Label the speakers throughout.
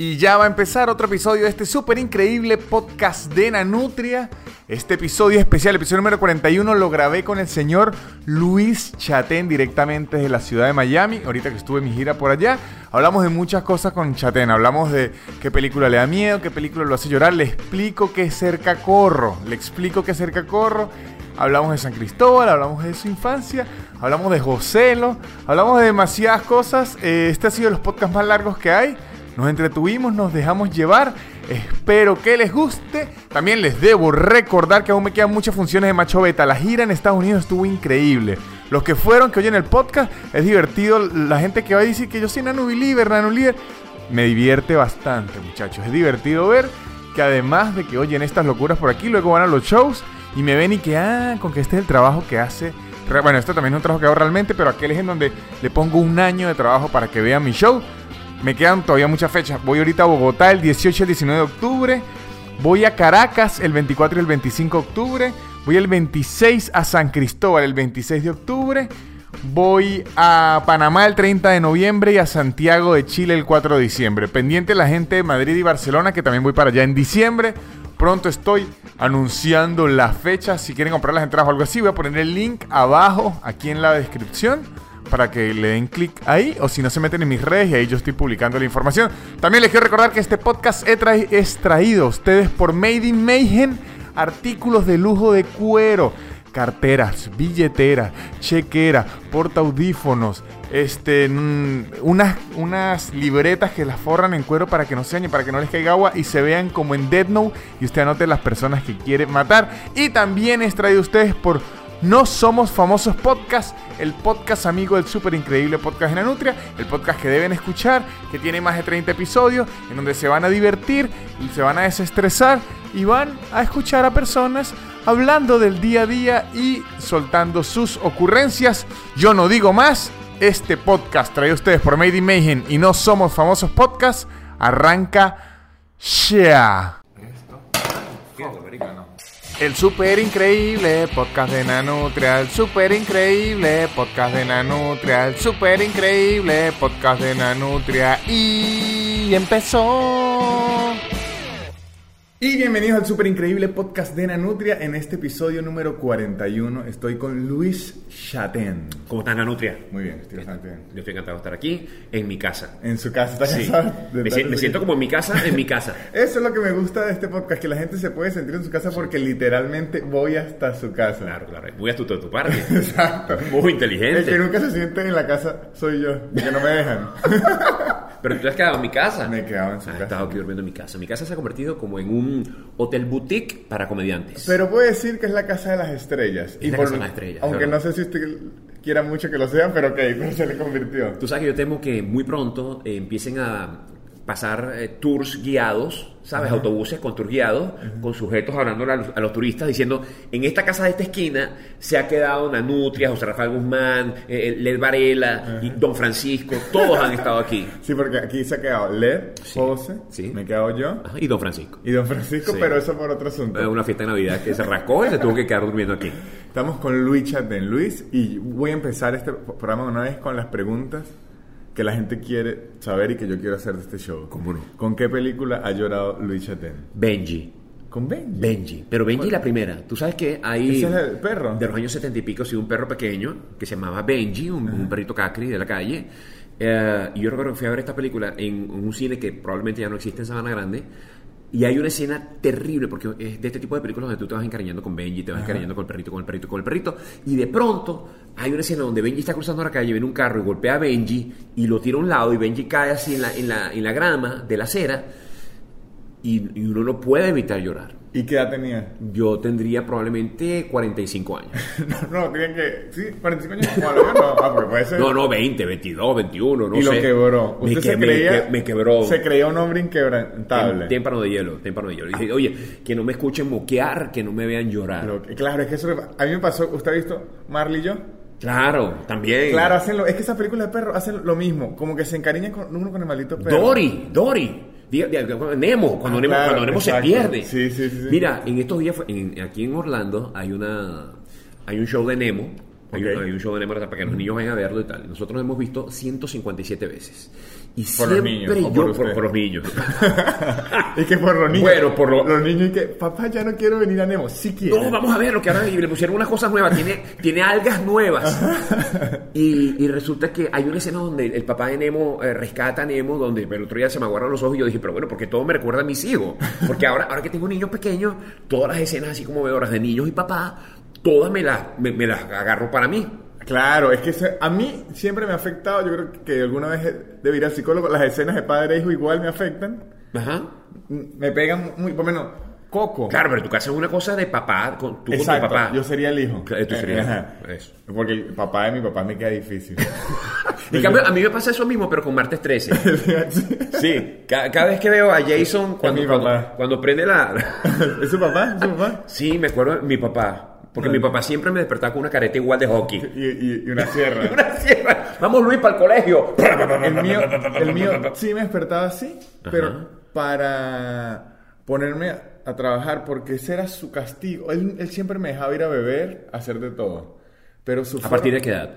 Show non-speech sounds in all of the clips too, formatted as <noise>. Speaker 1: Y ya va a empezar otro episodio de este súper increíble podcast de Nanutria. Este episodio especial, episodio número 41, lo grabé con el señor Luis Chatén directamente desde la ciudad de Miami. Ahorita que estuve en mi gira por allá, hablamos de muchas cosas con Chatén. Hablamos de qué película le da miedo, qué película lo hace llorar. Le explico qué es cerca corro. Le explico qué es cerca corro. Hablamos de San Cristóbal, hablamos de su infancia, hablamos de Joselo, hablamos de demasiadas cosas. Eh, Este ha sido de los podcasts más largos que hay. Nos entretuvimos, nos dejamos llevar. Espero que les guste. También les debo recordar que aún me quedan muchas funciones de Macho Beta. La gira en Estados Unidos estuvo increíble. Los que fueron, que oyen el podcast, es divertido. La gente que va a decir que yo soy Nano Believer, Nano Líder, me divierte bastante, muchachos. Es divertido ver que además de que oyen estas locuras por aquí, luego van a los shows y me ven y que, ah, con que este es el trabajo que hace. Re- Bueno, esto también es un trabajo que hago realmente, pero aquel es en donde le pongo un año de trabajo para que vean mi show. Me quedan todavía muchas fechas. Voy ahorita a Bogotá el 18 y el 19 de octubre. Voy a Caracas el 24 y el 25 de octubre. Voy el 26 a San Cristóbal el 26 de octubre. Voy a Panamá el 30 de noviembre y a Santiago de Chile el 4 de diciembre. Pendiente la gente de Madrid y Barcelona que también voy para allá en diciembre. Pronto estoy anunciando las fechas. Si quieren comprar las entradas o algo así, voy a poner el link abajo aquí en la descripción para que le den clic ahí o si no se meten en mis redes y ahí yo estoy publicando la información. También les quiero recordar que este podcast he trai- es traído a ustedes por Made in Mayhem, artículos de lujo de cuero, carteras, billeteras, chequera, portaudífonos, este, mm, unas, unas libretas que las forran en cuero para que no se dañen, para que no les caiga agua y se vean como en Dead Note y usted anote las personas que quiere matar. Y también es traído a ustedes por no somos famosos podcast, el podcast amigo del súper increíble podcast de la Nutria, el podcast que deben escuchar, que tiene más de 30 episodios, en donde se van a divertir, y se van a desestresar y van a escuchar a personas hablando del día a día y soltando sus ocurrencias. Yo no digo más, este podcast traído a ustedes por Made in Mayhem y no somos famosos podcast, arranca ya. El super increíble podcast de Nanutria, el super increíble podcast de Nanutria, el super increíble podcast de Nanutria y empezó. Y bienvenidos al super increíble podcast de Nanutria. En este episodio número 41 estoy con Luis Chatén.
Speaker 2: ¿Cómo estás, Nanutria?
Speaker 1: Muy bien, estoy bastante bien.
Speaker 2: Yo estoy encantado de estar aquí, en
Speaker 1: <laughs>
Speaker 2: mi casa.
Speaker 1: En su casa está
Speaker 2: Sí.
Speaker 1: cansado de
Speaker 2: Me, si-
Speaker 1: tanto
Speaker 2: me
Speaker 1: que-
Speaker 2: siento como en mi casa, en
Speaker 1: <laughs>
Speaker 2: mi casa.
Speaker 1: Eso es lo que me gusta de este podcast, que la gente se puede sentir en su casa porque literalmente voy hasta su casa.
Speaker 2: Claro, claro. Voy a tu, tu parte.
Speaker 1: Exacto.
Speaker 2: Muy
Speaker 1: El que
Speaker 2: inteligente.
Speaker 1: nunca se siente en la casa soy yo, el que no me dejan.
Speaker 2: Pero tú has quedado en mi casa.
Speaker 1: <laughs> me he quedado en su
Speaker 2: Has
Speaker 1: casa.
Speaker 2: estado aquí durmiendo en mi casa. Mi casa se ha convertido como en un hotel boutique para comediantes.
Speaker 1: Pero puedo decir que es la casa de las estrellas.
Speaker 2: Es la casa de las estrellas,
Speaker 1: Aunque
Speaker 2: claro.
Speaker 1: no sé si usted quiera mucho que lo sean, pero ok, pero se le convirtió.
Speaker 2: Tú sabes que yo temo que muy pronto eh, empiecen a pasar eh, tours guiados, ¿sabes? Autobuses con tours guiados, con sujetos hablando a los, a los turistas diciendo, en esta casa de esta esquina se ha quedado Nanutria, José Rafael Guzmán, eh, Led Varela y Don Francisco, todos han estado aquí.
Speaker 1: Sí, porque aquí se ha quedado Led, Jose,
Speaker 2: sí.
Speaker 1: me he quedado yo
Speaker 2: Ajá, y Don Francisco.
Speaker 1: y Don Francisco,
Speaker 2: Sí.
Speaker 1: pero eso por otro asunto.
Speaker 2: Eh, Una fiesta de Navidad que se rascó y se tuvo que quedar durmiendo aquí.
Speaker 1: Estamos con Luis Chatén. Luis, y voy a empezar este programa de una vez con las preguntas que la gente quiere saber y que yo quiero hacer de este show.
Speaker 2: ¿Cómo no?
Speaker 1: ¿Con qué película ha llorado Luis Chatén?
Speaker 2: Benji.
Speaker 1: Con Benji.
Speaker 2: Benji, pero Benji la primera. Tú sabes que hay...
Speaker 1: Ese es el perro.
Speaker 2: De los años setenta y pico, sí, un perro pequeño que se llamaba Benji, un, un perrito cacri de la calle. Eh, y yo recuerdo que fui a ver esta película en un cine que probablemente ya no existe en Sabana Grande. Y hay una escena terrible, porque es de este tipo de películas donde tú te vas encariñando con Benji, te vas encariñando con el perrito, con el perrito, con el perrito. Y de pronto hay una escena donde Benji está cruzando la calle, viene un carro y golpea a Benji y lo tira a un lado y Benji cae así en la, en la, en la grama de la acera y- y uno no puede evitar llorar.
Speaker 1: ¿Y qué edad tenía? <laughs>
Speaker 2: Yo tendría probablemente 45 años.
Speaker 1: No, no, creen que. Sí, 45 años. Bueno, yo no. Ah, pero puede ser.
Speaker 2: No, no, 20, 22, 21, no
Speaker 1: y
Speaker 2: sé.
Speaker 1: lo quebró.
Speaker 2: Me,
Speaker 1: Usted
Speaker 2: que-
Speaker 1: se
Speaker 2: me-
Speaker 1: creía.
Speaker 2: que- me quebró.
Speaker 1: Se creía un hombre
Speaker 2: Tem-
Speaker 1: inquebrantable.
Speaker 2: Témpano de hielo, témpano de hielo. Y dije, oye, que no me escuchen moquear, que no me vean llorar.
Speaker 1: Pero, claro, es que eso. le- A mí me pasó. ¿Usted ha visto Marley y yo?
Speaker 2: Claro, también.
Speaker 1: Claro, hacen lo, es que esas películas de perros hacen lo mismo. Como que se encariñan con, uno con el maldito perro. <laughs>
Speaker 2: Dory, Dory. Diga- diga- cuando Nemo, cuando
Speaker 1: Ah,
Speaker 2: Nemo,
Speaker 1: claro,
Speaker 2: cuando Nemo se
Speaker 1: exacto.
Speaker 2: pierde.
Speaker 1: Sí, sí, sí, sí.
Speaker 2: Mira, en estos días, fue- en- aquí en Orlando hay una hay un show de Nemo. Hay,
Speaker 1: Ok.
Speaker 2: un, hay un show de Nemo para que los niños vayan a verlo y tal. Nosotros lo hemos visto 157 veces. Y
Speaker 3: Por los
Speaker 2: siempre
Speaker 3: niños, o
Speaker 2: yo,
Speaker 3: por
Speaker 2: por,
Speaker 3: usted.
Speaker 2: por los niños.
Speaker 3: Y que por los niños.
Speaker 2: Bueno, por lo-
Speaker 3: los niños y que, papá, ya no quiero venir a Nemo. Sí quiero.
Speaker 2: No, vamos a ver lo que ahora y le pusieron unas cosas nuevas, tiene, tiene algas nuevas. Y, y resulta que hay una escena donde el papá de Nemo eh, rescata a Nemo, donde el otro día se me aguaron los ojos y yo dije, pero bueno, porque todo me recuerda a mis hijos. Porque ahora, ahora que tengo niños pequeños, todas las escenas así como vedoras de niños y papá, todas me las, me, me las agarro para mí.
Speaker 3: Claro, es que se- a mí siempre me ha afectado. Yo creo que alguna vez de ir al psicólogo, las escenas de padre e hijo igual me afectan.
Speaker 2: Ajá.
Speaker 3: M- Me pegan muy, por lo menos, coco.
Speaker 2: Claro, pero en tu casa es una cosa de papá, con, tú con
Speaker 3: Exacto,
Speaker 2: tu papá.
Speaker 3: yo Eh, sería el hijo.
Speaker 2: Claro, tú serías el hijo, eso.
Speaker 3: Porque el papá de mi papá me queda difícil. <laughs>
Speaker 2: En cambio, a mí me pasa eso mismo, pero con martes 13. Sí, ca- cada vez que veo a Jason cuando,
Speaker 3: mi papá.
Speaker 2: cuando, cuando prende la...
Speaker 3: ¿Es su papá? ¿Es su papá?
Speaker 2: Sí, me acuerdo de mi papá. Porque mi papá siempre me despertaba con una careta igual de hockey. <laughs>
Speaker 3: Y, y- y una sierra.
Speaker 2: Una sierra. Vamos, Luis, para el colegio.
Speaker 3: El mío, el mío sí me despertaba así, pero para ponerme a, a trabajar, porque ese era su castigo. Él, él siempre me dejaba ir a beber, a hacer de todo. Pero su
Speaker 2: ¿A partir de qué edad?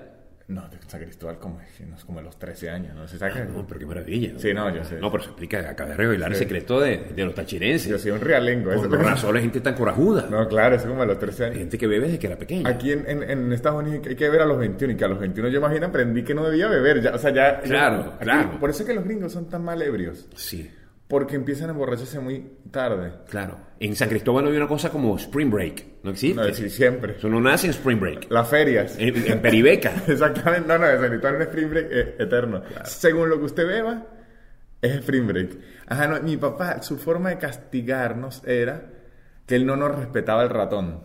Speaker 3: No, de San Cristóbal como, no es como a los 13 años, ¿no? Se
Speaker 2: <laughs>
Speaker 3: saca...
Speaker 2: No, pero qué maravilla.
Speaker 3: Sí, no, yo sé.
Speaker 2: No, pero se explica, acabé de revelar el secreto de, de los
Speaker 3: Yo
Speaker 2: tachirenses.
Speaker 3: soy un realengo. eso-
Speaker 2: Con razón la gente tan corajuda.
Speaker 3: No, claro, eso como a los 13
Speaker 2: Hay
Speaker 3: años.
Speaker 2: gente que bebe desde que era pequeña.
Speaker 3: Aquí en, en- en Estados Unidos hay que beber a los 21 y que a los 21 yo imagino aprendí que no debía beber. Ya, o sea, ya...
Speaker 2: Claro,
Speaker 3: aquí-
Speaker 2: claro.
Speaker 3: Por eso es que los gringos son tan mal ebrios.
Speaker 2: Sí,
Speaker 3: Porque empiezan a emborracharse muy tarde.
Speaker 2: claro. En San Cristóbal hay una cosa como Spring Break. ¿No existe?
Speaker 3: No, sí, siempre.
Speaker 2: Eso no nace en Spring Break.
Speaker 3: Las ferias.
Speaker 2: En, en Peribeca.
Speaker 3: Exactamente, no, no, es el un spring break eh, eterno. Según lo que usted beba, es spring break. Ajá, no, mi papá, su forma de castigarnos era que él no nos respetaba el ratón.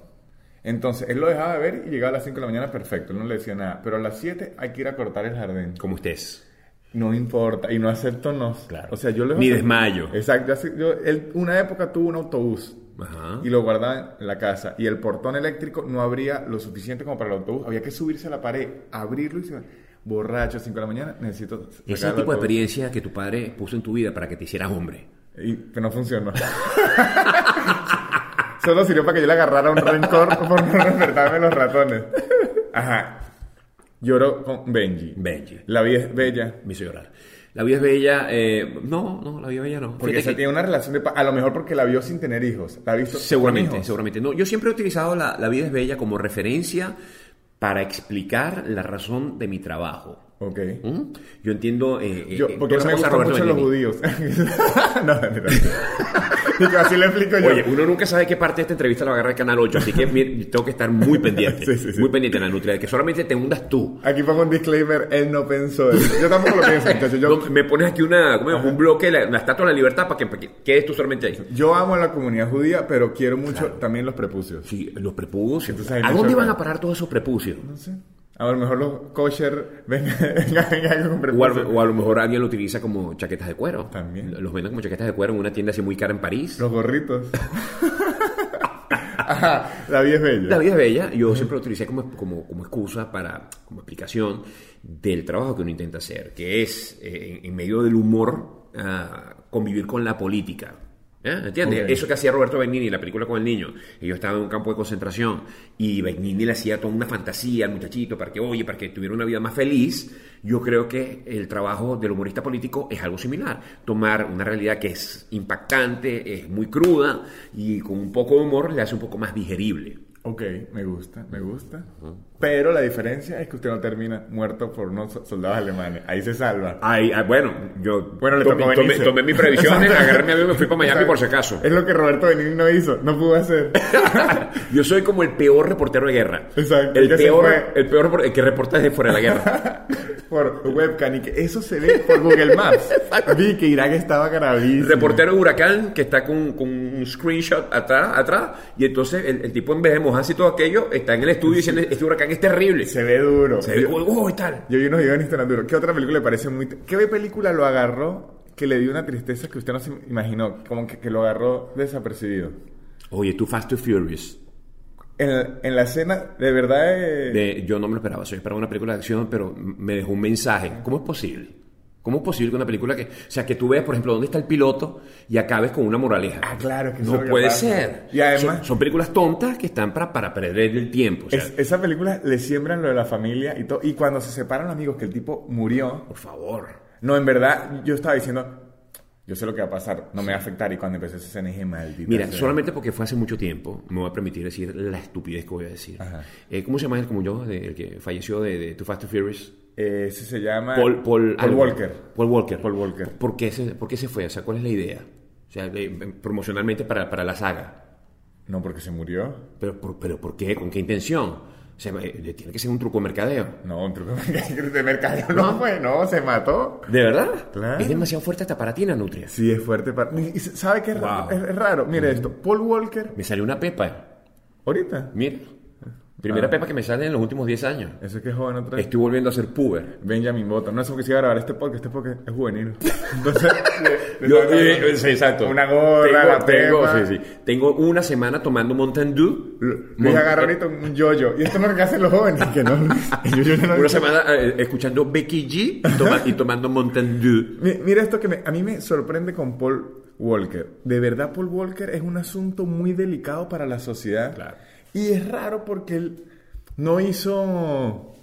Speaker 3: Entonces, él lo dejaba beber y llegaba a las 5 de la mañana perfecto, él no le decía nada. Pero a las 7 hay que ir a cortar el jardín.
Speaker 2: Como ustedes.
Speaker 3: No importa, y no acepto no.
Speaker 2: Claro.
Speaker 3: O sea, yo le...
Speaker 2: Ni desmayo.
Speaker 3: Exacto, así- yo- él una época tuvo un autobús
Speaker 2: Ajá.
Speaker 3: y lo guardaban en la casa. Y el portón eléctrico no abría lo suficiente como para el autobús. Había que subirse a la pared, abrirlo y se borracho a 5 de la mañana. Necesito.
Speaker 2: Ese
Speaker 3: sacar el
Speaker 2: tipo de
Speaker 3: autobús.
Speaker 2: experiencia que tu padre puso en tu vida para que te hicieras hombre.
Speaker 3: Y que no funcionó. <laughs> Solo sirvió para que yo le agarrara un rencor por no despertarme los ratones. Ajá. Lloro con Benji.
Speaker 2: Benji.
Speaker 3: La vida es bella.
Speaker 2: Me hizo llorar. La vida es bella. eh, no, no, la vida es bella no.
Speaker 3: Porque
Speaker 2: Fíjate
Speaker 3: se
Speaker 2: que-
Speaker 3: tiene una relación de... pa- A lo mejor porque la vio sin tener hijos. La ha visto con
Speaker 2: Seguramente,
Speaker 3: hijos.
Speaker 2: seguramente. No, yo siempre he utilizado la, la vida es bella como referencia para explicar la razón de mi trabajo.
Speaker 3: Ok.
Speaker 2: ¿Mm? Yo entiendo. eh, eh,
Speaker 3: Yo,
Speaker 2: eh,
Speaker 3: porque
Speaker 2: toda
Speaker 3: no me
Speaker 2: esa cosa
Speaker 3: gustan mucho
Speaker 2: de Roberto
Speaker 3: los
Speaker 2: Benigni.
Speaker 3: judíos. <laughs> no, mentira. Y que así le explico yo.
Speaker 2: Oye, uno nunca sabe qué parte de esta entrevista la va a agarrar el Canal 8, así que mi- tengo que estar muy pendiente.
Speaker 3: <laughs> Sí, sí, sí.
Speaker 2: Muy pendiente, la nutria, de que solamente te hundas tú.
Speaker 3: Aquí pongo un disclaimer, él no pensó eso. Yo tampoco lo pienso, muchachos. Yo,
Speaker 2: <laughs> No, me pones aquí una, ¿cómo es? un bloque, la, la estatua de la libertad, para que, para que quedes tú solamente ahí.
Speaker 3: yo amo a la comunidad judía, pero quiero mucho también los prepucios.
Speaker 2: Sí, los prepucios.
Speaker 3: Entonces hay
Speaker 2: ¿A
Speaker 3: mucho
Speaker 2: dónde van
Speaker 3: acá.
Speaker 2: a parar todos esos prepucios?
Speaker 3: No sé. A lo mejor los kosher venga, <laughs> venga,
Speaker 2: O a,
Speaker 3: venga con
Speaker 2: lo-
Speaker 3: prepucios.
Speaker 2: o a lo mejor alguien lo utiliza como chaquetas de cuero.
Speaker 3: pues, También.
Speaker 2: Los venden como chaquetas de cuero en una tienda así muy cara en París.
Speaker 3: Los gorritos. <laughs> Ajá, la vida es bella.
Speaker 2: La vida es bella. Yo siempre lo utilicé como, como, como excusa para, como explicación del trabajo que uno intenta hacer, que es, eh, en- en medio del humor, ah, convivir con la política. ¿Eh? ¿Entiendes?
Speaker 3: Ok.
Speaker 2: Eso que hacía Roberto Benigni, la película con el niño. Ellos estaban en un campo de concentración y Benigni le hacía toda una fantasía al muchachito para que, oye, para que tuviera una vida más feliz. Yo creo que el trabajo del humorista político es algo similar. Tomar una realidad que es impactante, es muy cruda y con un poco de humor le hace un poco más digerible.
Speaker 3: Ok, me gusta, me gusta. Pero la diferencia es que usted no termina muerto por unos so- soldados alemanes. Ahí se salva.
Speaker 2: Ay, ah, bueno, yo
Speaker 3: Bueno, le
Speaker 2: tomé,
Speaker 3: tocó
Speaker 2: tomé,
Speaker 3: venirse.
Speaker 2: tomé mis previsiones, agarré mi avión y me fui para Miami por si acaso.
Speaker 3: Es lo que Roberto Benigni no hizo, no pudo hacer.
Speaker 2: Yo soy como el peor reportero de guerra.
Speaker 3: Exacto,
Speaker 2: El
Speaker 3: ya se
Speaker 2: peor,
Speaker 3: fue.
Speaker 2: el peor repor- el que reporta desde fuera de la
Speaker 3: <laughs>
Speaker 2: guerra.
Speaker 3: por webcam y que eso se ve por Google Maps. Vi que Irak estaba
Speaker 2: El
Speaker 3: gravísimo.
Speaker 2: reportero de huracán que está con, con un screenshot atrás, atrás, y entonces el, el tipo en vez de mojarse y todo aquello, está en el estudio diciendo, este huracán es terrible.
Speaker 3: Se ve duro.
Speaker 2: Se ve,
Speaker 3: Yo,
Speaker 2: "Uy, uy, tal.
Speaker 3: yo vi unos videos en Instagram duro. ¿Qué otra película le parece muy... t- ¿Qué película lo agarró que le dio una tristeza que usted no se imaginó? Como que, que lo agarró desapercibido.
Speaker 2: Oye, tú Fast and Furious.
Speaker 3: En, en la escena, de verdad... eh,
Speaker 2: De- yo no me lo esperaba, soy esperaba una película de acción, pero me dejó un mensaje. ¿Cómo es posible? ¿Cómo es posible que una película que, o sea, que tú veas, por ejemplo, dónde está el piloto y acabes con una moraleja?
Speaker 3: Ah, claro, que eso es lo
Speaker 2: no
Speaker 3: que
Speaker 2: puede
Speaker 3: pasa.
Speaker 2: ser.
Speaker 3: Y además-
Speaker 2: son, son películas tontas que están para, para perder el tiempo. o sea,
Speaker 3: es- esa película le siembran lo de la familia y todo. Y cuando se separan los amigos, que el tipo murió,
Speaker 2: Por favor.
Speaker 3: No, en verdad, yo estaba diciendo, yo sé lo que va a pasar, no me va a afectar. Y cuando empezó esa escena dije, maldita.
Speaker 2: Mira,
Speaker 3: sea.
Speaker 2: solamente porque fue hace mucho tiempo, me voy a permitir decir la estupidez que voy a decir.
Speaker 3: Ajá.
Speaker 2: Eh, ¿Cómo se llama el como yo, de- el que falleció de, de Too Fast and Furious?
Speaker 3: Ese se llama.
Speaker 2: Paul, Ah, Paul, algo.
Speaker 3: Walker.
Speaker 2: Paul Walker.
Speaker 3: Paul Walker.
Speaker 2: ¿Por qué, se, ¿Por qué se fue? O sea, ¿cuál es la idea? O sea, de- promocionalmente para, para la saga.
Speaker 3: No, porque se murió.
Speaker 2: ¿Pero por, pero ¿por qué? ¿Con qué intención? O sea, eh, tiene que ser un truco de mercadeo.
Speaker 3: No, un truco <laughs> de mercado no, fue, no, se mató.
Speaker 2: ¿De verdad?
Speaker 3: Claro.
Speaker 2: Es demasiado fuerte hasta para ti, Nanutria.
Speaker 3: Sí, es fuerte. Para... Y ¿Sabe qué es, ra-
Speaker 2: Wow.
Speaker 3: es- es raro? Mire esto, Paul Walker,
Speaker 2: Me salió una pepa.
Speaker 3: ahorita.
Speaker 2: Mira. Primera pepa que me sale en los últimos 10 años.
Speaker 3: Eso es que es joven otra vez.
Speaker 2: Estoy volviendo a ser puber.
Speaker 3: Benjamin Button. No es porque se iba a grabar este podcast, este podcast
Speaker 2: <laughs>
Speaker 3: es juvenil. Entonces, le- le
Speaker 2: Yo-
Speaker 3: saca
Speaker 2: eh, sí, exacto.
Speaker 3: Una
Speaker 2: tengo,
Speaker 3: gorra, la
Speaker 2: tengo,
Speaker 3: pepa.
Speaker 2: sí, sí. tengo una semana tomando Mountain Dew.
Speaker 3: Luis
Speaker 2: Mon-
Speaker 3: agarra ahorita un yoyo. Y esto es lo que hacen los jóvenes, que no. <laughs> el yo-yo no
Speaker 2: Una semana eh, escuchando Becky G y, toma- y tomando Mountain Dew.
Speaker 3: Mi- Mira esto que me- a mí me sorprende con Paul Walker. De verdad, Paul Walker es un asunto muy delicado para la sociedad.
Speaker 2: Claro.
Speaker 3: Y es raro porque él no hizo...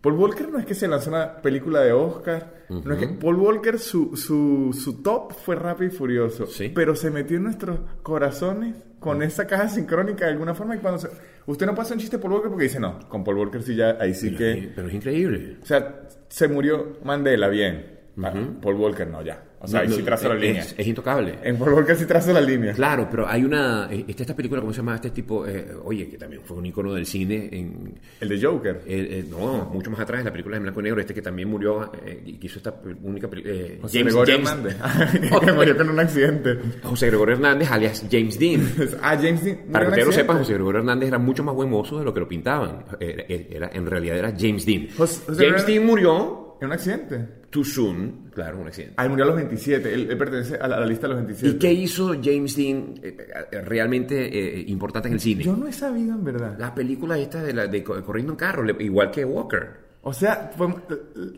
Speaker 3: Paul Walker no es que se lanzó una película de Oscar. no es que- Paul Walker, su, su, su top fue Rápido y Furioso.
Speaker 2: Sí.
Speaker 3: Pero se metió en nuestros corazones con esa caja sincrónica de alguna forma. Y cuando se- Usted no pasa un chiste de Paul Walker porque dice, no, con Paul Walker sí ya, ahí sí que...
Speaker 2: Eh, Pero es increíble.
Speaker 3: O sea, se murió Mandela, bien. Ah, Paul Walker no, ya. O sea, ahí
Speaker 2: No,
Speaker 3: sí
Speaker 2: no,
Speaker 3: trazo la
Speaker 2: es-
Speaker 3: línea.
Speaker 2: Es, es intocable.
Speaker 3: En Paul Walker sí trazo la línea.
Speaker 2: Claro, pero hay una. eh, Está esta película, ¿cómo se llama? Este tipo. eh, oye, que también fue un icono del cine en,
Speaker 3: El de Joker.
Speaker 2: El- el- no, mucho más atrás, en la película de Blanco y Negro, este que también murió eh, y que hizo esta pe- única peli- eh,
Speaker 3: José Gregorio Hernández. <laughs> que murió con un accidente.
Speaker 2: José Gregorio Hernández, alias James
Speaker 3: <laughs>
Speaker 2: Dean.
Speaker 3: Ah, James Dean. murió
Speaker 2: Para que
Speaker 3: en
Speaker 2: ustedes lo
Speaker 3: accidente.
Speaker 2: sepan, José Gregorio Hernández era mucho más buen mozo de lo que lo pintaban. Era- era- en realidad era James Dean.
Speaker 3: José- José
Speaker 2: James
Speaker 3: Gregorio-
Speaker 2: Dean murió
Speaker 3: En un accidente.
Speaker 2: too soon, claro, un accidente.
Speaker 3: Ah, él murió a los 27. Él, él pertenece a la, a la lista de los
Speaker 2: ¿Y
Speaker 3: 27.
Speaker 2: qué hizo James Dean eh, eh, realmente eh, importante en el cine?
Speaker 3: Yo no he sabido, en verdad.
Speaker 2: La película esta de, la, de co- corriendo en carro, le- igual que Walker.
Speaker 3: O sea, fue-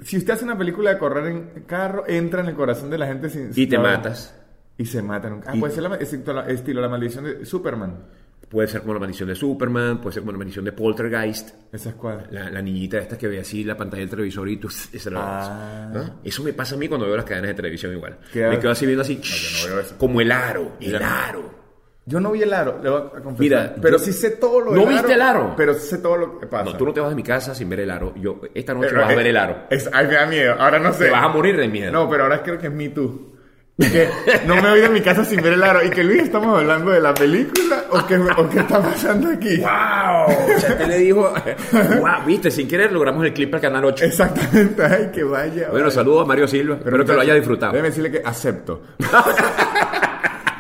Speaker 3: si usted hace una película de correr en carro, entra en el corazón de la gente sin...
Speaker 2: Y te
Speaker 3: sin-
Speaker 2: matas.
Speaker 3: Y se matan. Ah,
Speaker 2: Y-
Speaker 3: puede ser la, excepto la- estilo la maldición de Superman.
Speaker 2: Puede ser como la maldición de Superman, puede ser como la maldición de Poltergeist.
Speaker 3: Esas cuadras.
Speaker 2: La, la niñita esta que ve así la pantalla del televisor y tú... <laughs> esa la
Speaker 3: Ah.
Speaker 2: ves. ¿No? Eso me pasa a mí cuando veo las cadenas de televisión igual.
Speaker 3: ¿Qué
Speaker 2: me
Speaker 3: haces?
Speaker 2: quedo así viendo así...
Speaker 3: yo no veo eso.
Speaker 2: Como el aro, el aro.
Speaker 3: Yo no vi el aro, le voy a confesar.
Speaker 2: Mira,
Speaker 3: pero
Speaker 2: yo-
Speaker 3: sí sé todo lo
Speaker 2: ¿No
Speaker 3: del
Speaker 2: viste el aro?
Speaker 3: Pero sí sé todo lo que pasa.
Speaker 2: No, tú no te vas de mi casa sin ver el aro. Yo, esta noche
Speaker 3: Pero
Speaker 2: vas a
Speaker 3: es-
Speaker 2: ver el aro.
Speaker 3: es- ay, me da miedo. Ahora no sé.
Speaker 2: Te vas a morir de miedo.
Speaker 3: No, pero ahora creo que es Me Too. Y que no me voy de mi casa sin ver el aro. Y que Luis, estamos hablando de la película o qué, o qué está pasando aquí.
Speaker 2: ¡Wow! O sea, te le dijo... ¡Wow! Viste, sin querer logramos el clip para Canal 8.
Speaker 3: Exactamente. Ay, que vaya.
Speaker 2: Bueno,
Speaker 3: vaya.
Speaker 2: saludos a Mario Silva. Espero que lo haya disfrutado.
Speaker 3: Déjeme decirle que acepto. <laughs>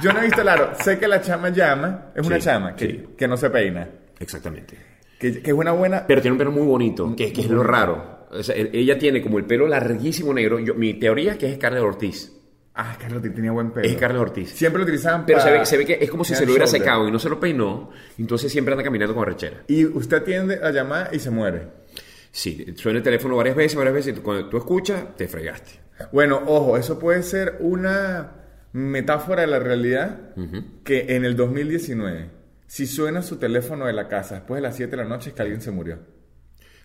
Speaker 3: Yo no he visto el aro. Sé que la chama llama. Es una
Speaker 2: Sí,
Speaker 3: chama que,
Speaker 2: sí.
Speaker 3: que no se peina.
Speaker 2: Exactamente.
Speaker 3: Que, que es una buena.
Speaker 2: Pero tiene un pelo muy bonito, que, que es lo raro. O sea, el- ella tiene como el pelo larguísimo negro. Yo- mi teoría es que es Scarlett Ortiz.
Speaker 3: Ah, Carlos tenía buen pelo.
Speaker 2: Es Scarlett Ortiz. Ah,
Speaker 3: Siempre lo utilizaban
Speaker 2: Pero se
Speaker 3: para-
Speaker 2: ve, se ve que es como si
Speaker 3: Head
Speaker 2: se lo hubiera
Speaker 3: shoulder.
Speaker 2: secado y no se lo peinó, entonces siempre anda caminando con rechera.
Speaker 3: Y usted atiende la llamada y se muere.
Speaker 2: Sí, suena el teléfono varias veces, varias veces, y tú- cuando tú escuchas, te fregaste.
Speaker 3: Bueno, ojo, eso puede ser una metáfora de la realidad que en el 2019, si suena su teléfono de la casa después de las 7 de la noche, es que alguien se murió.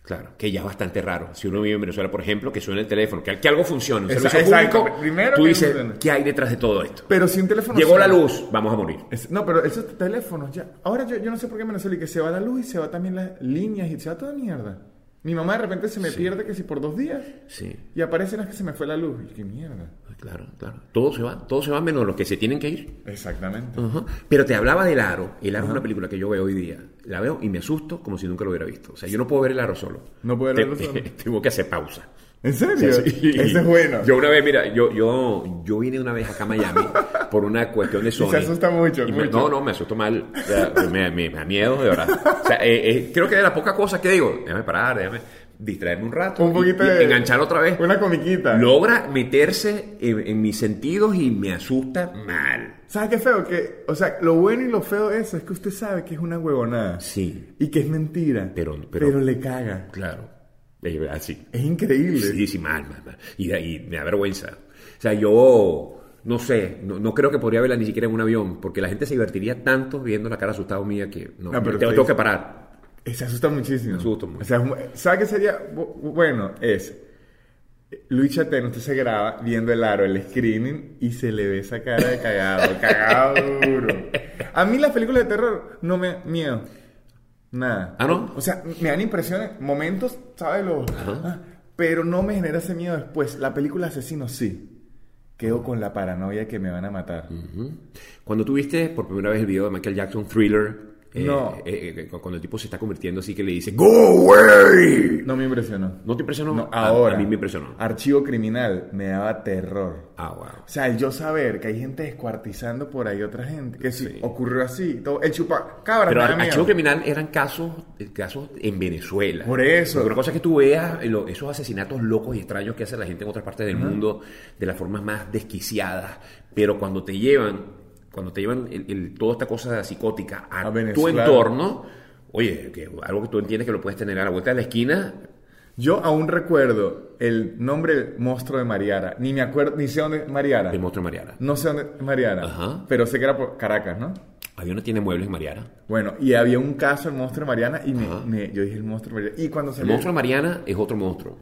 Speaker 2: Claro, que ya es bastante raro. Si uno vive en Venezuela, por ejemplo, que suena el teléfono, que, que algo funcione, un
Speaker 3: Exacto,
Speaker 2: servicio
Speaker 3: exacto.
Speaker 2: público,
Speaker 3: Primero
Speaker 2: tú
Speaker 3: que
Speaker 2: dices,
Speaker 3: funcione.
Speaker 2: ¿qué hay detrás de todo esto?
Speaker 3: Pero si un teléfono...
Speaker 2: Llegó la
Speaker 3: suena-
Speaker 2: luz, vamos a morir.
Speaker 3: Es- no, pero esos teléfonos ya... Ahora yo, yo no sé por qué en Venezuela y que se va la luz y se va también las líneas y se va toda mierda. Mi mamá de repente se me pierde que si por dos días
Speaker 2: Sí,
Speaker 3: y aparecen las que se me fue la luz. Y qué mierda.
Speaker 2: claro, claro. Todo se va, todo se va menos los que se tienen que ir.
Speaker 3: Exactamente.
Speaker 2: Ajá. Pero te hablaba del aro. El aro es una película que yo veo hoy día. La veo y me asusto como si nunca lo hubiera visto. O sea, yo no puedo ver el aro solo.
Speaker 3: No puedo ver el aro
Speaker 2: Te-
Speaker 3: solo.
Speaker 2: <laughs> Tengo que hacer pausa.
Speaker 3: ¿En
Speaker 2: O sea,
Speaker 3: serio?
Speaker 2: sí.
Speaker 3: Ese es bueno.
Speaker 2: Yo una vez, mira, yo, yo, yo vine una vez acá a
Speaker 3: <laughs>
Speaker 2: Miami por una cuestión de Sony.
Speaker 3: asusta mucho,
Speaker 2: Y me-
Speaker 3: mucho.
Speaker 2: No, no, me asusto mal. O sea, pues me, me- me da miedo, de verdad. O sea, eh, eh, creo que de las pocas cosas que digo, déjame parar, déjame distraerme un rato.
Speaker 3: Un poquito
Speaker 2: y- y
Speaker 3: de...
Speaker 2: enganchar otra vez
Speaker 3: Una comiquita.
Speaker 2: logra meterse en, en mis sentidos y me asusta mal.
Speaker 3: ¿Sabes qué feo? Que, o sea, lo bueno y lo feo de eso es que usted sabe que es una huevonada.
Speaker 2: Sí,
Speaker 3: Y que es mentira.
Speaker 2: Pero- pero-
Speaker 3: le caga.
Speaker 2: claro. Eh, Así.
Speaker 3: Es increíble.
Speaker 2: Sí, sí, mal, mal, mal. Y, de ahí me da vergüenza. O sea, yo no sé, no, no creo que podría verla ni siquiera en un avión, porque la gente se divertiría tanto viendo la cara asustada mía que no,
Speaker 3: No, pero
Speaker 2: tengo,
Speaker 3: te-
Speaker 2: tengo que parar.
Speaker 3: Eh, Se asusta muchísimo.
Speaker 2: Me asusto mucho.
Speaker 3: O sea, es mu- ¿sabe qué sería bu- bueno? Es Luis Chatén, usted se graba viendo el aro, el screening, y se le ve esa cara de
Speaker 2: <laughs>
Speaker 3: cagado, cagado duro. A mí las películas de terror no me dan miedo. Nada.
Speaker 2: Ah, ¿no?
Speaker 3: O sea, me dan impresiones, momentos, ¿sabes? Lo, Ah, pero no me genera ese miedo después. La película Asesino sí. Quedo con la paranoia que me van a matar.
Speaker 2: Mm. Cuando tuviste por primera vez el video de Michael Jackson, Thriller, eh,
Speaker 3: No.
Speaker 2: eh, eh, cu- cuando el tipo se está convirtiendo así que le dice, ¡Go away!
Speaker 3: No me impresionó.
Speaker 2: ¿No te impresionó?
Speaker 3: No,
Speaker 2: A-
Speaker 3: ahora.
Speaker 2: A, mí me impresionó.
Speaker 3: Archivo criminal me daba terror.
Speaker 2: Ah, wow.
Speaker 3: O sea, el yo saber que hay gente descuartizando por ahí otra gente, que si ocurrió así, todo, el chupacabra,
Speaker 2: Pero
Speaker 3: me da
Speaker 2: ar- Archivo
Speaker 3: miedo.
Speaker 2: Criminal eran casos, eh, casos en Venezuela.
Speaker 3: Por eso.
Speaker 2: Otra cosa es que tú veas eh, lo- esos asesinatos locos y extraños que hace la gente en otras partes del mundo de las formas más desquiciadas. Pero cuando te llevan, cuando te llevan el- el- toda esta cosa psicótica a,
Speaker 3: A
Speaker 2: tu
Speaker 3: Venezuela.
Speaker 2: entorno, oye, que algo que tú entiendes que lo puedes tener a la vuelta de la esquina,
Speaker 3: Yo aún recuerdo el nombre del monstruo de Mariara, ni me acuerdo, ni sé dónde es Mariara.
Speaker 2: el monstruo de Mariara.
Speaker 3: No sé dónde es Mariara,
Speaker 2: Ajá.
Speaker 3: pero sé que era por Caracas, ¿no?
Speaker 2: Había una tienda de muebles en Mariana.
Speaker 3: Bueno, y había un caso del monstruo de Mariana y me, me- yo dije el monstruo de Mariana. Y cuando
Speaker 2: El
Speaker 3: salió
Speaker 2: monstruo de Mariana es otro monstruo.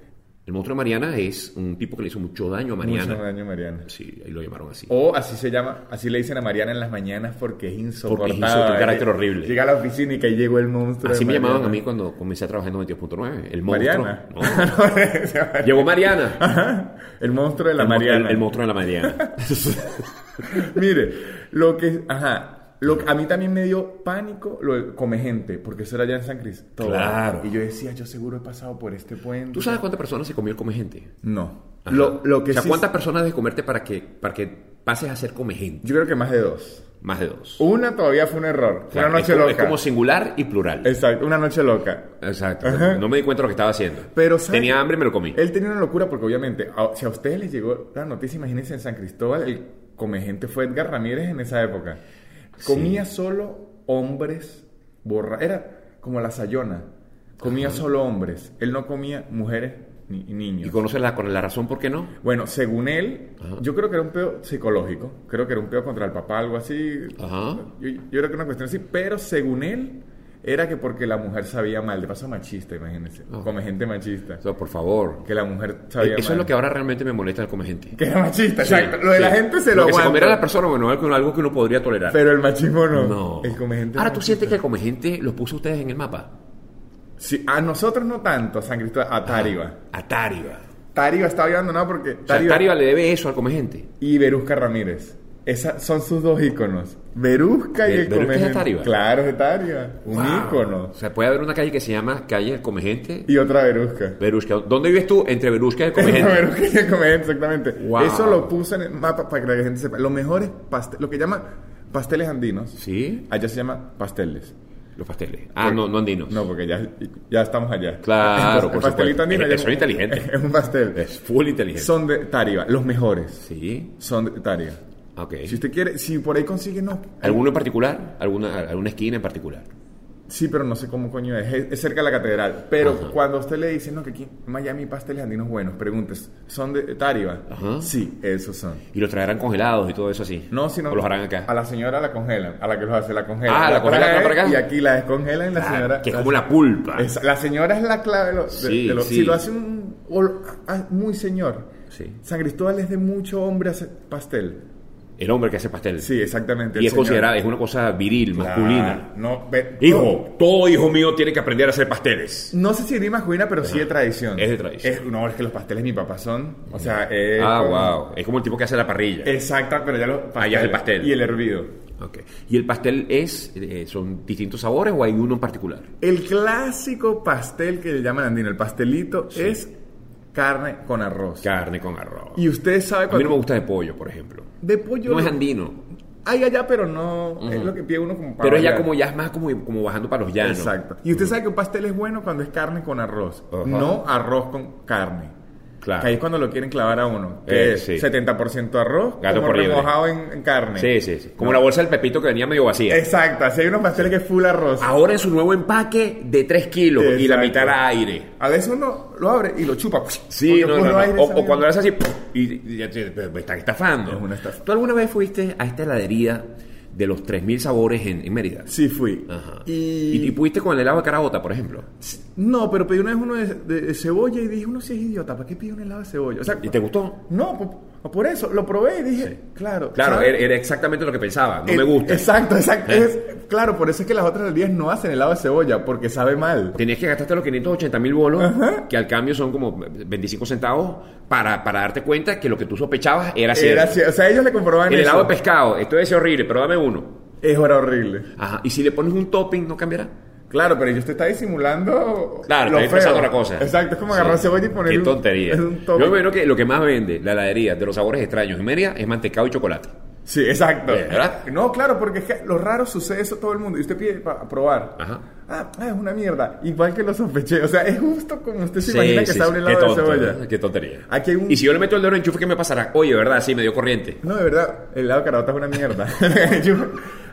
Speaker 2: El monstruo de Mariana es un tipo que le hizo mucho daño a
Speaker 3: Mucho
Speaker 2: Mariana.
Speaker 3: daño Mariana.
Speaker 2: Sí, ahí lo llamaron así.
Speaker 3: O así se llama, así le dicen a Mariana en las mañanas porque es insoportable.
Speaker 2: insoportable, un carácter horrible.
Speaker 3: Llega a la oficina y que ahí llegó el monstruo.
Speaker 2: Así
Speaker 3: de
Speaker 2: me llamaban a
Speaker 3: Mariana.
Speaker 2: mí cuando comencé a trabajar en 92.9. El monstruo.
Speaker 3: Mariana.
Speaker 2: No.
Speaker 3: <laughs> No, se llama-
Speaker 2: Llegó Mariana.
Speaker 3: Ajá, el monstruo de <laughs> la
Speaker 2: El mo-
Speaker 3: Mariana.
Speaker 2: El, el monstruo de la Mariana.
Speaker 3: <laughs>
Speaker 2: <laughs>
Speaker 3: Mire, lo que. Ajá. Lo, que- a mí también me dio pánico lo del come gente, porque eso era allá en San Cristóbal.
Speaker 2: Claro.
Speaker 3: Y yo decía, yo seguro he pasado por este puente.
Speaker 2: ¿Tú sabes cuántas personas se comió el come gente?
Speaker 3: No.
Speaker 2: Ajá.
Speaker 3: Lo, lo que
Speaker 2: o sea,
Speaker 3: sí-
Speaker 2: ¿cuántas personas de comerte para que, para que pases a ser come gente?
Speaker 3: Yo creo que más de dos.
Speaker 2: Más de dos.
Speaker 3: Una todavía fue un error. Fue
Speaker 2: Claro,
Speaker 3: una
Speaker 2: es
Speaker 3: noche
Speaker 2: como-
Speaker 3: loca.
Speaker 2: Es como singular y plural.
Speaker 3: Exacto, una noche loca.
Speaker 2: Exacto.
Speaker 3: Ajá.
Speaker 2: No me di cuenta de lo que estaba haciendo.
Speaker 3: Pero, ¿sabes?
Speaker 2: Tenía hambre y me lo comí.
Speaker 3: Él tenía una locura porque obviamente, a- si a ustedes les llegó la noticia, imagínense en San Cristóbal, el comegente fue Edgar Ramírez en esa época. Comía solo hombres borra Era como la Sayona. Comía solo hombres. Él no comía mujeres ni ni niños.
Speaker 2: ¿Y conoces la, con la razón por qué no?
Speaker 3: Bueno, según él,
Speaker 2: Ajá.
Speaker 3: yo creo que era un peo psicológico. Creo que era un peo contra el papá, algo así.
Speaker 2: Ajá.
Speaker 3: Yo, yo creo que una cuestión así. Pero según él, era que porque la mujer sabía mal. De paso, machista, imagínense.
Speaker 2: Ajá.
Speaker 3: Come gente machista.
Speaker 2: O sea, por favor.
Speaker 3: Que la mujer sabía
Speaker 2: Ah. Eso es lo
Speaker 3: mal.
Speaker 2: que ahora realmente me molesta del come gente.
Speaker 3: Que era machista,
Speaker 2: Sí,
Speaker 3: exacto. Lo de
Speaker 2: sí.
Speaker 3: la gente se lo,
Speaker 2: que se
Speaker 3: aguanta.
Speaker 2: comiera la persona, bueno, algo, algo que uno podría tolerar.
Speaker 3: Pero el machismo no.
Speaker 2: no.
Speaker 3: El comegente.
Speaker 2: Ahora,
Speaker 3: no.
Speaker 2: ¿tú sientes que el comegente los puso a ustedes en el mapa?
Speaker 3: Sí, a nosotros no tanto, a San Cristóbal, a Tariba.
Speaker 2: A Tariba.
Speaker 3: Tariba estaba abandonado porque
Speaker 2: O sea, Tariba. le debe eso al comegente.
Speaker 3: y Verusca Ramírez. Esas son sus dos íconos. Verusca y
Speaker 2: Ve- Verusca
Speaker 3: el
Speaker 2: es de
Speaker 3: comegente.
Speaker 2: Táriba.
Speaker 3: Claro, es de Táriba. Un
Speaker 2: Wow.
Speaker 3: ícono.
Speaker 2: O sea, puede haber una calle que se llama calle del comegente.
Speaker 3: Y otra Verusca.
Speaker 2: Berusca. ¿Dónde vives tú? Entre Berusca y el comegente.
Speaker 3: <laughs> Verusca y el comegente, exactamente.
Speaker 2: Wow.
Speaker 3: Eso lo puse en el mapa para que la gente sepa. Lo mejor es paste- lo que llaman pasteles andinos.
Speaker 2: sí,
Speaker 3: Allá se llama pasteles.
Speaker 2: los pasteles. Ah, no, no andinos.
Speaker 3: No, porque ya, ya estamos allá.
Speaker 2: Claro, por
Speaker 3: el
Speaker 2: supuesto.
Speaker 3: pastelito andino. ya
Speaker 2: Eh, soy inteligente.
Speaker 3: <laughs> Es un pastel.
Speaker 2: Es full inteligente.
Speaker 3: Son de Tariba, los mejores.
Speaker 2: Sí,
Speaker 3: Son de Tariba.
Speaker 2: ok.
Speaker 3: Si usted quiere, si por ahí consigue, no.
Speaker 2: ¿Alguno en particular? ¿Alguna, ¿Alguna esquina en particular?
Speaker 3: Sí, pero no sé cómo coño es. Es, es cerca de la catedral. Pero
Speaker 2: Ajá.
Speaker 3: cuando a usted le dice, no, que aquí en Miami hay pasteles andinos buenos, preguntes, ¿son de Tariba?
Speaker 2: Ajá.
Speaker 3: Sí, esos son.
Speaker 2: Y los traerán congelados y todo eso así.
Speaker 3: No, sino
Speaker 2: ¿O los Pues harán acá.
Speaker 3: a la señora la congelan, a la que los hace la congelan.
Speaker 2: Ah, la congelan acá
Speaker 3: trae
Speaker 2: para acá.
Speaker 3: Y aquí la descongelan y la
Speaker 2: Ah,
Speaker 3: señora...
Speaker 2: que es como la pulpa.
Speaker 3: Esa- la señora es la clave. de lo- de-
Speaker 2: Sí,
Speaker 3: de lo-
Speaker 2: sí.
Speaker 3: Si lo hace un ol- ah, muy señor.
Speaker 2: Sí.
Speaker 3: San Cristóbal es de mucho hombre hacer pastel.
Speaker 2: El hombre que hace pastel.
Speaker 3: Sí, exactamente.
Speaker 2: Y
Speaker 3: el
Speaker 2: es
Speaker 3: señor.
Speaker 2: considerada, es una cosa viril,
Speaker 3: Claro,
Speaker 2: masculina.
Speaker 3: No, ve-
Speaker 2: Hijo, todo hijo mío tiene que aprender a hacer pasteles.
Speaker 3: No sé si de masculina, pero sí de tradición.
Speaker 2: Es de tradición.
Speaker 3: Es- no, es que los pasteles de mi papá son. O sea, es
Speaker 2: ah,
Speaker 3: como-
Speaker 2: wow. Es como el tipo que hace la parrilla.
Speaker 3: Eh, Exacta, pero ya los
Speaker 2: Ah, ya es el pastel.
Speaker 3: Y el hervido.
Speaker 2: Ok. ¿Y el pastel es, eh, son distintos sabores o hay uno en particular?
Speaker 3: El clásico pastel que le llaman andino, el pastelito, es carne con arroz.
Speaker 2: Carne con arroz.
Speaker 3: Y ustedes saben
Speaker 2: A mí
Speaker 3: cuando.
Speaker 2: no me gusta de pollo, por ejemplo.
Speaker 3: De pollo.
Speaker 2: No es andino.
Speaker 3: Hay allá, pero no. Es
Speaker 2: Ujú.
Speaker 3: lo que pide uno como para.
Speaker 2: Pero es ya
Speaker 3: variar.
Speaker 2: como, ya es más como, como bajando para los llanos.
Speaker 3: Ah, Exacto. Y usted sabe que un pastel es bueno cuando es carne con arroz,
Speaker 2: Ajá.
Speaker 3: no arroz con carne.
Speaker 2: Claro.
Speaker 3: Que ahí es cuando lo quieren clavar a uno. Que
Speaker 2: Eh,
Speaker 3: es
Speaker 2: sí.
Speaker 3: 70% arroz,
Speaker 2: Gato
Speaker 3: como
Speaker 2: por liebre.
Speaker 3: remojado en, en carne.
Speaker 2: Sí, sí, sí. Como
Speaker 3: No.
Speaker 2: la bolsa del pepito que venía medio vacía.
Speaker 3: Exacto, así hay unos pasteles que es full arroz.
Speaker 2: Ahora en su nuevo empaque de 3 kilos y la
Speaker 3: Exacto.
Speaker 2: mitad era aire.
Speaker 3: A veces uno lo abre y lo chupa.
Speaker 2: Sí,
Speaker 3: Porque
Speaker 2: no,
Speaker 3: puro
Speaker 2: no, no.
Speaker 3: aire
Speaker 2: O,
Speaker 3: sale.
Speaker 2: o cuando le haces así, ¡pum! y, y- y- me están estafando.
Speaker 3: Es una estafa.
Speaker 2: ¿Tú alguna vez fuiste a esta heladería de los 3.000 sabores en, en Mérida.
Speaker 3: Sí, fui.
Speaker 2: Ajá.
Speaker 3: Y...
Speaker 2: ¿Y, y pudiste con el helado de carabota, por ejemplo?
Speaker 3: No, pero pedí una vez uno de, de- de cebolla y dije, uno sí es idiota, ¿para qué pido un helado de cebolla? O sea,
Speaker 2: ¿Y te gustó?
Speaker 3: No, por, por eso, lo probé y dije, claro. eh,
Speaker 2: Claro,
Speaker 3: ¿sabes?
Speaker 2: era era exactamente lo que pensaba. No
Speaker 3: El-
Speaker 2: me gusta.
Speaker 3: Exacto, exacto.
Speaker 2: ¿Eh?
Speaker 3: Es- claro, por eso es que las otras heladerías no hacen helado de cebolla, porque sabe mal.
Speaker 2: Tenías que gastarte los 580 mil bolos, que al cambio son como 25 centavos, para, para darte cuenta que lo que tú sospechabas era cierto.
Speaker 3: Era así, o sea, ellos le comprobaban
Speaker 2: el helado
Speaker 3: eso.
Speaker 2: de pescado, esto es horrible, pero dame uno.
Speaker 3: Eso era horrible.
Speaker 2: Ajá. Y si le pones un topping, ¿no cambiará?
Speaker 3: Claro, pero ellos te está disimulando.
Speaker 2: Claro,
Speaker 3: lo
Speaker 2: estoy
Speaker 3: feo.
Speaker 2: pensando otra cosa.
Speaker 3: Exacto, es como agarrar
Speaker 2: Sí.
Speaker 3: cebolla y poner.
Speaker 2: Qué
Speaker 3: un-
Speaker 2: tontería.
Speaker 3: es un
Speaker 2: Yo
Speaker 3: toque.
Speaker 2: me imagino que lo que más vende la heladería de los sabores extraños en Mérida es mantecado y chocolate.
Speaker 3: Sí, exacto.
Speaker 2: ¿Verdad?
Speaker 3: No, claro, porque es que lo raro sucede eso a todo el mundo. Y usted pide para probar.
Speaker 2: Ajá.
Speaker 3: Ah, ah, es una mierda. Igual que lo sospeché. O sea, es justo como usted se
Speaker 2: Sí,
Speaker 3: imagina que
Speaker 2: sí,
Speaker 3: sabe
Speaker 2: sí.
Speaker 3: el
Speaker 2: Qué
Speaker 3: helado de
Speaker 2: tonto,
Speaker 3: cebolla.
Speaker 2: ¿verdad? Qué tontería.
Speaker 3: Aquí hay un-
Speaker 2: Y si yo le meto el dedo en el enchufe, ¿qué me pasará? Oye, ¿verdad? Sí, me dio corriente.
Speaker 3: No, de verdad, el helado de caraota es una mierda. <laughs> Yo-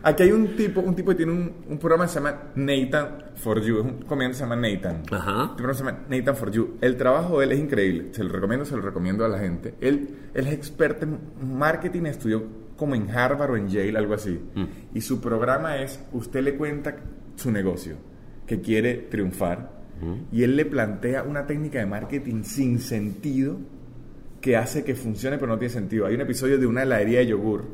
Speaker 3: aquí hay un tipo, un tipo que tiene un, un programa que se llama Nathan for You. Es un comediante que se llama Nathan.
Speaker 2: Ajá.
Speaker 3: Un programa que se llama Nathan for You. El trabajo de él es increíble. Se lo recomiendo, se lo recomiendo a la gente. Él, él es experto en marketing, estudió como en Harvard o en Yale, algo así. Y su programa es, usted le cuenta su negocio, que quiere triunfar, y él le plantea una técnica de marketing sin sentido que hace que funcione pero no tiene sentido. Hay un episodio de una heladería de yogur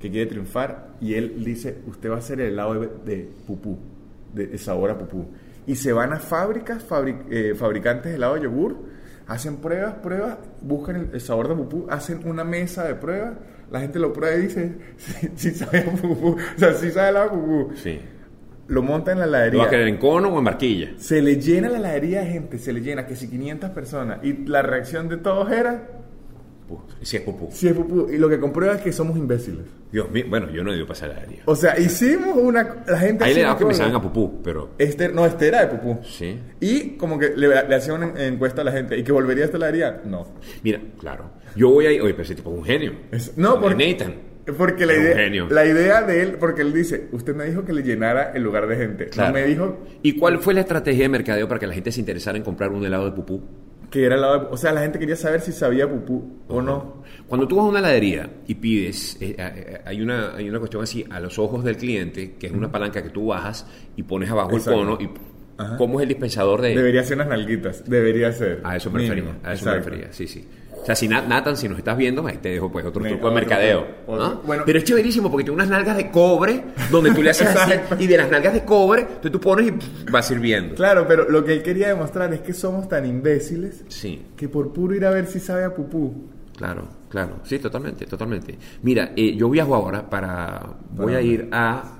Speaker 3: que quiere triunfar y él dice, usted va a hacer el helado de, de pupú, de, de sabor a pupú. Y se van a fábricas, fabri- eh, fabricantes de helado de yogur, hacen pruebas, pruebas, buscan el, el sabor de pupú, hacen una mesa de pruebas, la gente lo prueba y dice, <laughs> sí, sí sabe a pupú, o sea, sí sabe a helado de pupú.
Speaker 2: Sí.
Speaker 3: Lo monta en la
Speaker 2: ¿Lo
Speaker 3: heladería.
Speaker 2: vas a querer en cono o en barquilla?
Speaker 3: Se le llena la heladería de gente, se le llena que si 500 personas. Y la reacción de todos era,
Speaker 2: Sí, es pupú.
Speaker 3: Sí, es pupú. Y lo que comprueba es que somos imbéciles.
Speaker 2: Dios mío, bueno, yo no he ido para esa heladería.
Speaker 3: O sea, hicimos una... La gente...
Speaker 2: Hay
Speaker 3: hacía
Speaker 2: helados que
Speaker 3: una
Speaker 2: me
Speaker 3: cosa.
Speaker 2: saben a pupú, pero...
Speaker 3: Este, no, este era de pupú.
Speaker 2: Sí.
Speaker 3: Y como que le, le hacía una encuesta a la gente. ¿Y que volvería a esta heladería? No.
Speaker 2: Mira, claro. Yo voy ahí... Oye, pero ese tipo es un genio.
Speaker 3: Es- no, porque...
Speaker 2: Nathan.
Speaker 3: Porque la
Speaker 2: Era un
Speaker 3: idea,
Speaker 2: genio.
Speaker 3: la idea de él... Porque él dice... Usted me dijo que le llenara el lugar de gente.
Speaker 2: Claro.
Speaker 3: No me dijo
Speaker 2: ¿Y cuál fue la estrategia de mercadeo para que la gente se interesara en comprar un helado de pupú?
Speaker 3: que era el lado de... O sea, la gente quería saber si sabía pupú o no.
Speaker 2: Cuando tú vas a una heladería y pides, eh, eh, hay, una, hay una cuestión así a los ojos del cliente, que es una palanca que tú bajas y pones abajo
Speaker 3: Exacto.
Speaker 2: el cono y cómo es el dispensador de...
Speaker 3: Debería ser unas nalguitas. Debería ser.
Speaker 2: A eso me
Speaker 3: Mínimo.
Speaker 2: refería, a eso me
Speaker 3: Exacto.
Speaker 2: refería, sí, sí. O sea, si Na- Nathan, si nos estás viendo, ahí te dejo pues otro
Speaker 3: Me-
Speaker 2: truco de
Speaker 3: otro-
Speaker 2: mercadeo.
Speaker 3: otro-
Speaker 2: ¿ah?
Speaker 3: bueno.
Speaker 2: Pero es chéverísimo porque tiene unas nalgas de cobre donde tú le haces así
Speaker 3: <laughs> Exacto.
Speaker 2: y de las nalgas de cobre, entonces tú pones y pff, va sirviendo.
Speaker 3: Claro, pero lo que él quería demostrar es que somos tan imbéciles
Speaker 2: Sí.
Speaker 3: que por puro ir a ver si sabe a pupú.
Speaker 2: Claro, claro, sí, totalmente, totalmente. Mira, eh, yo viajo ahora para, voy a
Speaker 3: dónde?
Speaker 2: ir a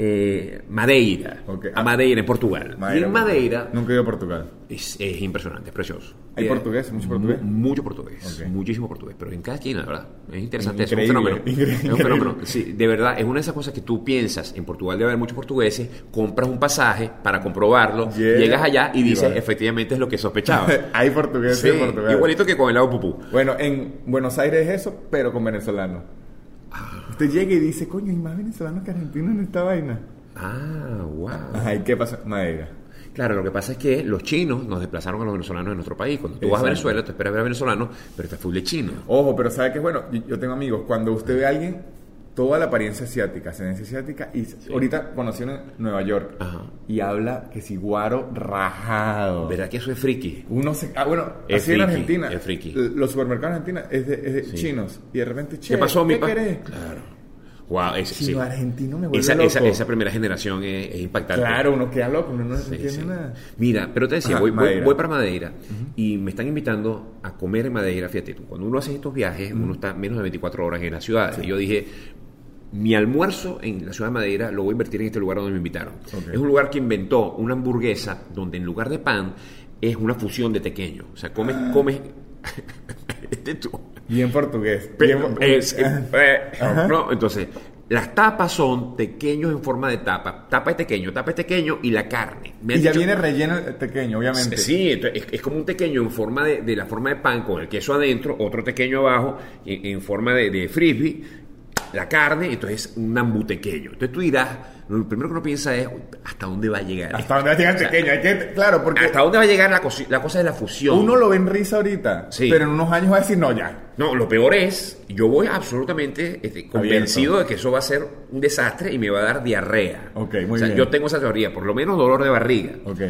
Speaker 2: eh, Madeira,
Speaker 3: Ok.
Speaker 2: a Madeira en Portugal. y en Madeira
Speaker 3: Nunca he ido a Portugal. Mm,
Speaker 2: es, es impresionante, es precioso.
Speaker 3: ¿Hay
Speaker 2: Eh,
Speaker 3: portugués? ¿Mucho portugués?
Speaker 2: Mucho portugués,
Speaker 3: Ok.
Speaker 2: muchísimo portugués, pero en cada esquina, la verdad. Es interesante, es un
Speaker 3: Increíble,
Speaker 2: fenómeno.
Speaker 3: increíble.
Speaker 2: Es un fenómeno. Sí, de verdad, es una de esas cosas que tú piensas, en Portugal debe haber muchos portugueses, compras un pasaje para comprobarlo,
Speaker 3: Yeah.
Speaker 2: llegas allá y
Speaker 3: Y
Speaker 2: dices,
Speaker 3: vas.
Speaker 2: efectivamente es lo que sospechaba.
Speaker 3: <laughs> Hay portugués
Speaker 2: Sí,
Speaker 3: en Portugal.
Speaker 2: igualito que con el lado pupú.
Speaker 3: Bueno, en Buenos Aires es eso, pero con venezolano.
Speaker 2: Ah.
Speaker 3: Usted llega y dice, coño, hay más venezolanos que argentinos en esta vaina.
Speaker 2: Ah, wow.
Speaker 3: Ajá, ¿y qué pasa? Madeira.
Speaker 2: Claro, lo que pasa es que los chinos nos desplazaron a los venezolanos en nuestro país. Cuando tú vas a
Speaker 3: Exacto.
Speaker 2: Venezuela, te esperas ver a venezolanos, pero está full de chino.
Speaker 3: Ojo, pero ¿sabe qué es bueno? Yo, yo tengo amigos, cuando usted ve a alguien, toda la apariencia asiática, ascendencia asiática, y ahorita conocí uno en Nueva York,
Speaker 2: Ajá.
Speaker 3: y habla que si guaro rajado.
Speaker 2: ¿Verdad que eso es friki?
Speaker 3: Uno se. Ah, bueno,
Speaker 2: Es
Speaker 3: así en
Speaker 2: friki,
Speaker 3: Argentina.
Speaker 2: es friki.
Speaker 3: l- Los supermercados en Argentina es de, es de chinos. Y de repente, che,
Speaker 2: ¿Qué pasó, mi
Speaker 3: ¿qué
Speaker 2: pa?
Speaker 3: querés?
Speaker 2: Claro. Wow, es,
Speaker 3: Chino
Speaker 2: sí.
Speaker 3: argentino me vuelve
Speaker 2: esa,
Speaker 3: loco.
Speaker 2: esa- esa primera generación es, es impactante.
Speaker 3: Claro, uno queda loco, uno no
Speaker 2: Sí,
Speaker 3: entiende
Speaker 2: sí.
Speaker 3: nada.
Speaker 2: Mira, pero te decía,
Speaker 3: Ajá,
Speaker 2: voy, voy-
Speaker 3: Madeira.
Speaker 2: voy para Madeira y me están invitando a comer en Madeira. Fíjate tú, cuando uno hace estos viajes, uno está menos de 24 horas en la ciudad. Y yo dije, mi almuerzo en la ciudad de Madeira lo voy a invertir en este lugar donde me invitaron.
Speaker 3: Ok.
Speaker 2: Es un lugar que inventó una hamburguesa donde en lugar de pan es una fusión de tequeño. O sea, comes,
Speaker 3: Ah.
Speaker 2: comes... <laughs> este tú.
Speaker 3: Bien portugués.
Speaker 2: Pero
Speaker 3: bien- Ah.
Speaker 2: es- eh, no, entonces, las tapas son pequeños en forma de tapa. Tapa es pequeño, tapa es pequeño y la carne. Me han
Speaker 3: y ya
Speaker 2: dicho-
Speaker 3: viene relleno el pequeño, obviamente.
Speaker 2: Sí, entonces, es, es como un pequeño en forma de, de la forma de pan con el queso adentro, otro pequeño abajo en, en forma de, de frisbee. la carne, entonces es un nambutequeño. Entonces tú dirás, lo primero que uno piensa es, hasta dónde va a llegar.
Speaker 3: ¿Hasta dónde va a llegar
Speaker 2: O sea,
Speaker 3: pequeño? Hay que, claro, porque
Speaker 2: ¿Hasta dónde va a llegar la, cosi- la cosa de la fusión?
Speaker 3: uno lo ve en risa ahorita,
Speaker 2: Sí.
Speaker 3: pero en unos años va a decir, no, ya.
Speaker 2: No, lo peor es, yo voy absolutamente este, convencido de que eso va a ser un desastre y me va a dar diarrea.
Speaker 3: Ok, muy
Speaker 2: O sea,
Speaker 3: bien.
Speaker 2: yo tengo esa teoría, por lo menos dolor de barriga.
Speaker 3: Ok.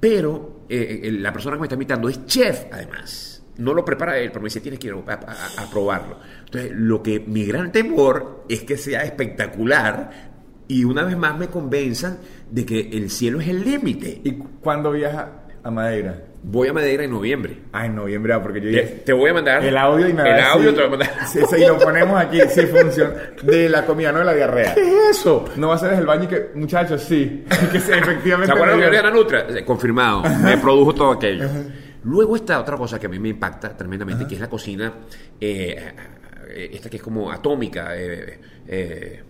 Speaker 2: Pero eh, eh, la persona que me está invitando es chef, además. No lo prepara él, pero me dice, tienes que ir a, a- a probarlo. Entonces, lo que mi gran temor es que sea espectacular y una vez más me convenzan de que el cielo es el límite.
Speaker 3: ¿Y cu- cuándo viaja a Madeira?
Speaker 2: Voy a Madeira en noviembre.
Speaker 3: Ah, en noviembre, ah, porque yo
Speaker 2: Te,
Speaker 3: dije,
Speaker 2: te voy a mandar
Speaker 3: El audio y me va
Speaker 2: el
Speaker 3: a decir-
Speaker 2: audio te lo voy a mandar.
Speaker 3: Sí, sí, y lo ponemos aquí, sí funciona. De la comida, no de la diarrea.
Speaker 2: ¿Qué es eso?
Speaker 3: No va a ser desde el baño y que, muchachos, sí. <laughs> que sí,
Speaker 2: ¿Se
Speaker 3: efectivamente.
Speaker 2: acuerdan
Speaker 3: me
Speaker 2: de
Speaker 3: dio.
Speaker 2: Oriana Nutra? Eh, Confirmado, me produjo todo aquello. Luego está otra cosa que a mí me impacta tremendamente, que es la cocina, eh, eh, esta que es como atómica, eh, eh,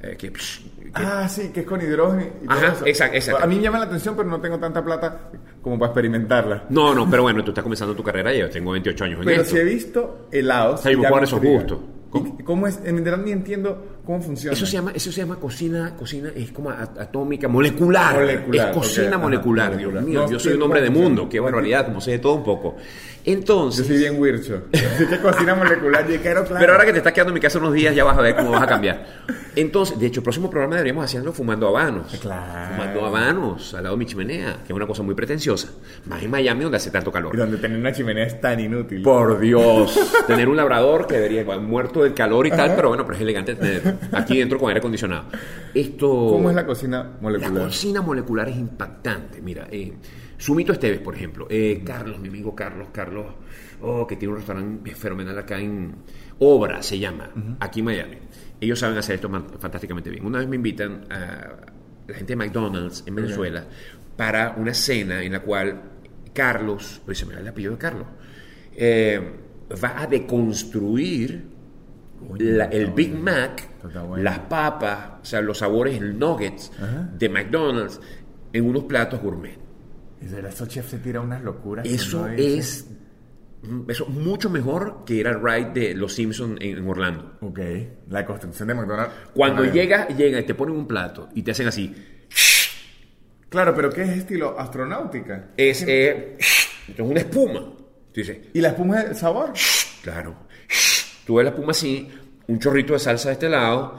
Speaker 2: eh, que, psh, que-
Speaker 3: Ah, sí, que es con hidrógeno. y todo
Speaker 2: Ajá,
Speaker 3: eso.
Speaker 2: exacto, exacto.
Speaker 3: A mí me llama la atención, pero no tengo tanta plata como para experimentarla.
Speaker 2: No, no, pero bueno, tú estás comenzando tu carrera, yo tengo 28 años en
Speaker 3: Pero
Speaker 2: esto.
Speaker 3: si he visto helados.
Speaker 2: sea, yo me
Speaker 3: ya
Speaker 2: puedo dar esos
Speaker 3: intriga.
Speaker 2: gustos.
Speaker 3: ¿Y
Speaker 2: ¿Cómo?
Speaker 3: ¿Cómo es? En verdad ni entiendo cómo funciona.
Speaker 2: Eso se llama, eso se llama cocina, cocina es como a- atómica, molecular.
Speaker 3: Molecular,
Speaker 2: es cocina
Speaker 3: ok, ajá,
Speaker 2: molecular, Dios
Speaker 3: molecular.
Speaker 2: mío.
Speaker 3: No,
Speaker 2: yo
Speaker 3: sí,
Speaker 2: soy un hombre de
Speaker 3: bueno,
Speaker 2: mundo,
Speaker 3: sí.
Speaker 2: qué barbaridad, como sé de todo un poco. Entonces,
Speaker 3: Yo soy bien wircho. Así que cocina molecular, yo quiero claro.
Speaker 2: Pero ahora que te estás quedando en mi casa unos días, ya vas a ver cómo vas a cambiar. Entonces, de hecho, el próximo programa deberíamos hacerlo fumando habanos.
Speaker 3: Claro.
Speaker 2: Fumando habanos al lado de mi chimenea, que es una cosa muy pretenciosa. Más en Miami, donde hace tanto
Speaker 3: Y
Speaker 2: calor.
Speaker 3: donde tener una chimenea es tan inútil.
Speaker 2: Por Dios. <laughs> Tener un labrador que debería estar muerto del calor y tal, pero bueno, pero es elegante tener aquí dentro con aire acondicionado. Esto.
Speaker 3: ¿Cómo es la cocina
Speaker 2: La
Speaker 3: molecular?
Speaker 2: cocina molecular es impactante. Mira, eh, Sumito Esteves, por ejemplo. eh, Carlos, mi amigo Carlos, Carlos, oh, que tiene un restaurante fenomenal acá en Obra, se llama, aquí en Miami. Ellos saben hacer esto man- fantásticamente bien. Una vez me invitan a la gente de McDonald's en Venezuela para una cena en la cual Carlos, hoy se me va el apellido de Carlos, eh, va a deconstruir la- el Big Mac,
Speaker 3: Esto está bueno.
Speaker 2: las papas, o sea, los sabores, el nuggets
Speaker 3: Ajá.
Speaker 2: de McDonald's en unos platos gourmet.
Speaker 3: Eso era, esos chefs se tiran unas locuras. que
Speaker 2: Eso
Speaker 3: Ah, no he hecho.
Speaker 2: es mm, eso mucho mejor que era el ride de Los Simpsons en, en Orlando.
Speaker 3: Ok, la construcción de McDonald's.
Speaker 2: Cuando
Speaker 3: Ah,
Speaker 2: llega, llega y te ponen un plato y te hacen así.
Speaker 3: Claro, pero ¿qué es estilo astronáutica?
Speaker 2: Es, eh, <sniffs> es una espuma. Tú dices,
Speaker 3: ¿Y la espuma es el sabor?
Speaker 2: Claro. Tú ves la espuma así, un chorrito de salsa de este lado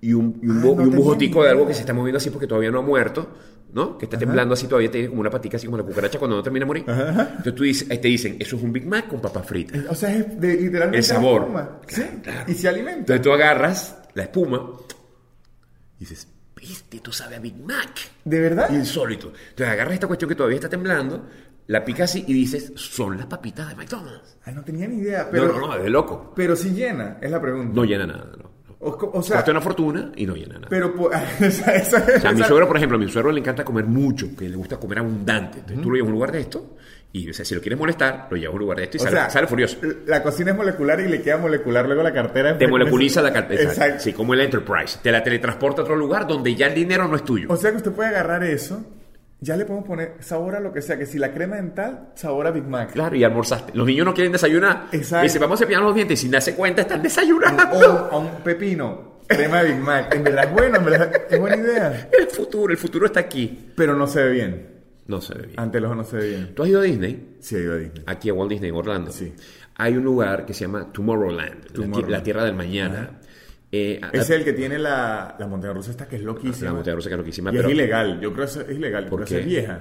Speaker 2: y un, y un,
Speaker 3: Ah,
Speaker 2: bo-
Speaker 3: no
Speaker 2: y un
Speaker 3: tenía
Speaker 2: mojotico
Speaker 3: ni
Speaker 2: de algo
Speaker 3: idea.
Speaker 2: que se está moviendo así porque todavía no ha muerto, ¿no? Que está temblando así todavía, tiene como una patica así como la cucaracha cuando no termina de morir. Entonces tú dices, ahí te dicen, eso es un Big Mac con papas fritas.
Speaker 3: O sea, es de, literalmente
Speaker 2: El sabor.
Speaker 3: la espuma. Sí,
Speaker 2: Claro, claro.
Speaker 3: y se alimenta.
Speaker 2: Entonces tú agarras la espuma y dices, viste, tú sabes a Big Mac.
Speaker 3: ¿De verdad?
Speaker 2: Insólito. Entonces agarras esta cuestión que todavía está temblando, la picas así y dices, son las papitas de McDonald's.
Speaker 3: Ah, no tenía ni idea, pero,
Speaker 2: no, no, no, es de loco.
Speaker 3: pero sí llena, es la pregunta.
Speaker 2: No llena nada, no.
Speaker 3: O, o sea,
Speaker 2: Cuesta una fortuna y no llena nada.
Speaker 3: pero... po- <laughs> esa- esa-
Speaker 2: o sea, a mi
Speaker 3: esa-
Speaker 2: suegro, por ejemplo, a mi suegro le encanta comer mucho, que le gusta comer abundante. Entonces tú lo llevas a un lugar de esto y, o sea, si lo quieres molestar, lo llevas a un lugar de esto y
Speaker 3: o
Speaker 2: sale,
Speaker 3: sea,
Speaker 2: sale furioso.
Speaker 3: La cocina es molecular y le queda molecular luego la cartera.
Speaker 2: Te moleculiza la carpeta.
Speaker 3: Exacto.
Speaker 2: Sí, como el Enterprise. Te la teletransporta a otro lugar donde ya el dinero no es tuyo.
Speaker 3: O sea que usted puede agarrar eso, ya le podemos poner sabor a lo que sea, que si la crema dental, sabor a Big Mac.
Speaker 2: claro, y almorzaste. Los niños no quieren desayunar.
Speaker 3: Exacto.
Speaker 2: Dicen, vamos a cepillarnos los dientes y sin darse cuenta están
Speaker 3: O
Speaker 2: desayunando.
Speaker 3: a un pepino, crema de Big Mac. En verdad es bueno, en verdad es buena idea.
Speaker 2: <laughs> El futuro, el futuro está aquí.
Speaker 3: Pero no se ve bien.
Speaker 2: No se ve bien.
Speaker 3: Ante los ojos no se ve bien.
Speaker 2: ¿Tú has ido a Disney?
Speaker 3: Sí, iba a Disney.
Speaker 2: aquí a Walt Disney en Orlando,
Speaker 3: Sí.
Speaker 2: hay un lugar que se llama Tomorrowland, la ti-
Speaker 3: Tomorrowland.
Speaker 2: La, tierra del mañana. Eh, a-
Speaker 3: Es
Speaker 2: a-
Speaker 3: el que tiene la, la montaña rusa esta que es loquísima.
Speaker 2: Ah, la montaña rusa que es loquísima,
Speaker 3: Y
Speaker 2: pero-
Speaker 3: es ilegal. Yo creo que eso es ilegal.
Speaker 2: ¿Por
Speaker 3: Porque
Speaker 2: qué?
Speaker 3: es vieja.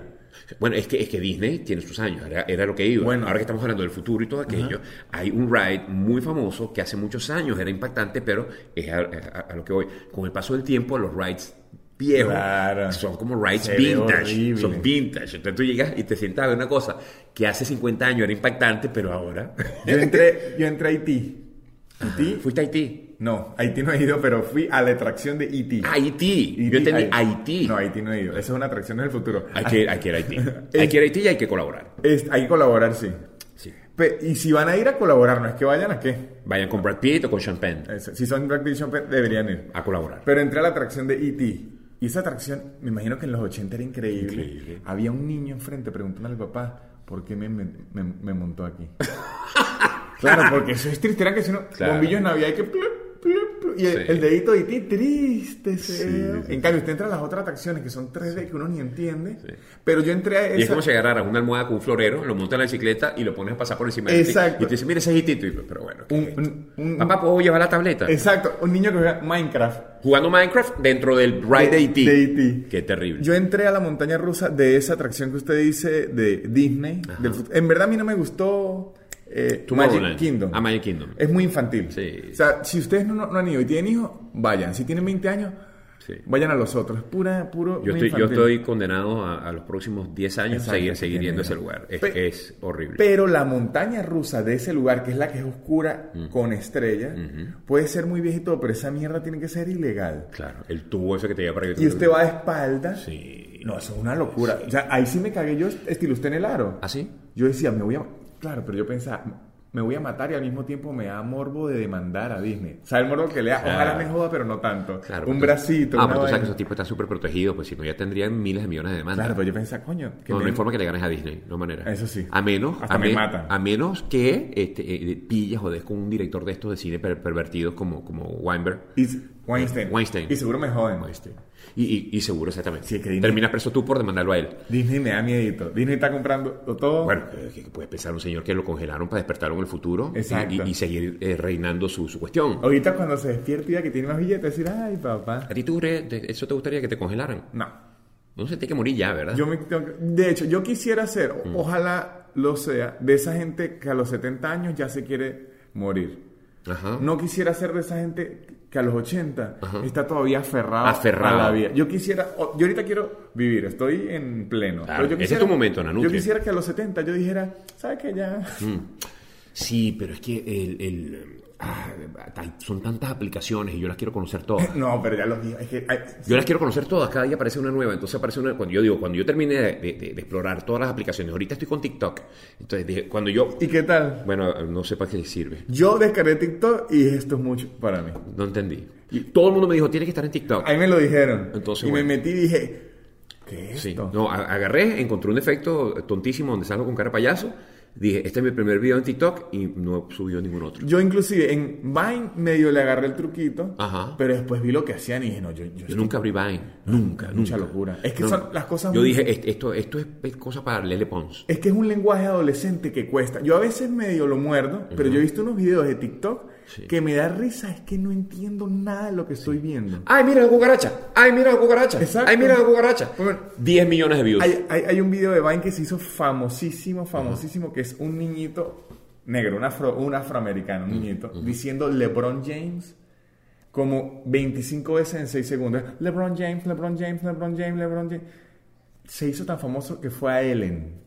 Speaker 2: Bueno, es que, es que Disney tiene sus años, era, era lo que iba.
Speaker 3: Bueno.
Speaker 2: Ahora que estamos hablando del futuro y todo aquello, hay un ride muy famoso que hace muchos años era impactante, pero es a, a- a lo que voy. Con el paso del tiempo, los rides viejos
Speaker 3: Claro.
Speaker 2: son como rides
Speaker 3: Se ve
Speaker 2: vintage.
Speaker 3: horrible.
Speaker 2: Son vintage. Entonces tú llegas y te sientas a ver una cosa que hace 50 años era impactante, pero
Speaker 3: <laughs>
Speaker 2: ahora...
Speaker 3: Yo entré, yo entré a Haití. ¿Haití?
Speaker 2: Fuiste a Haití.
Speaker 3: No, Haití no he ido, pero fui a la atracción de Haití.
Speaker 2: Haití. Yo entendí Haití.
Speaker 3: No, ah. Haití no he ido. Esa es una atracción del futuro.
Speaker 2: Hay que, hay que ir a
Speaker 3: <laughs>
Speaker 2: Haití. Hay que ir a Haití y hay que colaborar.
Speaker 3: Es- hay que colaborar, sí.
Speaker 2: Sí.
Speaker 3: Pe- y si van a ir a colaborar, no es que vayan a qué.
Speaker 2: Vayan con Brad Pitt o con Sean Penn
Speaker 3: Es- si son Black Division, pues, deberían ir.
Speaker 2: a colaborar.
Speaker 3: Pero entré a la atracción de E.T. Y esa atracción, me imagino que en los 80 era increíble.
Speaker 2: Increíble.
Speaker 3: Había un niño enfrente preguntándole al papá, ¿por qué me, me, me-
Speaker 2: <laughs>
Speaker 3: me montó aquí? claro, porque eso es triste. Era que si no,
Speaker 2: Claro.
Speaker 3: bombillos de Navidad y que... plup, plup, y el,
Speaker 2: Sí.
Speaker 3: el dedito de ti, triste sea.
Speaker 2: Sí, sí,
Speaker 3: En cambio, usted entra a las otras atracciones que son 3D que uno ni entiende.
Speaker 2: Sí.
Speaker 3: Pero yo entré a esa.
Speaker 2: Y es como si agarraras una almohada con un florero, lo montas en la bicicleta y lo pones a pasar por encima de
Speaker 3: Exacto.
Speaker 2: ti. Y te dices, mira ese hitito. Y, pero bueno, ¿qué
Speaker 3: un-
Speaker 2: es esto?
Speaker 3: un- un-
Speaker 2: papá, ¿puedo llevar la tableta?
Speaker 3: Exacto, un niño que juega Minecraft.
Speaker 2: Jugando Minecraft dentro del Ride
Speaker 3: De-
Speaker 2: de IT.
Speaker 3: de E.T..
Speaker 2: Qué terrible.
Speaker 3: Yo entré a la montaña rusa de esa atracción que usted dice de Disney. del fut- en verdad a mí no me gustó eh, Magic
Speaker 2: Tomorrowland.
Speaker 3: Kingdom.
Speaker 2: Ah, Magic Kingdom.
Speaker 3: Es muy infantil.
Speaker 2: Sí.
Speaker 3: O sea, si ustedes no, no han ido y tienen hijos, vayan. Si tienen 20 años,
Speaker 2: Sí.
Speaker 3: vayan a los otros. Es Pura, puro.
Speaker 2: Yo
Speaker 3: muy
Speaker 2: estoy, yo
Speaker 3: infantil.
Speaker 2: estoy condenado a, a los próximos 10 años
Speaker 3: Exacto,
Speaker 2: seguir,
Speaker 3: sí,
Speaker 2: seguir
Speaker 3: tiene
Speaker 2: yendo a ese
Speaker 3: razón.
Speaker 2: lugar. Es,
Speaker 3: Pe-
Speaker 2: es horrible.
Speaker 3: Pero la montaña rusa de ese lugar, que es la que es oscura
Speaker 2: Mm.
Speaker 3: con estrella, puede ser muy viejito, pero esa mierda tiene que ser ilegal.
Speaker 2: claro, el tubo ese que te lleva para que
Speaker 3: Y usted va de espalda.
Speaker 2: Sí.
Speaker 3: No, eso es una locura. O sea, ahí sí me cagué yo, estilo usted en el aro.
Speaker 2: ¿Ah, sí?
Speaker 3: Yo decía, me voy a. Claro, pero yo pensaba, me voy a matar y al mismo tiempo me da morbo de demandar a Disney. O sea, el morbo que le da, ojalá
Speaker 2: Claro.
Speaker 3: me joda, pero no tanto.
Speaker 2: Claro,
Speaker 3: Un
Speaker 2: porque-
Speaker 3: bracito.
Speaker 2: Ah,
Speaker 3: una
Speaker 2: pero tú sabes que
Speaker 3: vaina.
Speaker 2: esos tipos están súper protegidos, pues si no ya tendrían miles de millones de demandas.
Speaker 3: Claro, pero yo pensaba, coño. que
Speaker 2: no, no
Speaker 3: me-
Speaker 2: hay forma que le ganes a Disney, no hay manera.
Speaker 3: Eso sí.
Speaker 2: A menos,
Speaker 3: Hasta
Speaker 2: a,
Speaker 3: me
Speaker 2: me-
Speaker 3: matan.
Speaker 2: a menos que este, eh, pillas o des con un director de estos de cine per- pervertidos como, como Weinberg.
Speaker 3: Y, Weinstein.
Speaker 2: Weinstein.
Speaker 3: Y seguro me joden.
Speaker 2: Weinstein. Y, y- y seguro, exactamente.
Speaker 3: Sí, que Disney-
Speaker 2: Terminas preso tú por demandarlo a él.
Speaker 3: Disney me da miedito. Disney está comprando todo.
Speaker 2: Bueno, eh, que puede pensar un señor que lo congelaron para despertarlo en el futuro ah, y-
Speaker 3: Exacto. Oh.
Speaker 2: y, y seguir eh, reinando su, su cuestión.
Speaker 3: Ahorita cuando se despierta y ya que tiene más billetes, decir, ay, papá.
Speaker 2: ¿A ti tú crees, te- eso te gustaría que te congelaran?
Speaker 3: No.
Speaker 2: No se tiene que morir ya, ¿verdad?
Speaker 3: Yo me tengo que- de hecho, yo quisiera ser, o-
Speaker 2: Mm.
Speaker 3: ojalá lo sea, de esa gente que a los 70 años ya se quiere morir.
Speaker 2: Ajá.
Speaker 3: No quisiera ser de esa gente que a los 80 está todavía aferrado,
Speaker 2: Aferrado.
Speaker 3: a la vida. Yo quisiera, o- yo ahorita quiero vivir, estoy en pleno.
Speaker 2: Claro,
Speaker 3: Pero
Speaker 2: Ah, ese
Speaker 3: yo
Speaker 2: es
Speaker 3: quisiera-
Speaker 2: tu momento, Nanutria.
Speaker 3: Yo quisiera que a los 70 yo dijera, ¿sabes qué? Ya.
Speaker 2: Sí, pero es que el, el- ah, hay- son tantas aplicaciones y yo las quiero conocer todas.
Speaker 3: <laughs> No, pero ya los días. Es que, ay,
Speaker 2: Yo las quiero conocer todas, cada día aparece una nueva. Entonces aparece una. Cuando yo digo, cuando yo termine de, de- de- de explorar todas las aplicaciones, ahorita estoy con TikTok. Entonces dije, cuando yo.
Speaker 3: ¿Y qué tal?
Speaker 2: Bueno, no sé para qué sirve.
Speaker 3: Yo descargué TikTok y esto es mucho para mí.
Speaker 2: No entendí. todo el mundo me dijo, tienes que estar en TikTok.
Speaker 3: Ahí me lo dijeron.
Speaker 2: Entonces,
Speaker 3: y
Speaker 2: bueno.
Speaker 3: me metí y dije, ¿qué es
Speaker 2: Sí.
Speaker 3: esto?
Speaker 2: No, a- agarré, encontré un defecto tontísimo donde salgo con cara de payaso. Dije, este es mi primer video en TikTok y no subió ningún otro.
Speaker 3: Yo inclusive en Vine medio le agarré el truquito,
Speaker 2: Ajá.
Speaker 3: pero después vi lo que hacían y dije, no, yo, yo-
Speaker 2: Yo nunca abrí Vine. Nunca, nunca.
Speaker 3: Mucha locura. Es que son las cosas
Speaker 2: Yo
Speaker 3: muy-
Speaker 2: dije, "Est- esto, esto es, es cosa para Lele Pons.
Speaker 3: Es que es un lenguaje adolescente que cuesta. Yo a veces medio lo muerdo, pero yo he visto unos videos de TikTok
Speaker 2: Sí.
Speaker 3: que me da risa, es que no entiendo nada de lo que estoy viendo.
Speaker 2: ¡Ay, mira la cucaracha! ¡Ay, mira la cucaracha!
Speaker 3: Exacto.
Speaker 2: ¡Ay, mira la cucaracha!
Speaker 3: Bueno.
Speaker 2: 10 millones de views.
Speaker 3: Hay, hay- hay un video de Vine que se hizo famosísimo, famosísimo, que es un niñito negro, un, afro- un afroamericano, un niñito, diciendo LeBron James como 25 veces en 6 segundos. LeBron James, LeBron James, LeBron James, LeBron James. Se hizo tan famoso que fue a Ellen.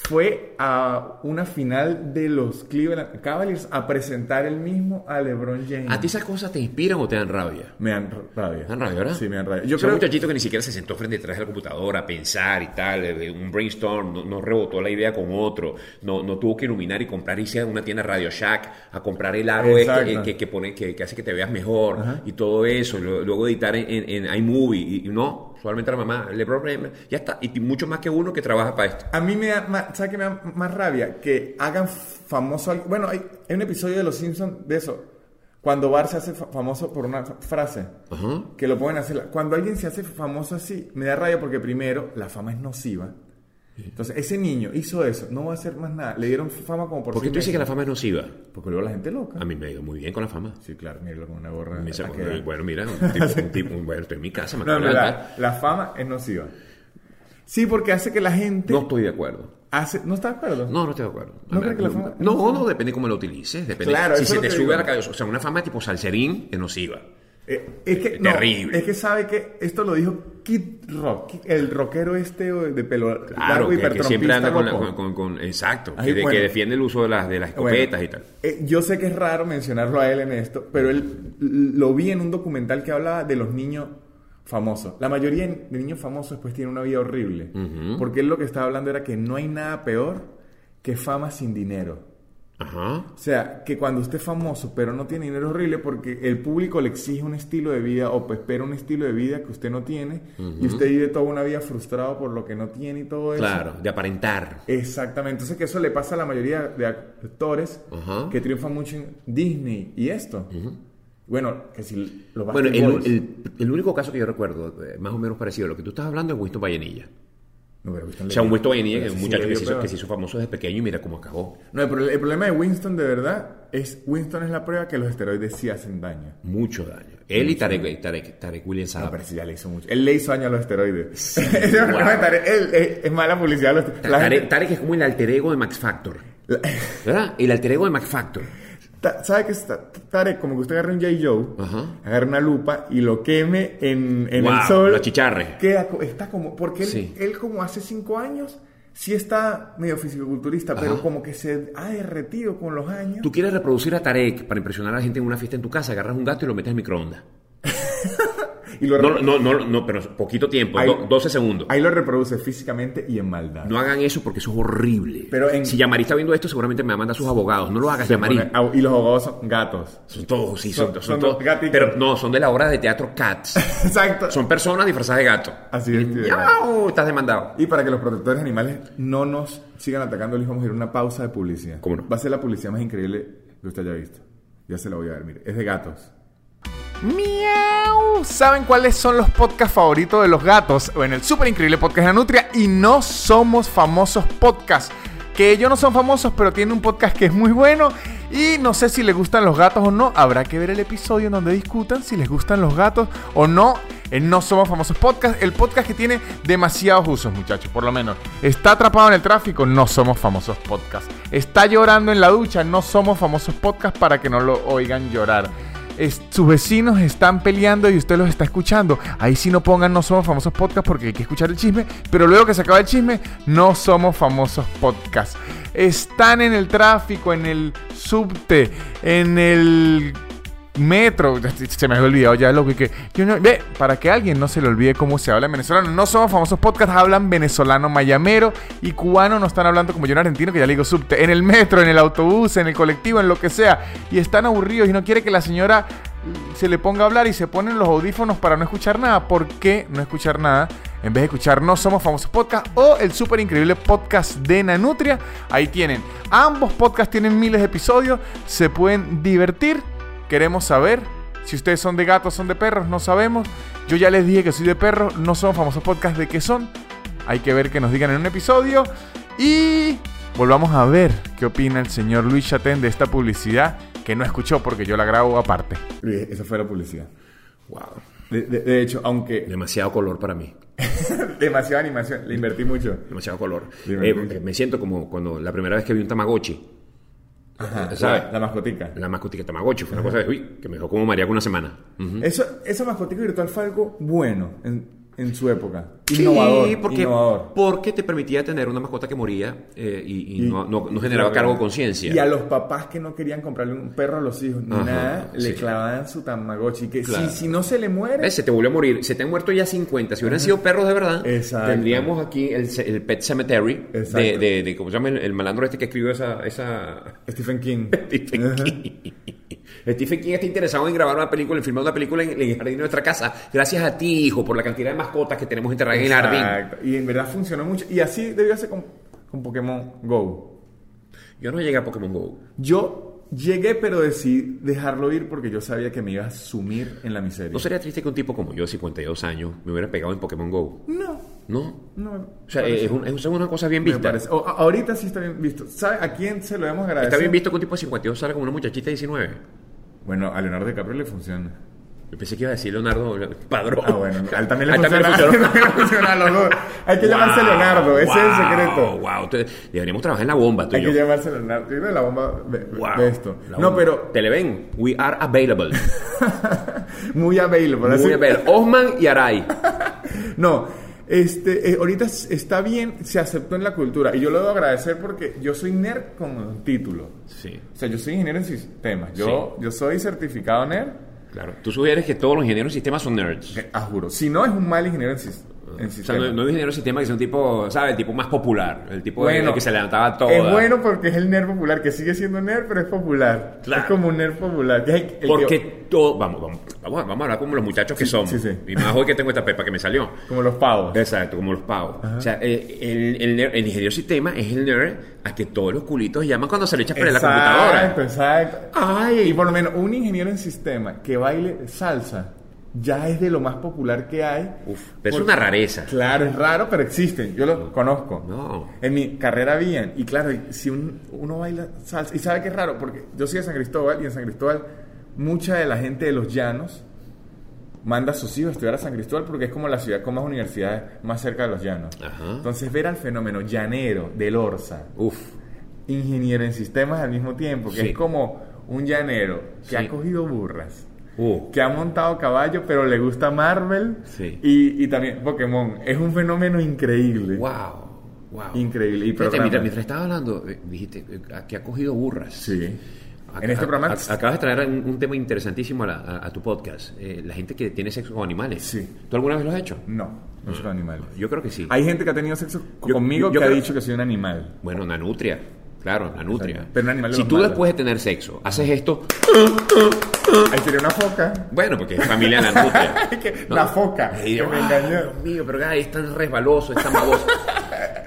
Speaker 3: Fue a una final de los Cleveland Cavaliers a presentar el mismo a LeBron James.
Speaker 2: ¿A ti esas cosas te inspiran o te dan rabia?
Speaker 3: Me dan r- rabia.
Speaker 2: Me dan rabia, ¿verdad?
Speaker 3: Sí, me dan rabia.
Speaker 2: Yo
Speaker 3: Yo
Speaker 2: creo...
Speaker 3: creo
Speaker 2: un muchachito que ni siquiera se sentó frente detrás de la computadora a pensar y tal, eh, un brainstorm, no, no rebotó la idea con otro, no, no tuvo que iluminar y comprar, irse a una tienda Radio Shack a comprar el aro este,
Speaker 3: Exacto.
Speaker 2: eh, que, que, pone, que, que hace que te veas mejor y todo eso, lo- luego editar en, en- en iMovie y, y no, solamente la mamá, LeBron, James, ya está, y t- mucho más que uno que trabaja para esto.
Speaker 3: A mí me da más, ¿sabes qué me da más rabia? Que hagan famoso... al- Bueno, hay, hay un episodio de Los Simpsons de eso. Cuando Bart se hace fa- famoso por una frase.
Speaker 2: Ajá.
Speaker 3: Que lo pueden hacer. Cuando alguien se hace famoso así, me da rabia porque primero, la fama es nociva. Entonces, ese niño hizo eso. No va a hacer más nada. Le dieron fama como por...
Speaker 2: ¿Por qué
Speaker 3: seis
Speaker 2: tú dices que la
Speaker 3: meses.
Speaker 2: fama es nociva?
Speaker 3: Porque luego la gente loca.
Speaker 2: A mí me ha ido muy bien con la fama.
Speaker 3: Sí, claro. Míralo con una gorra.
Speaker 2: Me sacó-
Speaker 3: ¿A qué edad?
Speaker 2: bueno, mira,
Speaker 3: <laughs>
Speaker 2: un tipo, un tipo- bueno, estoy en mi casa, me
Speaker 3: No,
Speaker 2: acabo
Speaker 3: en
Speaker 2: de levantar.
Speaker 3: verdad, la fama es nociva. Sí, porque hace que la gente...
Speaker 2: No estoy de acuerdo.
Speaker 3: Hace, ¿No está de acuerdo?
Speaker 2: No, no estoy de acuerdo.
Speaker 3: ¿No crees que la fama-
Speaker 2: No, no, depende cómo la utilices. Depende.
Speaker 3: Claro,
Speaker 2: si
Speaker 3: eso
Speaker 2: se
Speaker 3: es lo
Speaker 2: te
Speaker 3: que
Speaker 2: sube
Speaker 3: digo.
Speaker 2: a la cabeza. O sea, una fama tipo salserín es nociva.
Speaker 3: Eh, es que,
Speaker 2: Eh,
Speaker 3: no,
Speaker 2: terrible.
Speaker 3: Es que sabe que esto lo dijo Kid Rock, Kid- el rockero este o de pelo
Speaker 2: Claro,
Speaker 3: largo y
Speaker 2: que, que siempre anda con, la-
Speaker 3: loco.
Speaker 2: con, con- con- Exacto.
Speaker 3: Ay,
Speaker 2: que, de- que
Speaker 3: bueno.
Speaker 2: defiende el uso de las, de las escopetas
Speaker 3: Bueno,
Speaker 2: y tal.
Speaker 3: eh, yo sé que es raro mencionarlo a él en esto, pero él l- lo vi en un documental que hablaba de los niños famosos. La mayoría de niños famosos pues tienen una vida horrible, porque él lo que estaba hablando era que no hay nada peor que fama sin dinero.
Speaker 2: Ajá.
Speaker 3: O sea, que cuando usted es famoso pero no tiene dinero es horrible porque el público le exige un estilo de vida o pues, espera un estilo de vida que usted no tiene y usted vive toda una vida frustrado por lo que no tiene y todo eso.
Speaker 2: Claro, de aparentar.
Speaker 3: Exactamente. Entonces que eso le pasa a la mayoría de actores
Speaker 2: Ajá.
Speaker 3: que triunfan mucho en Disney y esto. Bueno, que si los
Speaker 2: Bueno,
Speaker 3: Backstreet
Speaker 2: el,
Speaker 3: Boys-
Speaker 2: el- el único caso que yo recuerdo, eh, más o menos parecido a lo que tú estás hablando, es Winston Vallenilla.
Speaker 3: No, pero Winston
Speaker 2: O
Speaker 3: le
Speaker 2: sea, un
Speaker 3: dio-
Speaker 2: Winston Vallenilla, que
Speaker 3: pero
Speaker 2: es un
Speaker 3: sí
Speaker 2: muchacho
Speaker 3: le
Speaker 2: que
Speaker 3: dio
Speaker 2: se, hizo,
Speaker 3: pega.
Speaker 2: que se hizo famoso desde pequeño y mira cómo acabó.
Speaker 3: No, el, pro- el problema de Winston de verdad es Winston es la prueba que los esteroides sí hacen daño.
Speaker 2: Mucho daño. Él y Tarek, Tarek, Tarek William
Speaker 3: No,
Speaker 2: Saab.
Speaker 3: pero sí ya le hizo mucho. Él le hizo daño a los esteroides. <laughs> Ese es, el
Speaker 2: Ah. wow.
Speaker 3: problema de Tarek. Él- él- es mala publicidad. a Los,
Speaker 2: Ta-
Speaker 3: la
Speaker 2: Tarek,
Speaker 3: gente-
Speaker 2: Tarek es como el alter ego de Max Factor. ¿Verdad? El alter ego de Max Factor.
Speaker 3: <laughs> Ta- ¿Sabe qué? es ta- Tarek, como que usted agarre un J. Joe,
Speaker 2: Ajá.
Speaker 3: agarre una lupa y lo queme en, en
Speaker 2: Wow,
Speaker 3: el sol.
Speaker 2: lo achicharre.
Speaker 3: Queda, co- está como. Porque él,
Speaker 2: Sí.
Speaker 3: él como hace cinco años, sí está medio fisiculturista, pero como que se ha derretido con los años.
Speaker 2: Tú quieres reproducir a Tarek para impresionar a la gente en una fiesta en tu casa, agarras un gato y lo metes en microondas.
Speaker 3: Y lo
Speaker 2: No, no, no, no, pero poquito tiempo,
Speaker 3: Ahí-
Speaker 2: do- 12 segundos.
Speaker 3: Ahí lo reproduce físicamente y en maldad.
Speaker 2: No hagan eso porque eso es horrible.
Speaker 3: Pero en-
Speaker 2: Si Yamari está viendo esto, seguramente me va a mandar a sus abogados. No lo hagas, Yamari.
Speaker 3: Pone- ah, y los abogados son gatos. <laughs>
Speaker 2: Son todos, sí, son,
Speaker 3: Son-
Speaker 2: son
Speaker 3: son
Speaker 2: todos.
Speaker 3: gaticos.
Speaker 2: Pero no, son de la obra de teatro
Speaker 3: <laughs>
Speaker 2: Cats.
Speaker 3: Exacto.
Speaker 2: son personas disfrazadas de gato.
Speaker 3: Así es,
Speaker 2: Y-
Speaker 3: tío.
Speaker 2: ¡Miau! Estás demandado.
Speaker 3: Y para que los protectores animales no nos sigan atacando, les vamos a ir a una pausa de publicidad.
Speaker 2: ¿Cómo no?
Speaker 3: Va a ser la publicidad más increíble que usted haya visto. Ya se la voy a ver, mire. Es de gatos.
Speaker 1: ¡Miau! ¿Saben cuáles son los podcasts favoritos de los gatos? O en el super increíble podcast de la Nutria. Y no somos famosos podcasts. Que ellos no son famosos, pero tienen un podcast que es muy bueno. Y no sé si les gustan los gatos o no. Habrá que ver el episodio en donde discutan si les gustan los gatos o no. En No Somos Famosos Podcast, el podcast que tiene demasiados usos, muchachos, por lo menos. Está atrapado en el tráfico, no somos famosos podcast. Está llorando en la ducha, no somos famosos podcast para que no lo oigan llorar es- sus vecinos están peleando y usted los está escuchando. Ahí sí no pongan no somos famosos podcast porque hay que escuchar el chisme, pero luego que se acaba el chisme, no somos famosos podcast. Están en el tráfico, en el subte, en el metro, se me había olvidado ya lo que yo no- ve, para que alguien no se le olvide cómo se habla en venezolano, no somos famosos podcasts, hablan venezolano, mayamero y cubano, no están hablando como yo en argentino que ya le digo subte, en el metro, en el autobús, en el colectivo, en lo que sea, y están aburridos y no quiere que la señora se le ponga a hablar y se ponen los audífonos para no escuchar nada, ¿por qué no escuchar nada? En vez de escuchar No Somos Famosos Podcast o el súper increíble podcast de Nanutria, ahí tienen. Ambos podcasts tienen miles de episodios, se pueden divertir. Queremos saber si ustedes son de gatos, son de perros, no sabemos. Yo ya les dije que soy de perros, no son famosos podcast de qué son. Hay que ver que nos digan en un episodio. Y volvamos a ver qué opina el señor Luis Chatén de esta publicidad que no escuchó porque yo la grabo aparte.
Speaker 3: Y Esa fue la publicidad.
Speaker 2: Wow.
Speaker 3: De, de- de hecho, aunque
Speaker 2: Demasiado color para mí.
Speaker 3: demasiada animación, le invertí mucho.
Speaker 2: Demasiado color.
Speaker 3: Dime,
Speaker 2: Eh,
Speaker 3: dime.
Speaker 2: me siento como cuando la primera vez que vi un Tamagotchi.
Speaker 3: Ajá,
Speaker 2: ¿Sabe?
Speaker 3: La, la mascotica.
Speaker 2: La mascotica Tamagotchi. Fue una cosa de, uy, que me dejó como mareado una semana. Ujú.
Speaker 3: Eso, esa mascotica virtual fue algo bueno en, en su época. Innovador.
Speaker 2: Sí, porque,
Speaker 3: innovador.
Speaker 2: porque te permitía tener una mascota que moría eh, y, y
Speaker 3: Y-
Speaker 2: no, no- no generaba
Speaker 3: y-
Speaker 2: cargo de conciencia.
Speaker 3: Y a los papás que no querían comprarle un perro a los hijos, ni
Speaker 2: Ajá,
Speaker 3: nada, le
Speaker 2: sí.
Speaker 3: clavaban su tamagotchi. Que si-
Speaker 2: Claro.
Speaker 3: si, no se le muere,
Speaker 2: ¿Ves? Se te volvió a morir. Se te han muerto ya 50. Si hubieran sido perros de verdad,
Speaker 3: Exacto.
Speaker 2: tendríamos aquí el, ce- el Pet Cemetery
Speaker 3: Exacto.
Speaker 2: de, de, de- ¿cómo se llama? El, el malandro este que escribió esa... esa...
Speaker 3: Stephen King.
Speaker 2: <laughs> Stephen
Speaker 3: Ajá.
Speaker 2: King. Stephen King está interesado en grabar una película, en filmar una película en, en el jardín de nuestra casa. Gracias a ti, hijo, por la cantidad de mascotas que tenemos enterradas en el jardín.
Speaker 3: Exacto. Y en verdad funcionó mucho. Y así debió hacer con, con Pokémon Go.
Speaker 2: Yo no llegué a Pokémon GO.
Speaker 3: Yo llegué, pero decidí dejarlo ir porque yo sabía que me iba a sumir en la miseria.
Speaker 2: ¿No sería triste que un tipo como yo, de 52 años, me hubiera pegado en Pokémon GO?
Speaker 3: no,
Speaker 2: ¿No?
Speaker 3: no.
Speaker 2: O sea, es, un- es una cosa bien
Speaker 3: me
Speaker 2: vista.
Speaker 3: parece. O- a- ahorita sí está bien visto. ¿Sabe a quién se lo hemos agradecido?
Speaker 2: Está bien visto que un tipo de 52 salga como una muchachita de 19.
Speaker 3: Bueno, a Leonardo DiCaprio le funciona.
Speaker 2: Yo pensé que iba a decir Leonardo Padrón.
Speaker 3: Ah, bueno, no, a
Speaker 2: <laughs>
Speaker 3: él <laughs> también le
Speaker 2: A él
Speaker 3: funciona.
Speaker 2: funciona.
Speaker 3: a él le funciona a los dos. Hay que
Speaker 2: Wow,
Speaker 3: llamarse Leonardo, ese es el secreto.
Speaker 2: Wow, Entonces, deberíamos trabajar en la bomba, tú y
Speaker 3: Hay
Speaker 2: yo.
Speaker 3: que llamarse Leonardo. Dime la bomba de, de
Speaker 2: Wow,
Speaker 3: esto.
Speaker 2: la
Speaker 3: No,
Speaker 2: bomba.
Speaker 3: pero
Speaker 2: Televen, we are available.
Speaker 3: muy available. así. <laughs>
Speaker 2: Muy available. Osman y Aray.
Speaker 3: No, este, eh, ahorita s- está bien, se aceptó en la cultura. Y yo lo debo agradecer porque yo soy nerd con título.
Speaker 2: Sí,
Speaker 3: O sea, yo soy ingeniero en sistemas. Yo, yo soy certificado nerd.
Speaker 2: claro. Tú sugieres que todos los ingenieros de sistemas son nerds.
Speaker 3: eh, Ah, juro. Si no, es un mal ingeniero en sistemas. En
Speaker 2: O sea,
Speaker 3: sistema.
Speaker 2: no, no es ingeniero de sistema que sea un tipo, ¿sabes? El tipo más popular. El tipo
Speaker 3: Bueno,
Speaker 2: el que se levantaba todo.
Speaker 3: Es bueno porque es el nerd popular, que sigue siendo nerd, pero es popular.
Speaker 2: Claro.
Speaker 3: Es como un nerd popular. que es el- el
Speaker 2: Porque
Speaker 3: que-
Speaker 2: todo. Vamos, vamos, vamos, a- vamos a hablar como los muchachos que somos.
Speaker 3: sí, sí.
Speaker 2: Y más hoy que tengo esta pepa que me salió.
Speaker 3: como los pavos.
Speaker 2: Exacto, como los pavos. O sea, eh, el, el, nerd- el ingeniero de sistema es el nerd a que todos los culitos llaman cuando se le echa por la
Speaker 3: Exacto,
Speaker 2: computadora.
Speaker 3: exacto.
Speaker 2: Ay,
Speaker 3: Y por lo menos un ingeniero en sistema que baile salsa ya es de lo más popular que hay.
Speaker 2: Uf, pero es
Speaker 3: Porque-
Speaker 2: una rareza.
Speaker 3: Claro, es raro, pero existen. Yo los conozco.
Speaker 2: No.
Speaker 3: En mi carrera habían. Y claro, y si un- uno baila salsa. Y sabe que es raro, porque yo soy de San Cristóbal y en San Cristóbal mucha de la gente de los llanos manda a sus hijos a estudiar a San Cristóbal porque es como la ciudad con más universidades más cerca de los llanos.
Speaker 2: Ajá.
Speaker 3: Entonces ver al fenómeno llanero del Orsa
Speaker 2: Uf.
Speaker 3: ingeniero en sistemas al mismo tiempo, que
Speaker 2: Sí.
Speaker 3: es como un llanero que
Speaker 2: Sí.
Speaker 3: ha cogido burras,
Speaker 2: Uh.
Speaker 3: que ha montado caballo, pero le gusta Marvel
Speaker 2: Sí.
Speaker 3: y, y también Pokémon. Es un fenómeno increíble.
Speaker 2: Wow. Wow.
Speaker 3: Increíble. Y
Speaker 2: Fíjate,
Speaker 3: programa.
Speaker 2: mientras, mientras estaba hablando, eh, dijiste eh, que ha cogido burras.
Speaker 3: Sí.
Speaker 2: Ac-
Speaker 3: En este
Speaker 2: ac-
Speaker 3: programa-
Speaker 2: ac- acabas de traer un, un tema interesantísimo a, la- a- a tu podcast. Eh, la gente que tiene sexo con animales.
Speaker 3: Sí.
Speaker 2: ¿Tú alguna vez lo has hecho?
Speaker 3: No, no soy un animal.
Speaker 2: Yo creo que sí.
Speaker 3: Hay gente que ha tenido sexo
Speaker 2: Yo-
Speaker 3: conmigo
Speaker 2: yo- yo
Speaker 3: que ha
Speaker 2: creo-
Speaker 3: dicho que soy un animal.
Speaker 2: Bueno, una nutria. Claro, una nutria.
Speaker 3: Pero un animal de
Speaker 2: si
Speaker 3: los
Speaker 2: tú
Speaker 3: malos.
Speaker 2: después de tener sexo haces esto,
Speaker 3: Ahí sería una foca.
Speaker 2: bueno, porque es familia de la
Speaker 3: <laughs>
Speaker 2: nutria.
Speaker 3: Que-
Speaker 2: ¿no?
Speaker 3: La foca.
Speaker 2: Y
Speaker 3: que
Speaker 2: yo,
Speaker 3: me
Speaker 2: "Ah,
Speaker 3: engañó.
Speaker 2: Dios mío, pero ay, es tan resbaloso, es tan
Speaker 3: <laughs>
Speaker 2: baboso.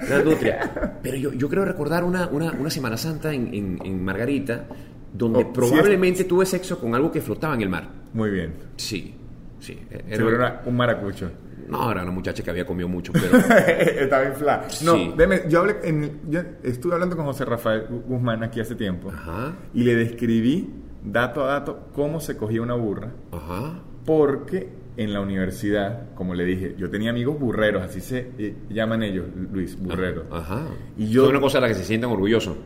Speaker 2: La nutria. Pero yo, yo creo recordar una, una, una Semana Santa en, en- en Margarita, donde
Speaker 3: Oh, sí,
Speaker 2: probablemente tuve sexo con algo que flotaba en el mar.
Speaker 3: Muy bien.
Speaker 2: Sí, sí. eh, era-
Speaker 3: Seguro era un maracucho.
Speaker 2: <laughs> No, era una muchacha que había comido mucho,
Speaker 3: <laughs>
Speaker 2: pero...
Speaker 3: Estaba inflada. No,
Speaker 2: Sí.
Speaker 3: deme, yo, hablé en- yo estuve hablando con José Rafael Gu- Guzmán aquí hace tiempo.
Speaker 2: Ajá,
Speaker 3: y le describí dato a dato cómo se cogía una burra,
Speaker 2: ajá.
Speaker 3: porque en la universidad, como le dije, yo tenía amigos burreros, así se eh, llaman ellos, Luis, burreros.
Speaker 2: Ajá.
Speaker 3: Y
Speaker 2: Y
Speaker 3: yo-
Speaker 2: yo... Es una cosa de la que se sientan orgullosos.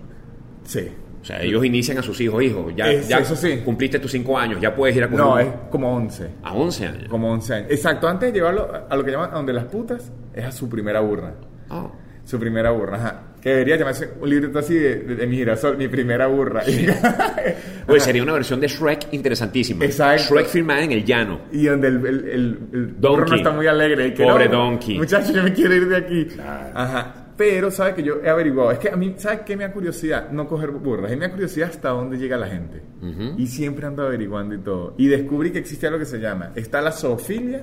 Speaker 3: Sí.
Speaker 2: O sea, ellos inician a sus hijos, hijo, ya,
Speaker 3: Es-
Speaker 2: ya
Speaker 3: eso sí.
Speaker 2: cumpliste tus cinco años, ya puedes ir a coger
Speaker 3: No,
Speaker 2: un-
Speaker 3: es como 11.
Speaker 2: a 11 años.
Speaker 3: Como 11 años. Exacto, antes de llevarlo a- a lo que llaman a donde las putas, es a su primera burra.
Speaker 2: Oh.
Speaker 3: Su primera burra, ajá. Que debería llamarse un librito así de, de- de mi girasol, mi primera burra. <laughs>
Speaker 2: Oye, sería una versión de Shrek interesantísima.
Speaker 3: Exacto.
Speaker 2: Shrek filmada en el llano.
Speaker 3: Y donde el, el, el, el burro
Speaker 2: Donkey.
Speaker 3: no está muy alegre. y que
Speaker 2: Pobre
Speaker 3: no,
Speaker 2: donkey.
Speaker 3: Muchacho, yo me quiero ir de aquí. Ajá. Pero, ¿sabes que Yo he averiguado. Es que a mí, ¿sabes qué me da curiosidad? No coger burras. Es mi curiosidad hasta dónde llega la gente. Y siempre ando averiguando y todo. Y descubrí que existe algo que se llama. Está la zoofilia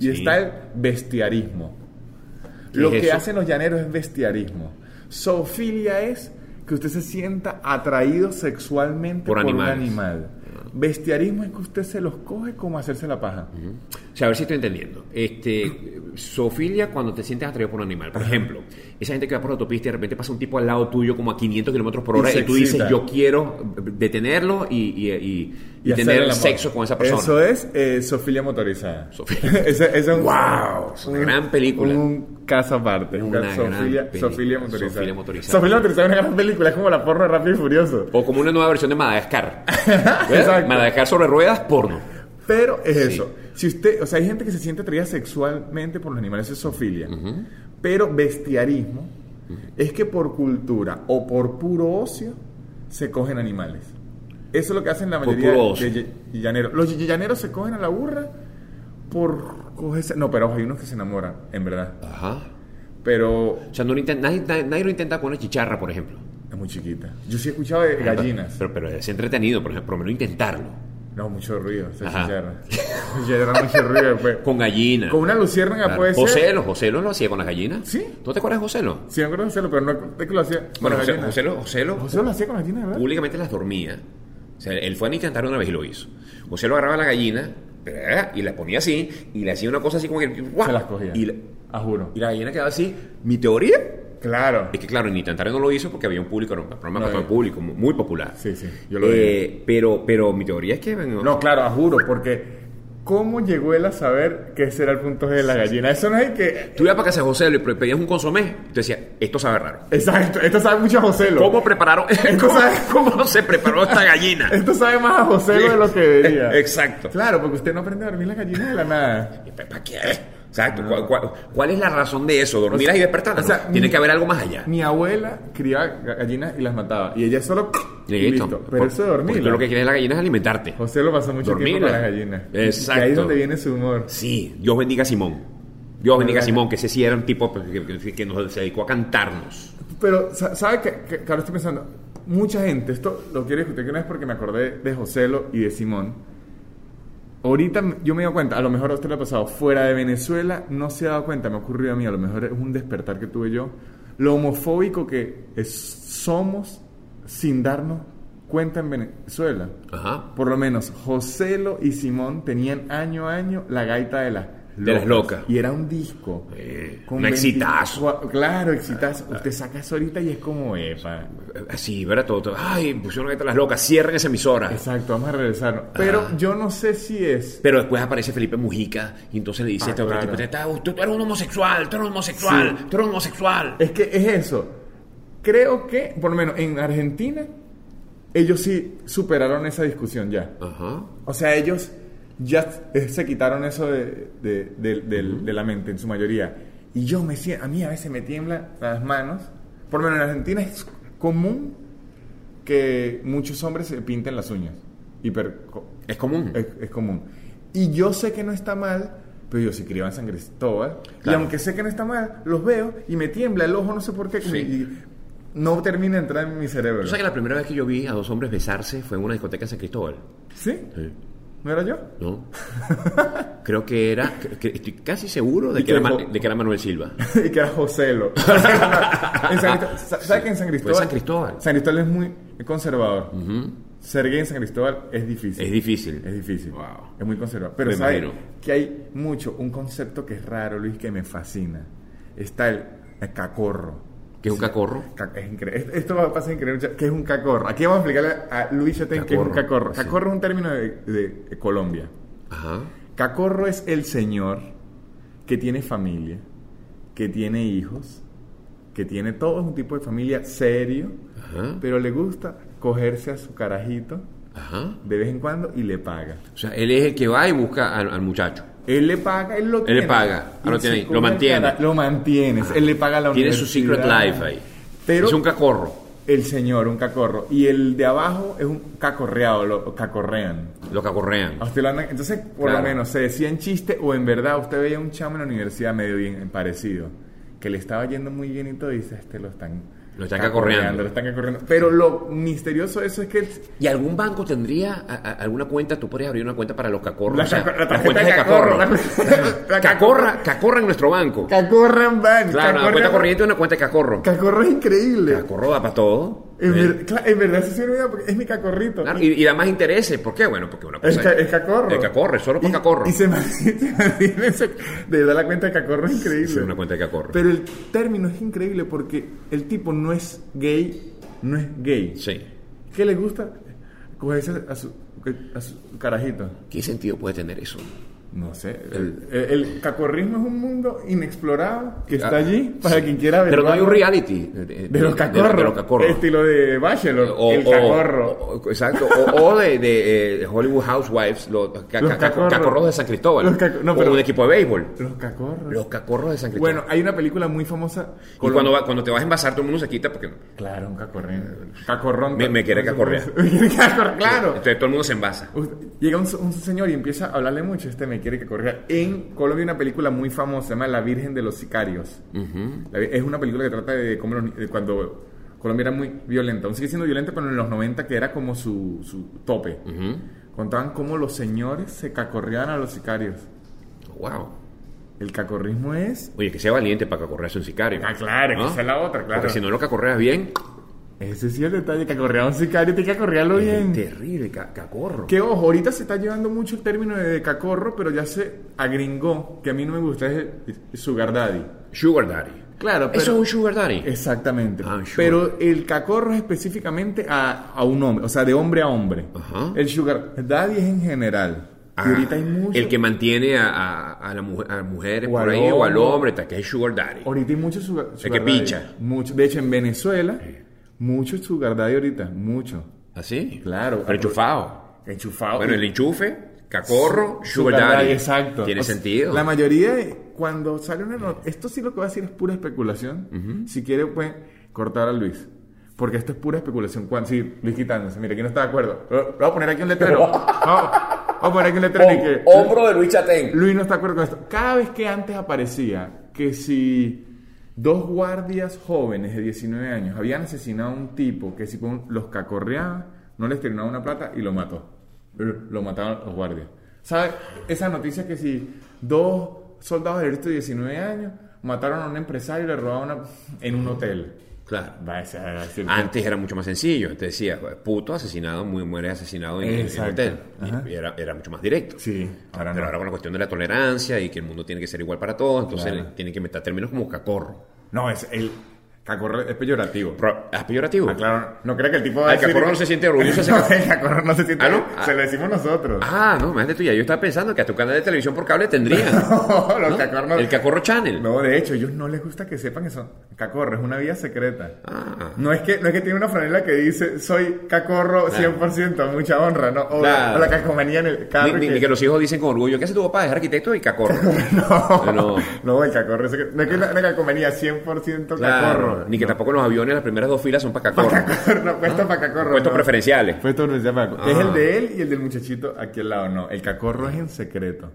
Speaker 3: y
Speaker 2: Sí.
Speaker 3: está el bestiarismo.
Speaker 2: ¿Qué
Speaker 3: Lo
Speaker 2: es
Speaker 3: que
Speaker 2: eso?
Speaker 3: hacen los llaneros es bestiarismo. Zoofilia es que usted se sienta atraído sexualmente por,
Speaker 2: Por
Speaker 3: un
Speaker 2: animales.
Speaker 3: animal. Bestiarismo es que usted se los coge como hacerse la paja.
Speaker 2: O sea, a ver si estoy entendiendo. Este, zoofilia cuando te sientes atraído por un animal. Por ejemplo, esa gente que va por la autopista y de repente pasa un tipo al lado tuyo como a 500 kilómetros por
Speaker 3: Y
Speaker 2: hora y,
Speaker 3: se
Speaker 2: tú dices,
Speaker 3: excita.
Speaker 2: yo quiero detenerlo y, y- y- y
Speaker 3: hacer el
Speaker 2: tener
Speaker 3: amor.
Speaker 2: sexo con esa persona.
Speaker 3: Eso es eh, zoofilia motorizada.
Speaker 2: Zoofilia.
Speaker 3: <laughs> Ese- ese es un,
Speaker 2: Wow, es una gran película.
Speaker 3: Un caso aparte.
Speaker 2: Una gran
Speaker 3: zoofilia,
Speaker 2: película.
Speaker 3: zoofilia motorizada.
Speaker 2: Zoofilia motorizada.
Speaker 3: Zoofilia motorizada es una gran película. Es como la porno de Rápido y Furioso.
Speaker 2: O como una nueva versión de
Speaker 3: <laughs>
Speaker 2: Madagascar.
Speaker 3: Exacto.
Speaker 2: ¿Verdad? Madagascar sobre ruedas, porno.
Speaker 3: Pero es eso. Si usted, o sea, hay gente que se siente atraída sexualmente por los animales, eso es zoofilia. Pero bestiarismo es que por cultura o por puro ocio se cogen animales. Eso es lo que hacen la
Speaker 2: Por
Speaker 3: mayoría
Speaker 2: puro ocio.
Speaker 3: de ll- llaneros. Los ll- llaneros se cogen a la burra por cogerse. No, pero ojo, hay unos que se enamoran, en verdad.
Speaker 2: Ajá.
Speaker 3: Pero
Speaker 2: O sea, no lo intenta- nadie, nadie- nadie lo intenta con una chicharra, por ejemplo.
Speaker 3: es muy chiquita. Yo sí he escuchado de gallinas.
Speaker 2: Pero, pero es entretenido, por ejemplo, por lo menos intentarlo.
Speaker 3: No, mucho ruido. Se
Speaker 2: Ajá.
Speaker 3: chicharra. <laughs> Chicharra, mucho
Speaker 2: <laughs>
Speaker 3: ruido después.
Speaker 2: Con gallinas.
Speaker 3: Con una luciérnaga
Speaker 2: Claro.
Speaker 3: puede ser.
Speaker 2: Joselo, Joselo lo hacía con las gallinas.
Speaker 3: Sí.
Speaker 2: ¿Tú te acuerdas de Joselo?
Speaker 3: Sí, me acuerdo de Joselo, pero no es que lo hacía.
Speaker 2: Bueno,
Speaker 3: con
Speaker 2: José,
Speaker 3: gallinas.
Speaker 2: Joselo, Joselo
Speaker 3: José lo hacía con las gallinas, ¿verdad?
Speaker 2: públicamente las dormía. O sea, él fue a intentar una vez y lo hizo. José lo agarraba la gallina ¡bra! y la ponía así y le hacía una cosa así como que ¡guau!
Speaker 3: Se las cogía.
Speaker 2: Y la,
Speaker 3: Ah, juro.
Speaker 2: y la gallina quedaba así. Mi teoría
Speaker 3: Claro.
Speaker 2: es que, claro, ni Tantare no lo hizo porque había un público, era un programa
Speaker 3: No,
Speaker 2: pasó al
Speaker 3: eh.
Speaker 2: público mu- muy popular.
Speaker 3: Sí, sí, yo lo
Speaker 2: Eh, pero, pero mi teoría es que. bueno,
Speaker 3: No, claro, ah, juro, porque ¿cómo llegó él a saber que ese era el punto G de la gallina? Eso no es que.
Speaker 2: Tú ibas para casa de José y le pedías un consomé y tú decías, esto sabe raro.
Speaker 3: Exacto, esto sabe mucho a José. Lo.
Speaker 2: ¿Cómo
Speaker 3: <laughs>
Speaker 2: prepararon? ¿Cómo,
Speaker 3: sabe-
Speaker 2: <laughs> cómo se preparó esta
Speaker 3: <laughs>
Speaker 2: gallina?
Speaker 3: Esto sabe más a José lo de lo que debería.
Speaker 2: <laughs> Exacto.
Speaker 3: Claro, porque usted no aprende a dormir las gallinas de la nada.
Speaker 2: ¿Para qué? Exacto. ¿Cuál, cuál, cuál es la razón de eso? ¿Dormirlas y despertarlas?
Speaker 3: o sea,
Speaker 2: No. Tiene
Speaker 3: mi-
Speaker 2: que haber algo más allá.
Speaker 3: Mi abuela criaba ga- gallinas y las mataba. Y ella solo.
Speaker 2: Y
Speaker 3: y
Speaker 2: listo.
Speaker 3: listo. Pero
Speaker 2: Por-
Speaker 3: eso de
Speaker 2: porque
Speaker 3: dormir.
Speaker 2: tú lo que quieres la gallina es alimentarte.
Speaker 3: José lo pasó mucho tiempo
Speaker 2: Dormirla.
Speaker 3: con las gallinas. Y
Speaker 2: Exacto.
Speaker 3: ahí es donde viene su humor.
Speaker 2: Sí, Dios bendiga a Simón. Dios bendiga a Simón, que ese sí era un tipo pues, que, que- que nos, se dedicó a cantarnos.
Speaker 3: Pero, sa- ¿sabe qué? Que, que ahora estoy pensando, mucha gente, esto lo quiero discutir que no es porque me acordé de Joselo y de Simón. Ahorita m- yo me he dado cuenta, a lo mejor a usted le ha pasado, fuera de Venezuela no se ha dado cuenta, me ha ocurrido a mí, a lo mejor es un despertar que tuve yo, lo homofóbico que es- somos sin darnos cuenta en Venezuela.
Speaker 2: Ajá.
Speaker 3: Por lo menos Joselo y Simón tenían año a año la gaita de las
Speaker 2: De las locas.
Speaker 3: Y era un disco.
Speaker 2: Eh,
Speaker 3: Con
Speaker 2: un
Speaker 3: 20
Speaker 2: exitazo. Ah,
Speaker 3: cua- Claro, exitazo. Usted saca eso ahorita y es como, epa.
Speaker 2: Así, Eh, ¿verdad? Todo, todo. Ay, pusieron ahí todas las locas, cierren esa emisora.
Speaker 3: Exacto, vamos a regresar. Pero
Speaker 2: Ah.
Speaker 3: yo no sé si es.
Speaker 2: Pero después aparece Felipe Mujica y entonces le dice
Speaker 3: Ah,
Speaker 2: a este otro
Speaker 3: claro.
Speaker 2: tipo, "Tá, usted- tú eres un homosexual, tú eres un homosexual,
Speaker 3: Sí.
Speaker 2: tú eres un homosexual.
Speaker 3: Es que es eso. Creo que, por lo menos en Argentina, ellos sí superaron esa discusión ya.
Speaker 2: Ajá.
Speaker 3: O sea, ellos ya eh, se quitaron eso de, de- de- del- de la mente en su mayoría. Y yo me siento, a mí a veces me tiemblan las manos. Por lo menos en Argentina es común que muchos hombres se pinten las uñas. Hiper,
Speaker 2: Es común.
Speaker 3: es, es común. Y yo sé que no está mal, pero yo sí criaba en San Cristóbal. Y
Speaker 2: Claro.
Speaker 3: aunque sé que no está mal, los veo y me tiembla el ojo, no sé por qué.
Speaker 2: Sí.
Speaker 3: y no termina de entrar en mi cerebro.
Speaker 2: ¿Tú sabes que la primera vez que yo vi a dos hombres besarse fue en una discoteca en San Cristóbal?
Speaker 3: ¿Sí?
Speaker 2: Sí.
Speaker 3: ¿No era yo? <laughs>
Speaker 2: ¿No? <laughs> Creo que era, que- que estoy casi seguro de
Speaker 3: Y
Speaker 2: que, era,
Speaker 3: que
Speaker 2: Ma-
Speaker 3: fue-
Speaker 2: de que era Manuel Silva.
Speaker 3: y que era
Speaker 2: <laughs>
Speaker 3: Joselo. En San Cristó- sa- ¿Sabes que en San Cristóbal?
Speaker 2: Fue Pues San Cristóbal. Mm.
Speaker 3: San Cristóbal es muy conservador. Ser gay en San Cristóbal es difícil.
Speaker 2: Es difícil.
Speaker 3: Es difícil.
Speaker 2: Wow.
Speaker 3: Es muy conservador. Pero
Speaker 2: Me
Speaker 3: ¿sabes
Speaker 2: imagino.
Speaker 3: que hay mucho, un concepto que es raro, Luis, que me fascina. Está el, el cacorro.
Speaker 2: Que es un cacorro.
Speaker 3: Ca- es incre- es- Esto va a pasar increíble. ¿Qué es un cacorro? Aquí vamos a explicarle a Luis Chaten qué es un
Speaker 2: Cacorro,
Speaker 3: cacorro.
Speaker 2: sí.
Speaker 3: Cacorro es un término de, de Colombia.
Speaker 2: Ajá.
Speaker 3: Cacorro es el señor que tiene familia, que tiene hijos, que tiene todo un tipo de familia serio,
Speaker 2: Ajá.
Speaker 3: pero le gusta cogerse a su carajito
Speaker 2: Ajá.
Speaker 3: de vez en cuando y le paga.
Speaker 2: O sea, él es el que va y busca al, al muchacho.
Speaker 3: Él le paga, él lo tiene.
Speaker 2: le paga, ah, lo
Speaker 3: Y
Speaker 2: tiene
Speaker 3: se
Speaker 2: ahí, lo
Speaker 3: come el
Speaker 2: mantiene.
Speaker 3: cara- Lo mantiene, él le paga la
Speaker 2: Tiene su
Speaker 3: universidad.
Speaker 2: secret life ahí.
Speaker 3: Pero
Speaker 2: es un cacorro.
Speaker 3: el señor, un cacorro. Y el de abajo es un cacorreado, lo cacorrean.
Speaker 2: Lo cacorrean.
Speaker 3: A usted lo andan- entonces, por
Speaker 2: Claro.
Speaker 3: lo menos, se decía en chiste o en verdad, usted veía un chamo en la universidad medio bien parecido, que le estaba yendo muy bien y todo, y dice, este lo están...
Speaker 2: Lo están cacorreando.
Speaker 3: Lo están cacorreando. Pero lo misterioso de eso es que... el-
Speaker 2: ¿Y algún banco tendría a- a- alguna cuenta? Tú podrías abrir una cuenta para los cacorros.
Speaker 3: La
Speaker 2: o sea,
Speaker 3: caco- la
Speaker 2: las
Speaker 3: tarjeta
Speaker 2: cuentas
Speaker 3: de cacorro,
Speaker 2: cacorro.
Speaker 3: <laughs> la- la
Speaker 2: cacorra, cacorra en nuestro banco.
Speaker 3: Cacorran, van.
Speaker 2: Claro, una
Speaker 3: cacorran-
Speaker 2: cuenta corriente y una cuenta de cacorro.
Speaker 3: Cacorro es increíble.
Speaker 2: Cacorro da para todo.
Speaker 3: En,
Speaker 2: ¿eh?
Speaker 3: ver- cla- en verdad, eso sí es una idea, porque es mi cacorrito.
Speaker 2: Claro, y, y da más intereses. ¿Por qué? Bueno, porque una cosa
Speaker 3: Es, ca- es cacorro.
Speaker 2: Es cacorro, es solo para
Speaker 3: Y-
Speaker 2: cacorro.
Speaker 3: Y se mantiene, <laughs> se mantiene ese- de verdad la cuenta de cacorro es increíble.
Speaker 2: Es una cuenta de cacorro.
Speaker 3: Pero el término es increíble porque el tipo no es gay, no es gay.
Speaker 2: Sí.
Speaker 3: ¿Qué le gusta? Cogerse a su, a su carajito.
Speaker 2: ¿Qué sentido puede tener eso?
Speaker 3: No sé. El, el- el cacorrismo es un mundo inexplorado que está
Speaker 2: Ah,
Speaker 3: allí para quien quiera ver.
Speaker 2: Pero no hay un reality. De,
Speaker 3: De los
Speaker 2: De,
Speaker 3: cacorros.
Speaker 2: los cacorros.
Speaker 3: Estilo de Bachelor.
Speaker 2: O-
Speaker 3: el
Speaker 2: o-
Speaker 3: cacorro.
Speaker 2: o- o- exacto. O, o de, de, eh, Hollywood Housewives, los, ca-
Speaker 3: Los
Speaker 2: ca-
Speaker 3: cacorros.
Speaker 2: cacorros de San Cristóbal.
Speaker 3: Los caco- no,
Speaker 2: o
Speaker 3: pero-
Speaker 2: un equipo de béisbol.
Speaker 3: los cacorros.
Speaker 2: Los cacorros de San Cristóbal.
Speaker 3: Bueno, hay una película muy famosa.
Speaker 2: y
Speaker 3: colom-
Speaker 2: cuando, va- cuando te vas a envasar, todo el mundo se quita porque
Speaker 3: Claro, un cacorrón. Cacorrón.
Speaker 2: Me- me quiere cacorrear.
Speaker 3: <laughs> Me quiere cacorrear, claro.
Speaker 2: entonces todo el mundo se envasa.
Speaker 3: Usted- Llega un, un señor y empieza a hablarle mucho. Este me quiere cacorrear. En Colombia hay una película muy famosa, se llama La Virgen de los Sicarios. La vi- es una película que trata de, cómo los ni- de cuando Colombia era muy violenta. Aún sigue siendo violenta, pero en los 90 que era como su, su tope. Contaban cómo los señores se cacorreaban a los sicarios.
Speaker 2: Wow.
Speaker 3: El cacorrismo es...
Speaker 2: Oye, que sea valiente para cacorrearse un sicario.
Speaker 3: Ah, claro, que esa es la otra, claro.
Speaker 2: Porque si no lo cacorreas bien,
Speaker 3: Ese sí es el detalle, cacorrear a un sicario, tiene que cacorrearlo bien.
Speaker 2: es terrible, ca- cacorro.
Speaker 3: Que ojo, ahorita se está llevando mucho el término de cacorro, pero ya se agringó, que a mí no me gusta, es el sugar daddy.
Speaker 2: Sugar daddy.
Speaker 3: Claro, pero-
Speaker 2: Eso es un sugar daddy.
Speaker 3: Exactamente.
Speaker 2: Ah, sugar.
Speaker 3: Pero el cacorro es específicamente a, a un hombre, o sea, de hombre a hombre.
Speaker 2: Ajá.
Speaker 3: El sugar daddy es en general.
Speaker 2: Ah,
Speaker 3: y ahorita hay mucho.
Speaker 2: El que mantiene a, a, a la mujer, a las mujeres
Speaker 3: O
Speaker 2: por
Speaker 3: al
Speaker 2: ahí o al
Speaker 3: hombre.
Speaker 2: hombre, tal, que es sugar daddy.
Speaker 3: Ahorita hay mucho sugar, sugar
Speaker 2: que
Speaker 3: daddy.
Speaker 2: pincha.
Speaker 3: Mucho. De hecho, en Venezuela, mucho sugar daddy ahorita, mucho.
Speaker 2: ¿Así?
Speaker 3: Claro.
Speaker 2: Pero enchufado.
Speaker 3: Enchufado.
Speaker 2: Bueno,
Speaker 3: Y-
Speaker 2: el enchufe, cacorro, sugar, daddy.
Speaker 3: Exacto.
Speaker 2: Tiene
Speaker 3: O sea,
Speaker 2: sentido.
Speaker 3: La mayoría de. Cuando sale una no- Esto sí lo que voy a decir es pura especulación. Si quiere, pueden cortar a Luis.
Speaker 2: <laughs>
Speaker 3: Porque esto es pura especulación. Cuando, sí, Luis quitándose. Mire, aquí no está de acuerdo. Lo lo voy a poner aquí un letrero. No. Vamos a poner aquí un letrero y que.
Speaker 4: Hombro de Luis Chatén.
Speaker 3: Luis no está de acuerdo con esto. Cada vez que antes aparecía que si dos guardias jóvenes de 19 años habían asesinado a un tipo que si con- los cacorreaba, no les terminaba una plata y lo mató. Lo mataron los guardias. ¿Sabes? Esa noticia que si dos soldados del ejército de 19 años mataron a un empresario y le robaron una- en un hotel.
Speaker 2: Claro.
Speaker 3: Va a ser- va a ser-
Speaker 2: Antes era mucho más sencillo. Te decía, puto asesinado, mu- muere asesinado en en el
Speaker 3: Exacto.
Speaker 2: hotel.
Speaker 3: Ajá.
Speaker 2: Y era, era mucho más directo.
Speaker 3: Sí, ahora
Speaker 2: Pero
Speaker 3: no.
Speaker 2: ahora con la cuestión de la tolerancia y que el mundo tiene que ser igual para todos, entonces
Speaker 3: Claro.
Speaker 2: tienen que meter términos como cacorro.
Speaker 3: No, es el cacorreo es peyorativo.
Speaker 2: Pro- ¿Es peyorativo?
Speaker 3: Ah, claro, no creo que el tipo va
Speaker 2: Al cacorro no se siente orgulloso de ese
Speaker 3: <laughs> No,
Speaker 2: cacorro.
Speaker 3: el cacorro no se siente.
Speaker 2: Ah, ¿no?
Speaker 3: Se lo decimos nosotros.
Speaker 2: Ah, no, imagínate tú ya. Yo estaba pensando que a tu canal de televisión por cable tendría.
Speaker 3: <laughs> No, los
Speaker 2: ¿no?
Speaker 3: cacorros-
Speaker 2: El cacorro channel.
Speaker 3: No, de hecho, a ellos no les gusta que sepan que son cacorro, es una vida secreta.
Speaker 2: Ah.
Speaker 3: No es que no es que tiene una franela que dice soy cacorro 100%, mucha honra, ¿no? O,
Speaker 2: Claro.
Speaker 3: o la cacomanía en el
Speaker 2: Ni,
Speaker 3: carro.
Speaker 2: ni-
Speaker 3: que-
Speaker 2: ni que los hijos dicen con orgullo, ¿qué hace tu papá? Es arquitecto y cacorro.
Speaker 3: <laughs> no,
Speaker 2: No.
Speaker 3: no. el cacorro, ese que- no es que una, una cacomanía
Speaker 2: Claro.
Speaker 3: 100% cacorro.
Speaker 2: Ni que tampoco en los aviones las primeras dos filas son para
Speaker 3: Pa'
Speaker 2: cacorro.
Speaker 3: cacorro, <laughs> no, puesto para cacorro.
Speaker 2: Puestos
Speaker 3: no.
Speaker 2: preferenciales.
Speaker 3: Puesto preferencial para cacorro. Es
Speaker 2: Ah.
Speaker 3: el de él y el del muchachito aquí al lado, no. El cacorro es en secreto.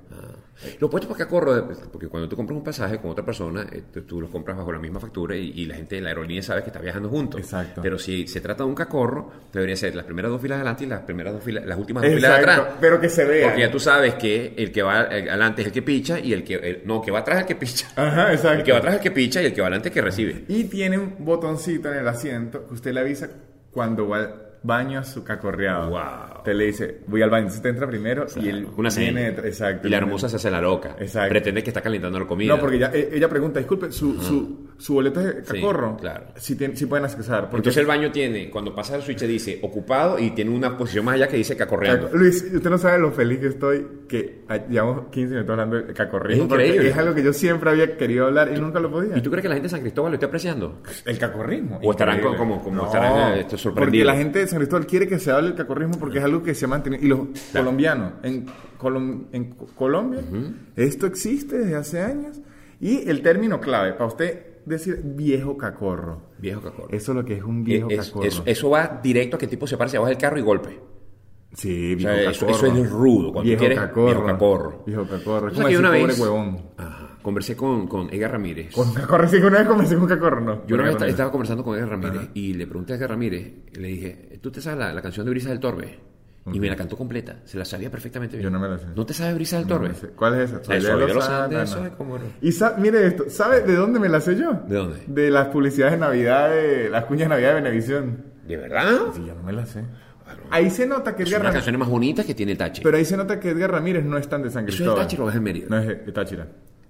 Speaker 2: Lo puesto para Cacorro, porque cuando tú compras un pasaje con otra persona, eh, tú, tú los compras bajo la misma factura y, y la gente de la aerolínea sabe que está viajando juntos.
Speaker 3: Exacto.
Speaker 2: Pero si se trata de un cacorro, debería ser las primeras dos filas adelante y las primeras dos filas, las últimas dos filas de
Speaker 3: Exacto,
Speaker 2: atrás.
Speaker 3: pero que se vea.
Speaker 2: Porque ya tú sabes que el que va eh, adelante es el que picha y el que el- no, que va atrás es el que picha.
Speaker 3: Ajá, exacto.
Speaker 2: El que va atrás es el que picha y el que va adelante es el que recibe.
Speaker 3: Y tiene un botoncito en el asiento que usted le avisa cuando va al baño a su cacorreado.
Speaker 2: Wow.
Speaker 3: Usted le dice, voy al baño. Entonces usted entra primero y él
Speaker 2: Una señal.
Speaker 3: viene detrás. Exacto.
Speaker 2: Y la hermosa se hace la loca.
Speaker 3: Exacto.
Speaker 2: Pretende que está calentando la comida.
Speaker 3: No, porque ella, e- ella pregunta, disculpe, su, su, su boleto es de
Speaker 2: Sí,
Speaker 3: cacorro.
Speaker 2: claro.
Speaker 3: Si, tiene- si pueden accesar. Porque
Speaker 2: Entonces el baño tiene, cuando pasa el switch dice ocupado y tiene una posición más allá que dice cacorreando.
Speaker 3: Luis, usted no sabe lo feliz que estoy que ah, llevamos 15 minutos hablando de cacorrismo.
Speaker 2: Es increíble.
Speaker 3: porque Es algo que yo siempre había querido hablar y nunca lo podía.
Speaker 2: ¿Y tú crees que la gente de San Cristóbal lo está apreciando?
Speaker 3: El cacorrismo.
Speaker 2: O estarán
Speaker 3: Increíble.
Speaker 2: como- como estarán, eh, esto,
Speaker 3: Porque
Speaker 2: sorprendidos.
Speaker 3: la gente de San Cristóbal quiere que se hable el cacorrismo porque es algo que se mantiene. Y los colombianos, en, Colom- en Co- Colombia, esto existe desde hace años. Y el término clave, para usted decir viejo cacorro.
Speaker 2: Viejo cacorro.
Speaker 3: Eso es lo que es un viejo
Speaker 2: Eh, Es-
Speaker 3: cacorro.
Speaker 2: es- eso va directo a que el tipo se pare, se baja del carro y golpe.
Speaker 3: sí,
Speaker 2: O
Speaker 3: viejo
Speaker 2: sea, eso,
Speaker 3: cacorro.
Speaker 2: eso es rudo. Cuando
Speaker 3: viejo,
Speaker 2: quieres,
Speaker 3: cacorro.
Speaker 2: Viejo cacorro.
Speaker 3: Viejo cacorro. Es
Speaker 2: O sea,
Speaker 3: como
Speaker 2: que
Speaker 3: decir
Speaker 2: una
Speaker 3: pobre
Speaker 2: vez-
Speaker 3: huevón.
Speaker 2: Ajá. Conversé con, con Edgar Ramírez.
Speaker 3: Con cacorro, sí, que una vez comencé con cacorro, no.
Speaker 2: Yo una vez esta-
Speaker 3: Cacorro.
Speaker 2: estaba conversando con Edgar Ramírez y le pregunté a Edgar Ramírez, y le dije, ¿tú te sabes la, la canción de Brisa del Torbe? Y me la cantó completa, se la sabía perfectamente bien.
Speaker 3: Yo no me la sé.
Speaker 2: ¿No te sabes Brisa del Torbe?
Speaker 3: ¿Cuál es esa?
Speaker 2: La de Soy de los Andes, soy como-
Speaker 3: Y sa- mire esto, ¿sabe de dónde me la sé yo?
Speaker 2: ¿De dónde?
Speaker 3: De las publicidades de Navidad, de las cuñas de Navidad de Benevisión.
Speaker 2: ¿De verdad?
Speaker 3: Sí, yo no me la sé. Ahí se nota que
Speaker 2: Son
Speaker 3: Edgar
Speaker 2: las
Speaker 3: Ramírez.
Speaker 2: canciones más bonitas que tiene el Tache.
Speaker 3: Pero ahí se nota que Edgar Ramírez no es tan de San
Speaker 2: ¿Eso es
Speaker 3: Cristóbal.
Speaker 2: el Táchira o es el Mérida?
Speaker 3: No es de Táchira.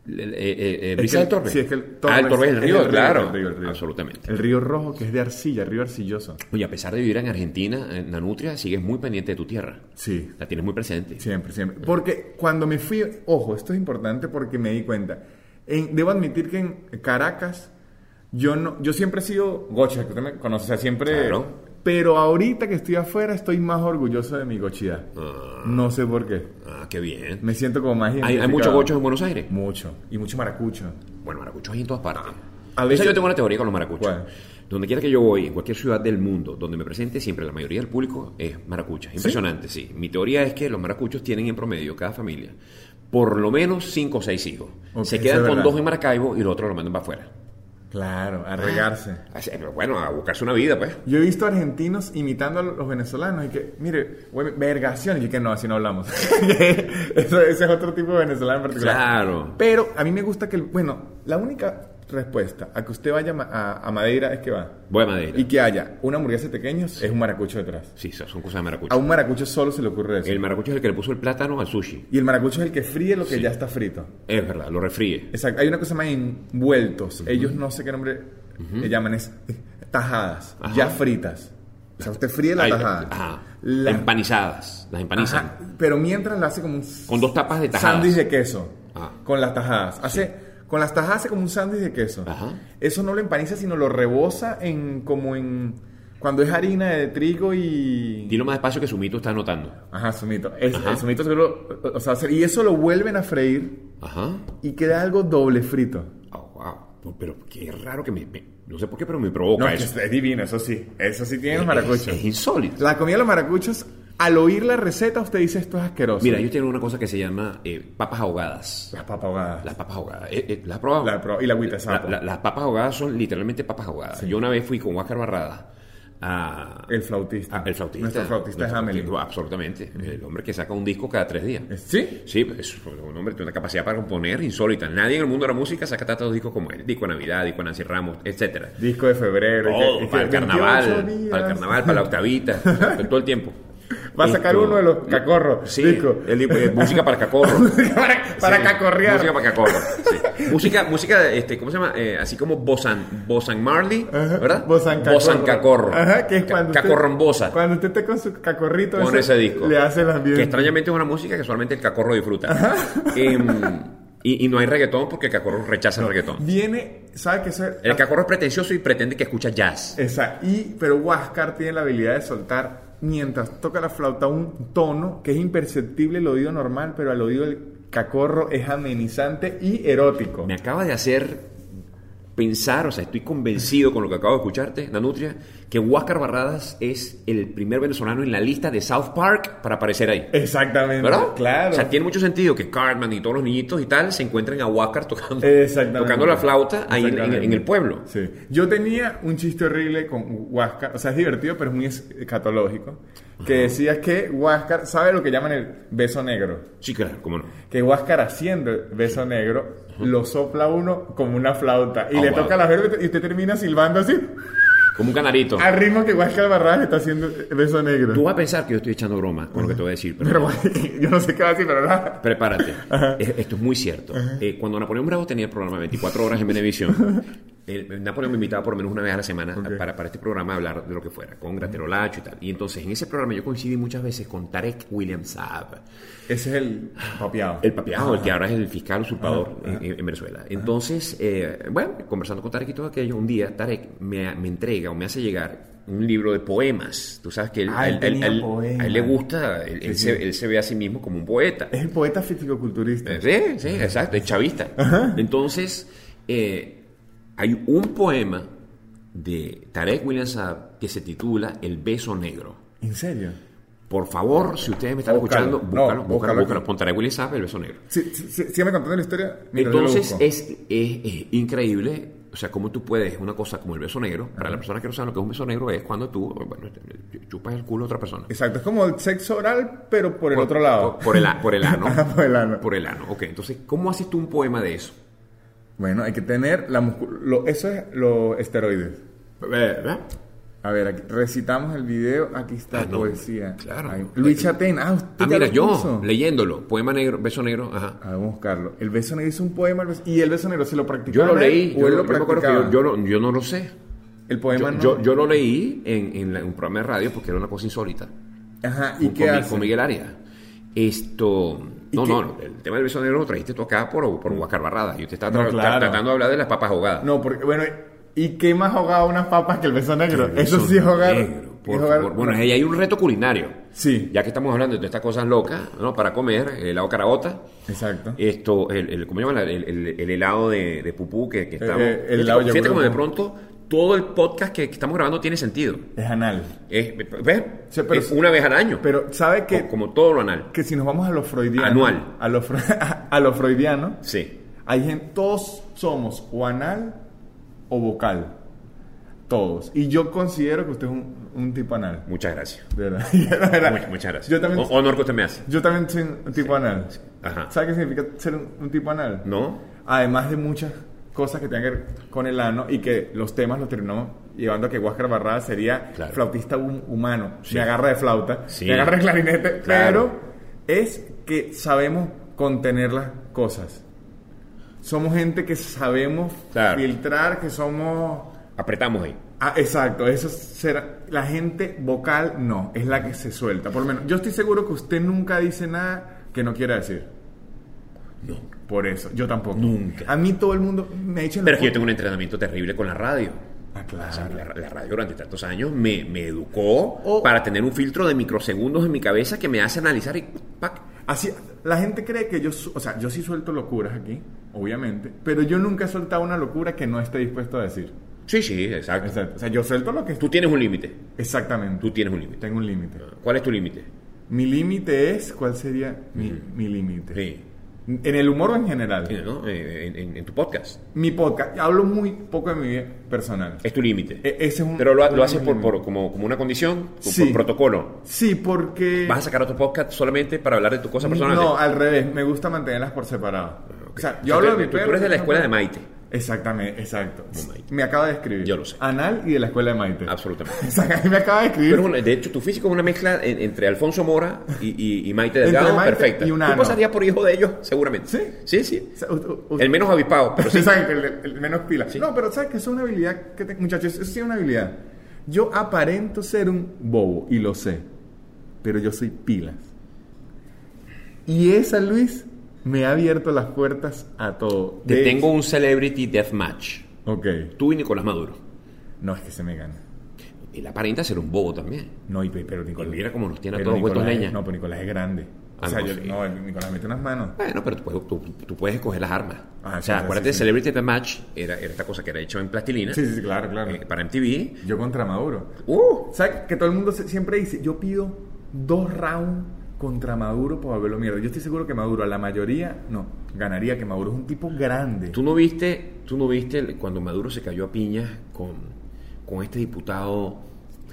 Speaker 2: El- el- eh, eh, eh,
Speaker 3: Es
Speaker 2: Brisa
Speaker 3: que-
Speaker 2: del Torbe.
Speaker 3: sí, es que el Torbe
Speaker 2: ah, el Torbe es el río, claro.
Speaker 3: el río, el río.
Speaker 2: Absolutamente.
Speaker 3: El río Rojo, que es de arcilla, el río arcilloso.
Speaker 2: Oye, a pesar de vivir en Argentina, en Nanutria, sigues muy pendiente de tu tierra.
Speaker 3: Sí.
Speaker 2: La tienes muy presente.
Speaker 3: Siempre, siempre. Porque cuando me fui, ojo, esto es importante porque me di cuenta. En- debo admitir que en Caracas yo no, yo siempre he sido gocha, que usted me conoce, o sea, siempre.
Speaker 2: Claro.
Speaker 3: Pero ahorita que estoy afuera estoy más orgulloso de mi gochidad.
Speaker 2: Ah.
Speaker 3: No sé por qué.
Speaker 2: Ah, qué bien.
Speaker 3: Me siento como más.
Speaker 2: Hay, hay
Speaker 3: identificado.
Speaker 2: muchos gochos en Buenos Aires.
Speaker 3: Mucho. Y mucho maracucho.
Speaker 2: Bueno, maracuchos hay en todas partes.
Speaker 3: A
Speaker 2: A
Speaker 3: veces-
Speaker 2: yo tengo una teoría con los maracuchos.
Speaker 3: ¿Cuál?
Speaker 2: Donde quiera que yo voy, en cualquier ciudad del mundo donde me presente, siempre la mayoría del público es maracucha. Impresionante, ¿Sí? Mi teoría es que los maracuchos tienen en promedio, cada familia, por lo menos cinco o seis hijos.
Speaker 3: Ok,
Speaker 2: Se
Speaker 3: eso
Speaker 2: quedan
Speaker 3: es
Speaker 2: con
Speaker 3: verdad.
Speaker 2: dos en Maracaibo y los otros los mandan para afuera.
Speaker 3: Claro,
Speaker 2: Ah.
Speaker 3: a regarse.
Speaker 2: Así- pero bueno, a buscarse una vida, pues.
Speaker 3: Yo he visto argentinos imitando a los venezolanos y que, mire, güey, vergación. Y yo que no, así no hablamos. <laughs> Eso- ese es otro tipo de venezolano en particular.
Speaker 2: Claro.
Speaker 3: Pero a mí me gusta que, el- bueno, la única respuesta a que usted vaya ma- a, a Madeira es que va.
Speaker 2: Voy a Madrid.
Speaker 3: Y que haya una hamburguesa de pequeños es un maracucho detrás.
Speaker 2: Sí, son son cosas de maracucho.
Speaker 3: A un maracucho solo se le ocurre eso.
Speaker 2: El maracucho es el que le puso el plátano al sushi.
Speaker 3: Y el maracucho es el que fríe lo que ya está frito.
Speaker 2: Es verdad, lo refríe.
Speaker 3: Exacto. Hay una cosa más envueltos. Ellos no sé qué nombre le llaman, es tajadas,
Speaker 2: Ajá.
Speaker 3: ya fritas. O sea, usted fríe la
Speaker 2: Ay,
Speaker 3: tajada.
Speaker 2: ajá.
Speaker 3: La-
Speaker 2: Empanizadas. Las empanizan.
Speaker 3: Ajá, pero mientras la hace como un
Speaker 2: Con dos tapas de tajadas.
Speaker 3: sándwich de queso.
Speaker 2: Ah.
Speaker 3: Con las tajadas. Hace con las tajadas hace como un sándwich de queso.
Speaker 2: Ajá.
Speaker 3: Eso no lo empaniza, sino lo rebosa en como en cuando es harina de trigo y
Speaker 2: Dilo más despacio que Sumito está anotando.
Speaker 3: Ajá, sumito. Es, El sumito seguro, o- o sea, y eso lo vuelven a freír
Speaker 2: Ajá.
Speaker 3: y queda algo doble frito.
Speaker 2: Oh, wow. Pero qué raro que me, me- No sé por qué, pero me provoca
Speaker 3: es
Speaker 2: eso.
Speaker 3: que es divino, eso sí. Eso sí tiene los
Speaker 2: Es-
Speaker 3: maracuchos.
Speaker 2: Es, insólito.
Speaker 3: La comida de los maracuchos al oír la receta usted dice esto es asqueroso.
Speaker 2: Mira, ellos tienen una cosa que se llama eh, papas ahogadas.
Speaker 3: las papas ahogadas.
Speaker 2: Las papas ahogadas. Eh, eh, ¿Las has probado?
Speaker 3: La he probado. Y la agüita de sapo.
Speaker 2: La- la- las papas ahogadas son literalmente papas ahogadas. Yo una vez fui con Oscar Barrada a...
Speaker 3: El flautista.
Speaker 2: a- Ah, el flautista.
Speaker 3: Nuestro flautista es
Speaker 2: Nuestro
Speaker 3: Hamelin.
Speaker 2: flautista, Absolutamente. El hombre que saca un disco cada tres días.
Speaker 3: ¿Sí?
Speaker 2: Eh, Sí, pues, es un hombre tiene una capacidad para componer insólita. Nadie en el mundo de la música saca tantos discos como él. Disco de Navidad, disco de Nancy Ramos, etcétera.
Speaker 3: Disco de febrero. y que- y
Speaker 2: Todo,
Speaker 3: que
Speaker 2: para el
Speaker 3: 28
Speaker 2: carnaval,
Speaker 3: días.
Speaker 2: para el carnaval, para la octavita, para todo el tiempo.
Speaker 3: Va a sacar
Speaker 2: Esto-
Speaker 3: uno de los cacorros.
Speaker 2: Sí,
Speaker 3: Disco.
Speaker 2: el disco, eh, música para cacorro.
Speaker 3: <laughs> para para
Speaker 2: Sí,
Speaker 3: cacorrear.
Speaker 2: Música para cacorro. sí. Música, música, este, ¿cómo se llama? Eh, así como Bosan, Bosan Marley,
Speaker 3: Ajá.
Speaker 2: ¿verdad?
Speaker 3: Bosan cacorro.
Speaker 2: Bosan cacorro.
Speaker 3: Ajá, que es
Speaker 2: Ca-
Speaker 3: cuando usted-
Speaker 2: Cacorrombosa.
Speaker 3: Cuando usted esté con su cacorrito.
Speaker 2: Con ese disco.
Speaker 3: Le hace el ambiente.
Speaker 2: Que extrañamente es una música que solamente el cacorro disfruta. Em, y, y no hay reggaetón porque el cacorro rechaza el reggaetón.
Speaker 3: Viene, ¿sabe qué? Eso-
Speaker 2: El cacorro es pretencioso y pretende que escucha jazz.
Speaker 3: Esa, y, pero Huáscar tiene la habilidad de soltar, mientras toca la flauta, un tono que es imperceptible el oído normal, pero al oído del cacorro es amenizante y erótico.
Speaker 2: Me acaba de hacer pensar, o sea, estoy convencido con lo que acabo de escucharte, Nanutria, que Huáscar Barradas es el primer venezolano en la lista de South Park para aparecer ahí.
Speaker 3: Exactamente.
Speaker 2: ¿Verdad?
Speaker 3: Em, Claro.
Speaker 2: O sea, tiene mucho sentido que Cartman y todos los niñitos y tal se encuentren a Huáscar tocando,
Speaker 3: Exactamente.
Speaker 2: tocando la flauta ahí en, en-
Speaker 3: Exactamente.
Speaker 2: en el pueblo.
Speaker 3: Sí. Yo tenía un chiste horrible con Huáscar, o sea, es divertido, pero es muy escatológico, que decía que Huáscar, ¿sabe lo que llaman el beso negro?
Speaker 2: Sí, claro, cómo no.
Speaker 3: Que Huáscar haciendo el beso negro lo sopla uno como una flauta y
Speaker 2: Oh,
Speaker 3: le
Speaker 2: wow.
Speaker 3: toca las vergas y usted termina silbando así
Speaker 2: Como un canarito.
Speaker 3: al ritmo que Huáscar Barradas está haciendo el beso negro.
Speaker 2: Tú vas a pensar que yo estoy echando broma con lo que te voy a decir, pero
Speaker 3: Pero bueno, <laughs> yo no sé qué va a decir, pero nada.
Speaker 2: Prepárate. Es- Esto es muy cierto. Eh, cuando Napoleón Bravo tenía el programa 24 horas en Venevisión, el- Napoleón me invitaba por lo menos una vez a la semana a- para, para este programa a hablar de lo que fuera, con Graterolacho y tal. Y entonces en ese programa yo coincidí muchas veces con Tarek William Saab,
Speaker 3: Ese es el papiado.
Speaker 2: el papiado, el que ahora es el fiscal usurpador en- en, en Venezuela. Entonces, eh, bueno, conversando con Tarek y todo aquello, un día Tarek me, me entrega o me hace llegar un libro de poemas. Tú sabes que él,
Speaker 3: Ah, él
Speaker 2: él- él-
Speaker 3: tenía
Speaker 2: él-
Speaker 3: poemas.
Speaker 2: a él le gusta, él, él se, él se ve a sí mismo como un poeta.
Speaker 3: Es el poeta físico-culturista.
Speaker 2: Eh, Sí, sí, exacto, es chavista. Entonces, eh, hay un poema de Tarek William Saab que se titula El beso negro.
Speaker 3: ¿En serio?
Speaker 2: Por favor, si ustedes me están
Speaker 3: Búscalo.
Speaker 2: escuchando,
Speaker 3: No,
Speaker 2: búscalo, búscalo,
Speaker 3: búscalo.
Speaker 2: búscalo. Pon Tarek William Saab, El beso negro.
Speaker 3: Sí, sí, sí, sígueme contando la historia. mientras yo lo
Speaker 2: Entonces,
Speaker 3: busco.
Speaker 2: es, es- es increíble. O sea, cómo tú puedes, una cosa como el beso negro, para la persona que no sabe lo que es un beso negro, es cuando tú, bueno, chupas el culo a otra persona.
Speaker 3: Exacto, es como el sexo oral, pero por el otro lado.
Speaker 2: Por, por el, a- por el ano.
Speaker 3: <laughs> Ajá, por el ano.
Speaker 2: Por el ano. Ok, entonces, ¿cómo haces tú un poema de eso?
Speaker 3: Bueno, hay que tener la muscu- lo- Eso es los esteroides.
Speaker 2: ¿Verdad?
Speaker 3: A ver, aquí, recitamos el video. Aquí está
Speaker 2: Ah, no,
Speaker 3: poesía.
Speaker 2: claro.
Speaker 3: Ahí. Luis Chatén. Ah, usted
Speaker 2: Ah,
Speaker 3: ya
Speaker 2: mira,
Speaker 3: lo
Speaker 2: yo
Speaker 3: puso.
Speaker 2: leyéndolo, poema negro, beso negro, ajá.
Speaker 3: A ver, vamos a buscarlo. El beso negro es un poema. el beso- Y el beso negro se lo practicó.
Speaker 2: Yo lo leí, Ah, yo, lo- yo me acuerdo que
Speaker 3: practicaba.
Speaker 2: yo, yo lo- yo no lo sé.
Speaker 3: El
Speaker 2: Yo,
Speaker 3: poema no.
Speaker 2: yo- yo lo leí en, en la- en un programa de radio porque era una cosa insólita.
Speaker 3: Ajá, ¿y
Speaker 2: Con-
Speaker 3: qué
Speaker 2: con, mi-
Speaker 3: hace?
Speaker 2: con Miguel Arias. Esto.
Speaker 3: ¿Y
Speaker 2: No,
Speaker 3: qué?
Speaker 2: no, el tema del beso negro lo trajiste tú acá por, por Huáscar Barrada. Y usted está
Speaker 3: No,
Speaker 2: tra-
Speaker 3: claro.
Speaker 2: tratando de hablar de las papas ahogadas.
Speaker 3: No, porque, bueno, ¿y qué más ahogaba unas papas que el beso negro?
Speaker 2: El
Speaker 3: Eso
Speaker 2: beso
Speaker 3: sí es ahogar.
Speaker 2: negro, por
Speaker 3: es ahogar-
Speaker 2: favor. Bueno, ahí hay un reto culinario.
Speaker 3: Sí.
Speaker 2: Ya que estamos hablando de todas estas cosas locas, ¿no? Para comer, helado carabota.
Speaker 3: Exacto.
Speaker 2: Esto, el, el- ¿cómo se llama? El, el- el helado de, de pupú que, que estamos.
Speaker 3: eh, el
Speaker 2: fíjate
Speaker 3: helado
Speaker 2: como- fíjate
Speaker 3: yogur.
Speaker 2: como de pronto todo el podcast que, que estamos grabando tiene sentido.
Speaker 3: Es anal.
Speaker 2: Es, ¿Ves?
Speaker 3: Sí, pero-
Speaker 2: Es una vez al año.
Speaker 3: Pero, ¿sabe
Speaker 2: Co-
Speaker 3: qué?
Speaker 2: como todo lo anal.
Speaker 3: que si nos vamos a lo freudiano.
Speaker 2: Anual.
Speaker 3: A lo, fre- <laughs> a lo freudiano.
Speaker 2: Sí.
Speaker 3: Hay gente, todos somos o anal o vocal. Todos. Y yo considero que usted es un, un tipo anal.
Speaker 2: Muchas gracias.
Speaker 3: De verdad. <laughs> De verdad.
Speaker 2: Much- muchas gracias.
Speaker 3: Yo también,
Speaker 2: O- honor que usted me hace.
Speaker 3: yo también soy un tipo anal.
Speaker 2: Ajá.
Speaker 3: ¿Sabe qué significa ser un, un tipo anal?
Speaker 2: ¿No?
Speaker 3: Además de muchas cosas que tengan que ver con el ano y que los temas los terminamos llevando a que Huáscar Barrada sería
Speaker 2: Claro.
Speaker 3: flautista hum- humano. Me agarra de flauta,
Speaker 2: Sí.
Speaker 3: me agarra de clarinete,
Speaker 2: Claro.
Speaker 3: pero es que sabemos contener las cosas. Somos gente que sabemos
Speaker 2: Claro.
Speaker 3: filtrar, que somos...
Speaker 2: Apretamos ahí.
Speaker 3: Ah, exacto, eso será... La gente vocal no, es la que se suelta. Por lo menos, yo estoy seguro que usted nunca dice nada que no quiera decir.
Speaker 2: No.
Speaker 3: Por eso, yo tampoco.
Speaker 2: Nunca.
Speaker 3: A mí todo el mundo me ha dicho... en
Speaker 2: Pero es
Speaker 3: la
Speaker 2: que yo
Speaker 3: foto-
Speaker 2: tengo un entrenamiento terrible con la radio.
Speaker 3: Ah,
Speaker 2: O sea,
Speaker 3: claro.
Speaker 2: la, la radio durante tantos años me, me educó
Speaker 3: O-
Speaker 2: para tener un filtro de microsegundos en mi cabeza que me hace analizar y ¡pac!
Speaker 3: Así, la gente cree que yo... su- O sea, yo sí suelto locuras aquí, obviamente, pero yo nunca he soltado una locura que no esté dispuesto a decir.
Speaker 2: Sí, sí, exacto.
Speaker 3: Exacto. O sea, yo suelto lo que...
Speaker 2: Tú tienes un límite.
Speaker 3: Exactamente.
Speaker 2: Tú tienes un límite.
Speaker 3: Tengo un límite.
Speaker 2: ¿Cuál es tu límite?
Speaker 3: Mi límite es, ¿cuál sería mi, mi límite?
Speaker 2: Sí.
Speaker 3: En el humor o en general.
Speaker 2: ¿no? Eh, En, en- en tu podcast.
Speaker 3: Mi podcast, hablo muy poco de mi vida personal.
Speaker 2: Es tu límite.
Speaker 3: E- ese es un-
Speaker 2: Pero lo, lo
Speaker 3: un-
Speaker 2: haces por, por- como, como una condición, por-
Speaker 3: Sí.
Speaker 2: por protocolo.
Speaker 3: Sí, porque...
Speaker 2: ¿Vas a sacar otro podcast solamente para hablar de tus cosas personales?
Speaker 3: No, al revés, me gusta mantenerlas por separado.
Speaker 2: Ah, Ok.
Speaker 3: O sea,
Speaker 2: Tú-
Speaker 3: yo hablo de mi
Speaker 2: tú-
Speaker 3: perro,
Speaker 2: Tú eres de la
Speaker 3: yo
Speaker 2: escuela de
Speaker 3: hablo-
Speaker 2: Maite.
Speaker 3: Exactamente, exacto.
Speaker 2: De Maite.
Speaker 3: Me acaba de escribir.
Speaker 2: Yo lo sé.
Speaker 3: Anal y de la escuela de Maite.
Speaker 2: Absolutamente.
Speaker 3: <laughs> O sea, a mí me acaba de escribir.
Speaker 2: Pero bueno, de hecho, tu físico es una mezcla en- entre Alfonso Mora y, y- y Maite
Speaker 3: Entre
Speaker 2: Delgado
Speaker 3: Maite
Speaker 2: perfecta.
Speaker 3: y un ano.
Speaker 2: Tú pasarías por hijo de ellos, seguramente.
Speaker 3: ¿Sí? Pues
Speaker 2: Sí, sí.
Speaker 3: O sea, u- u-
Speaker 2: El menos avispado, pero sí.
Speaker 3: <laughs> Exacto, el, el menos pila.
Speaker 2: Sí.
Speaker 3: No, pero sabes que eso es una habilidad que te- muchachos, eso sí es una habilidad. Yo aparento ser un bobo y lo sé, pero yo soy pilas. Y esa Luis me ha abierto las puertas a todo.
Speaker 2: <laughs> Te
Speaker 3: De-
Speaker 2: tengo un celebrity death match.
Speaker 3: Ok.
Speaker 2: Tú y Nicolás Maduro.
Speaker 3: No es que se me gana.
Speaker 2: Él aparenta ser un bobo también.
Speaker 3: No, y, pe- pero Nicolás.
Speaker 2: Y mira cómo nos tiene a
Speaker 3: pero
Speaker 2: todos vueltos
Speaker 3: Nicolás es-
Speaker 2: leña.
Speaker 3: No, pero Nicolás es grande.
Speaker 2: Ah,
Speaker 3: o sea,
Speaker 2: no,
Speaker 3: yo-
Speaker 2: sí.
Speaker 3: no, el- Nicolás mete unas manos.
Speaker 2: Bueno, pero tú puedes, tú, tú puedes escoger las armas.
Speaker 3: Ah,
Speaker 2: o sea,
Speaker 3: sí,
Speaker 2: acuérdate
Speaker 3: sí,
Speaker 2: de
Speaker 3: sí.
Speaker 2: Celebrity Death Match, era, era esta cosa que era hecha en plastilina
Speaker 3: Sí, sí, sí, claro, claro.
Speaker 2: eh, para MTV.
Speaker 3: Yo contra Maduro.
Speaker 2: ¡Uh!
Speaker 3: ¿Sabes que todo el mundo se- siempre dice? Yo pido dos rounds contra Maduro por verlo mierda. Yo estoy seguro que Maduro, a la mayoría, no, ganaría, que Maduro es un tipo grande.
Speaker 2: ¿Tú no viste, tú no viste el- cuando Maduro se cayó a piñas con, con este diputado?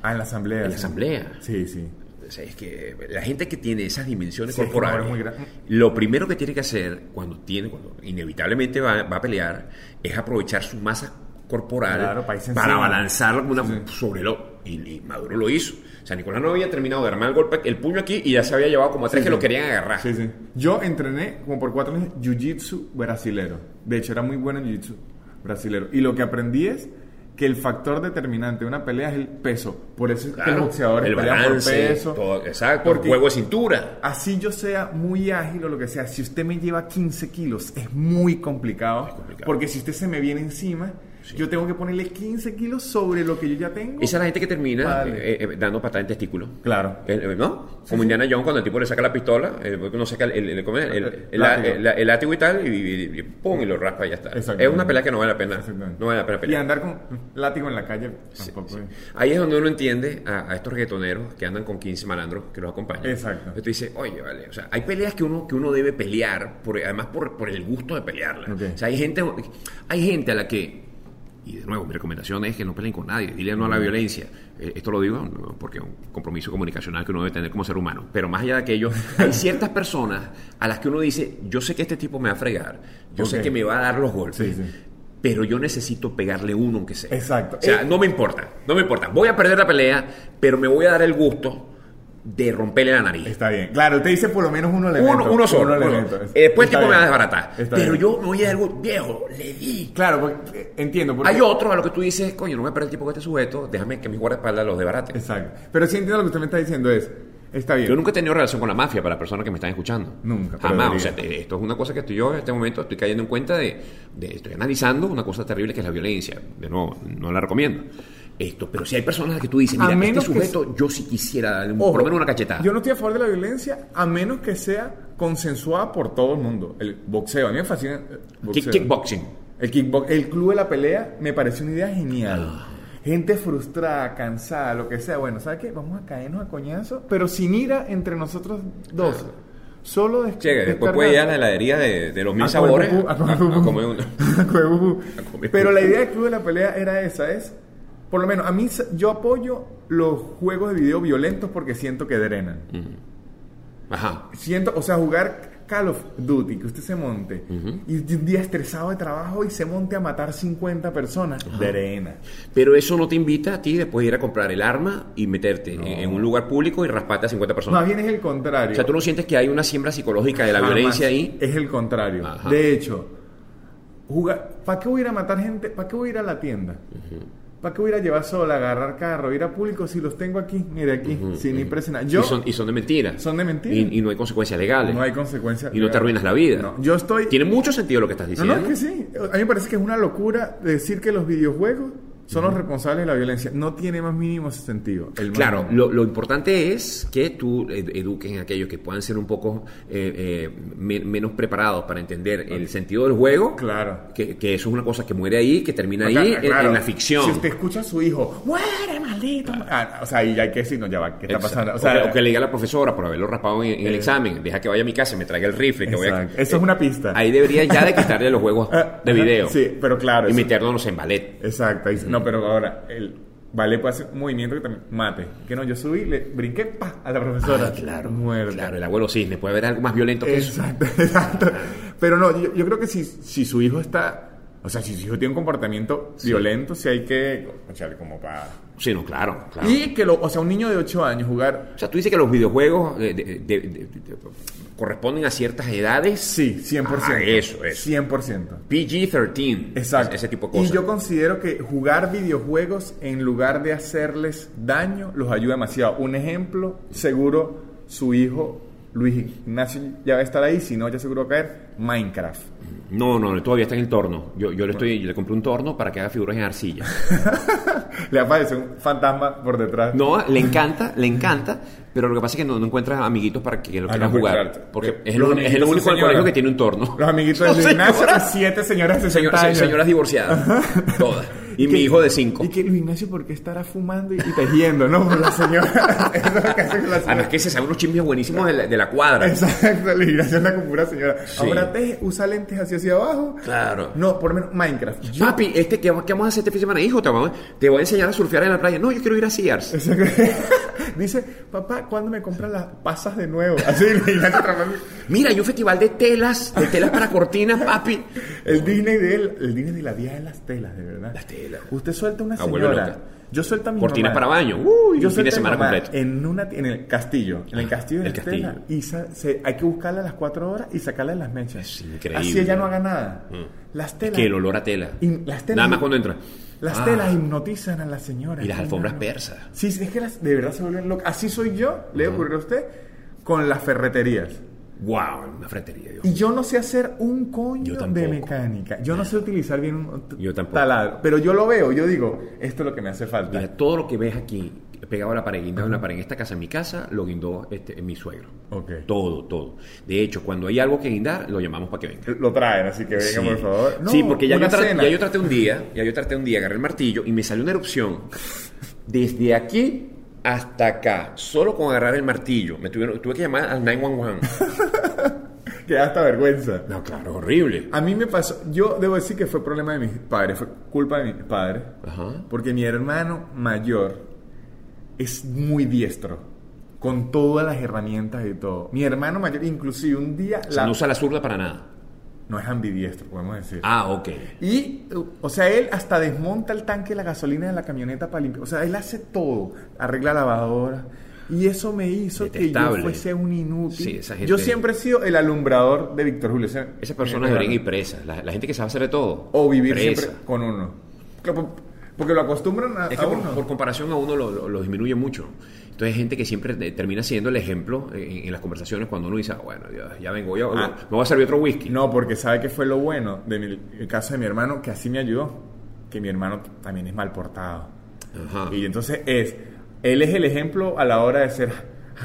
Speaker 3: Ah, en la asamblea.
Speaker 2: En la
Speaker 3: sí.
Speaker 2: asamblea.
Speaker 3: Sí, sí.
Speaker 2: O sea, es que la gente que tiene esas dimensiones
Speaker 3: Sí, es que
Speaker 2: corporales,
Speaker 3: Maduro es muy gran-
Speaker 2: lo primero que tiene que hacer cuando tiene, cuando inevitablemente va, va a pelear, es aprovechar su masa corporal
Speaker 3: Claro, país encima.
Speaker 2: para balanzarla como una sobre lo. Y, y Maduro lo hizo. O sea, Nicolás no había terminado de armar el golpe, el puño aquí y ya se había llevado como a tres que
Speaker 3: sí.
Speaker 2: lo querían agarrar.
Speaker 3: Sí, sí. Yo entrené como por cuatro años jiu-jitsu brasilero. De hecho, era muy bueno en jiu-jitsu brasilero. Y lo que aprendí es que el factor determinante de una pelea es el peso. Por eso es que
Speaker 2: Claro,
Speaker 3: los boxeadores
Speaker 2: el
Speaker 3: pelean
Speaker 2: balance,
Speaker 3: por peso.
Speaker 2: todo- exacto,
Speaker 3: Porque-
Speaker 2: juego de cintura.
Speaker 3: Así yo sea muy ágil o lo que sea, si usted me lleva 15 kilos, es muy complicado.
Speaker 2: complicado.
Speaker 3: Porque si usted se me viene encima, yo tengo que ponerle 15 kilos sobre lo que yo ya tengo.
Speaker 2: Esa es la gente que termina
Speaker 3: Vale.
Speaker 2: eh, eh, dando patada en testículo.
Speaker 3: Claro.
Speaker 2: Eh, eh, ¿No? Como Indiana Jones cuando el tipo le saca la pistola, eh, porque uno saca el, el, el- ¿cómo es? El- el- el-
Speaker 3: Ah, eh, Látigo.
Speaker 2: el- el látigo y tal, y, y- y pum, y lo raspa y ya está.
Speaker 3: Exactamente.
Speaker 2: Es una pelea que no vale la pena.
Speaker 3: Exactamente.
Speaker 2: No vale la pena
Speaker 3: Y
Speaker 2: pelear.
Speaker 3: andar con látigo en la calle tampoco es-
Speaker 2: Ahí es donde uno entiende a, a estos reggaetoneros que andan con 15 malandros que los acompañan.
Speaker 3: Exacto.
Speaker 2: Entonces tú dices, oye, vale, o sea, hay peleas que uno, que uno debe pelear, por, además por, por el gusto de pelearla.
Speaker 3: Ok.
Speaker 2: O sea, hay gente, hay gente a la que, y de nuevo, mi recomendación es que no peleen con nadie, dile no a la violencia. Eh, Esto lo digo no, porque es un compromiso comunicacional que uno debe tener como ser humano. Pero más allá de
Speaker 3: <laughs>
Speaker 2: aquello, hay ciertas personas a las que uno dice, yo sé que este tipo me va a fregar, yo sé
Speaker 3: Ok.
Speaker 2: que me va a dar los golpes.
Speaker 3: Sí, sí.
Speaker 2: Pero yo necesito pegarle uno aunque sea.
Speaker 3: Exacto.
Speaker 2: O sea,
Speaker 3: Eh,
Speaker 2: no me importa, no me importa. Voy a perder la pelea, pero me voy a dar el gusto de romperle la nariz.
Speaker 3: Está bien. Claro, te dice por lo menos uno elemento.
Speaker 2: Uno, uno solo. uno.
Speaker 3: elemento.
Speaker 2: Eh, después el
Speaker 3: Está
Speaker 2: tipo me va a
Speaker 3: bien.
Speaker 2: desbaratar.
Speaker 3: Está
Speaker 2: Pero
Speaker 3: bien.
Speaker 2: yo me voy a dar el gusto. Viejo, le di.
Speaker 3: Claro, porque, eh, entiendo. porque-
Speaker 2: Hay otro a lo que tú dices, coño, no voy a perder el tipo con este sujeto, déjame que mis guardaespaldas los desbarate.
Speaker 3: Exacto. Pero sí entiendo lo que usted me está diciendo es, está bien.
Speaker 2: Yo nunca he tenido relación con la mafia para las personas que me están escuchando.
Speaker 3: Nunca, pero
Speaker 2: Jamás.
Speaker 3: debería.
Speaker 2: O sea, te- esto es una cosa que estoy yo en este momento estoy cayendo en cuenta de, de- Estoy analizando una cosa terrible que es la violencia. De nuevo, no la recomiendo. Esto, pero si hay personas a las que tú dices,
Speaker 3: A
Speaker 2: mira, este
Speaker 3: menos que
Speaker 2: sujeto, yo sí quisiera darle un-
Speaker 3: Ojo,
Speaker 2: por lo menos una cachetada.
Speaker 3: Yo no estoy a favor de la violencia a menos que sea consensuada por todo el mundo. El boxeo, a mí me fascina. el
Speaker 2: Kick-
Speaker 3: boxeo.
Speaker 2: kickboxing.
Speaker 3: El kickbox, el club de la pelea me pareció una idea genial.
Speaker 2: Ah.
Speaker 3: Gente frustrada, cansada, lo que sea. Bueno, ¿sabes qué? Vamos a caernos a coñazo, pero sin ira entre nosotros dos. Solo de
Speaker 2: Che, que Ah. después
Speaker 3: descargar-
Speaker 2: puede
Speaker 3: <laughs>
Speaker 2: ir a la heladería de, de los mil
Speaker 3: a
Speaker 2: sabores.
Speaker 3: comer pupú, a comer
Speaker 2: a- a
Speaker 3: pupú.
Speaker 2: comer un-
Speaker 3: A comer pupú.
Speaker 2: A comer
Speaker 3: Pero
Speaker 2: pupú.
Speaker 3: la idea del club de la pelea era esa, es por lo menos a mí s- yo apoyo los juegos de video violentos porque siento que drenan.
Speaker 2: Ajá.
Speaker 3: Siento, o sea, jugar Call of Duty, que usted se monte y de un día estresado de trabajo y se monte a matar 50 personas, drena.
Speaker 2: Pero eso no te invita a ti después de ir a comprar el arma y meterte en, en un lugar público y rasparte a 50 personas.
Speaker 3: Más bien es el contrario.
Speaker 2: O sea, tú no sientes que hay una siembra psicológica de la
Speaker 3: Jamás.
Speaker 2: violencia ahí.
Speaker 3: Es el contrario.
Speaker 2: Ajá.
Speaker 3: De hecho, ¿para qué voy a ir a matar gente? ¿Para qué voy a ir a la tienda? ¿Para qué voy a ir a llevar sola, agarrar carro, ir a público si los tengo aquí? Mire, aquí, sin impresionar. Yo,
Speaker 2: y, son, y son de mentira.
Speaker 3: Son de mentira.
Speaker 2: Y, y no hay consecuencias legales.
Speaker 3: no hay consecuencias.
Speaker 2: Y no te arruinas la vida.
Speaker 3: No, yo estoy.
Speaker 2: Tiene mucho sentido lo que estás
Speaker 3: No,
Speaker 2: diciendo.
Speaker 3: no, es que sí. A mí me parece que es una locura decir que los videojuegos son los responsables de la violencia. No tiene más mínimo sentido. El más
Speaker 2: Claro,
Speaker 3: mínimo.
Speaker 2: lo, lo importante es que tú ed- eduques a aquellos que puedan ser un poco eh, eh, me- menos preparados para entender el sentido del juego.
Speaker 3: Claro.
Speaker 2: Que, que eso es una cosa que muere ahí, que termina ahí
Speaker 3: Acá-
Speaker 2: en-
Speaker 3: claro.
Speaker 2: en la ficción.
Speaker 3: Si usted escucha a su hijo, ¡muere, maldito! maldito. Ah, o sea, ahí ya hay que decir, no, ya va, ¿qué está
Speaker 2: Exacto.
Speaker 3: pasando? O
Speaker 2: O
Speaker 3: sea, eh,
Speaker 2: que, o que le diga a la profesora por haberlo raspado en, en el examen, deja que vaya a mi casa y me traiga el rifle. Que voy a... Eh,
Speaker 3: Exacto. Eso es una pista. Ah,
Speaker 2: Ahí debería ya de quitarle los
Speaker 3: <laughs>
Speaker 2: juegos de video
Speaker 3: Sí, pero claro.
Speaker 2: y
Speaker 3: eso-
Speaker 2: meternos en ballet.
Speaker 3: Exacto. ahí- No, pero ahora, el vale puede hacer un movimiento que también mate. Que no, yo subí, le brinqué pa, a la profesora.
Speaker 2: Ah, claro,
Speaker 3: Muerto.
Speaker 2: Claro, el abuelo cisne puede haber algo más violento que eso.
Speaker 3: Exacto, <laughs> exacto. Pero no, yo, yo creo que si, si su hijo está. O sea, si su hijo tiene un comportamiento violento, si hay que. Echarle como para.
Speaker 2: Sí, no, claro, claro.
Speaker 3: Y que lo. O sea, un niño de 8 años jugar.
Speaker 2: O sea, tú dices que los videojuegos eh, de- de- de- de- de- corresponden a ciertas edades.
Speaker 3: Sí, 100%.
Speaker 2: Ah, eso, eso.
Speaker 3: 100%.
Speaker 2: PG-13.
Speaker 3: Exacto.
Speaker 2: Ese tipo de cosas.
Speaker 3: Y yo considero que jugar videojuegos en lugar de hacerles daño los ayuda demasiado. Un ejemplo, seguro su hijo Luis Ignacio ya va a estar ahí, si no, ya seguro va a caer Minecraft.
Speaker 2: No, no, todavía está en el torno. Yo, yo le estoy, yo le compré un torno para que haga figuras en arcilla.
Speaker 3: Le aparece un fantasma por detrás.
Speaker 2: No, le encanta, le encanta, pero lo que pasa es que no, no encuentras amiguitos para que lo
Speaker 3: Ah,
Speaker 2: quieran
Speaker 3: no,
Speaker 2: jugar.
Speaker 3: claro.
Speaker 2: Porque
Speaker 3: Eh,
Speaker 2: es el,
Speaker 3: los
Speaker 2: un- es el
Speaker 3: amiguitos,
Speaker 2: único del
Speaker 3: señora.
Speaker 2: colegio que tiene un torno.
Speaker 3: Los amiguitos
Speaker 2: No,
Speaker 3: de Luis Ignacio,
Speaker 2: señora.
Speaker 3: siete señoras de
Speaker 2: <laughs>
Speaker 3: 60
Speaker 2: Señor- se-
Speaker 3: años.
Speaker 2: señoras
Speaker 3: <laughs>
Speaker 2: divorciadas, todas. Y mi
Speaker 3: que-
Speaker 2: hijo de cinco.
Speaker 3: Y que Luis Ignacio, ¿por qué estará fumando y, y tejiendo, no? Por la señora. <laughs> Eso es lo que hace con la
Speaker 2: Además
Speaker 3: señora.
Speaker 2: que se sabe unos chismes buenísimos de la, de la cuadra.
Speaker 3: Exacto, Luis Ignacio es la como pura señora.
Speaker 2: Sí.
Speaker 3: Ahora te usa lentes hacia hacia abajo.
Speaker 2: Claro.
Speaker 3: No, por lo menos Minecraft. <laughs>
Speaker 2: Papi, este, ¿qué, qué vamos a hacer este fin de semana? Hijo, te, vamos- te voy a enseñar a surfear en la playa. No, yo quiero ir a Sears.
Speaker 3: Exacto. Dice, papá, ¿cuándo me compras las pasas de nuevo? Así, Luis Ignacio Tramani.
Speaker 2: Mira, hay un festival de telas, de telas para cortinas, papi.
Speaker 3: El Disney de él, el Disney de la Día de las Telas, de verdad.
Speaker 2: Las telas.
Speaker 3: Usted suelta una
Speaker 2: Abuelo
Speaker 3: señora.
Speaker 2: loca.
Speaker 3: Yo suelto a mi
Speaker 2: Cortinas
Speaker 3: mamá.
Speaker 2: para baño. Uy, un fin de
Speaker 3: suelto a mi
Speaker 2: semana
Speaker 3: mamá
Speaker 2: completo. Ah,
Speaker 3: En, una, en el castillo. En el castillo de
Speaker 2: El
Speaker 3: las
Speaker 2: castillo.
Speaker 3: telas. Y sa- se- hay que buscarla a las cuatro horas y sacarla de las mechas.
Speaker 2: Es increíble. Mm.
Speaker 3: Así ella no haga nada. Las telas.
Speaker 2: Que el olor a tela.
Speaker 3: Y las telas-
Speaker 2: Nada más cuando entra.
Speaker 3: Las
Speaker 2: Ah,
Speaker 3: telas hipnotizan a la señora.
Speaker 2: Y las
Speaker 3: Ay,
Speaker 2: alfombras
Speaker 3: no.
Speaker 2: persas.
Speaker 3: Sí, sí, es que las, de verdad se vuelven locas. Así soy yo, le ocurrió a usted, con las ferreterías.
Speaker 2: Wow, una fretería, Dios.
Speaker 3: Y yo no sé hacer un coño
Speaker 2: Yo
Speaker 3: de
Speaker 2: tampoco.
Speaker 3: mecánica. Yo no sé utilizar bien un t-
Speaker 2: Yo tampoco.
Speaker 3: taladro. Pero yo lo veo, yo digo, esto es lo que me hace falta.
Speaker 2: Mira, todo lo que ves aquí pegado a la pared, guindado en la pared, en esta casa, en mi casa, lo guindó este, mi suegro.
Speaker 3: Ok.
Speaker 2: Todo, todo. De hecho, cuando hay algo que guindar, lo llamamos para que venga.
Speaker 3: Lo traen, así que venga,
Speaker 2: Sí.
Speaker 3: por favor. No,
Speaker 2: sí, porque ya
Speaker 3: una
Speaker 2: yo, tra-
Speaker 3: cena.
Speaker 2: ya yo traté un día, ya yo traté un día, agarré el martillo y me salió una erupción. Desde aquí hasta acá, solo con agarrar el martillo, me tuvieron, tuve que llamar al 911.
Speaker 3: Que da hasta vergüenza.
Speaker 2: No, claro, horrible.
Speaker 3: A mí me pasó, yo debo decir que fue problema de mis padres, fue culpa de mis padres.
Speaker 2: Ajá.
Speaker 3: Porque mi hermano mayor es muy diestro. Con todas las herramientas y todo. Mi hermano mayor, inclusive un día...
Speaker 2: O sea, no usa la zurda para nada.
Speaker 3: no es ambidiestro, podemos decir.
Speaker 2: Ah, ok.
Speaker 3: Y, o sea, él hasta desmonta el tanque de la gasolina de la camioneta para limpiar. O sea, él hace todo. Arregla lavadora. Y eso me hizo que
Speaker 2: Detestable.
Speaker 3: yo fuese un inútil.
Speaker 2: Sí, esa gente-
Speaker 3: Yo siempre he sido el alumbrador de Víctor Julio. O sea, eh,
Speaker 2: Esas personas deberían ir presas. La, la gente que sabe hacer de todo.
Speaker 3: O vivir
Speaker 2: presa.
Speaker 3: siempre con uno. Claro, Porque lo acostumbran a,
Speaker 2: Es
Speaker 3: a
Speaker 2: que por,
Speaker 3: uno.
Speaker 2: por comparación a uno lo, lo- lo disminuye mucho. Entonces hay gente que siempre te- termina siendo el ejemplo en, en las conversaciones cuando uno dice, "Ah, bueno, ya, ya vengo, yo
Speaker 3: Ah.
Speaker 2: me voy a servir otro whisky.
Speaker 3: No, porque sabe que fue lo bueno del caso de mi hermano, que así me ayudó. Que mi hermano también es mal portado.
Speaker 2: Ajá.
Speaker 3: Y entonces es, él es el ejemplo a la hora de ser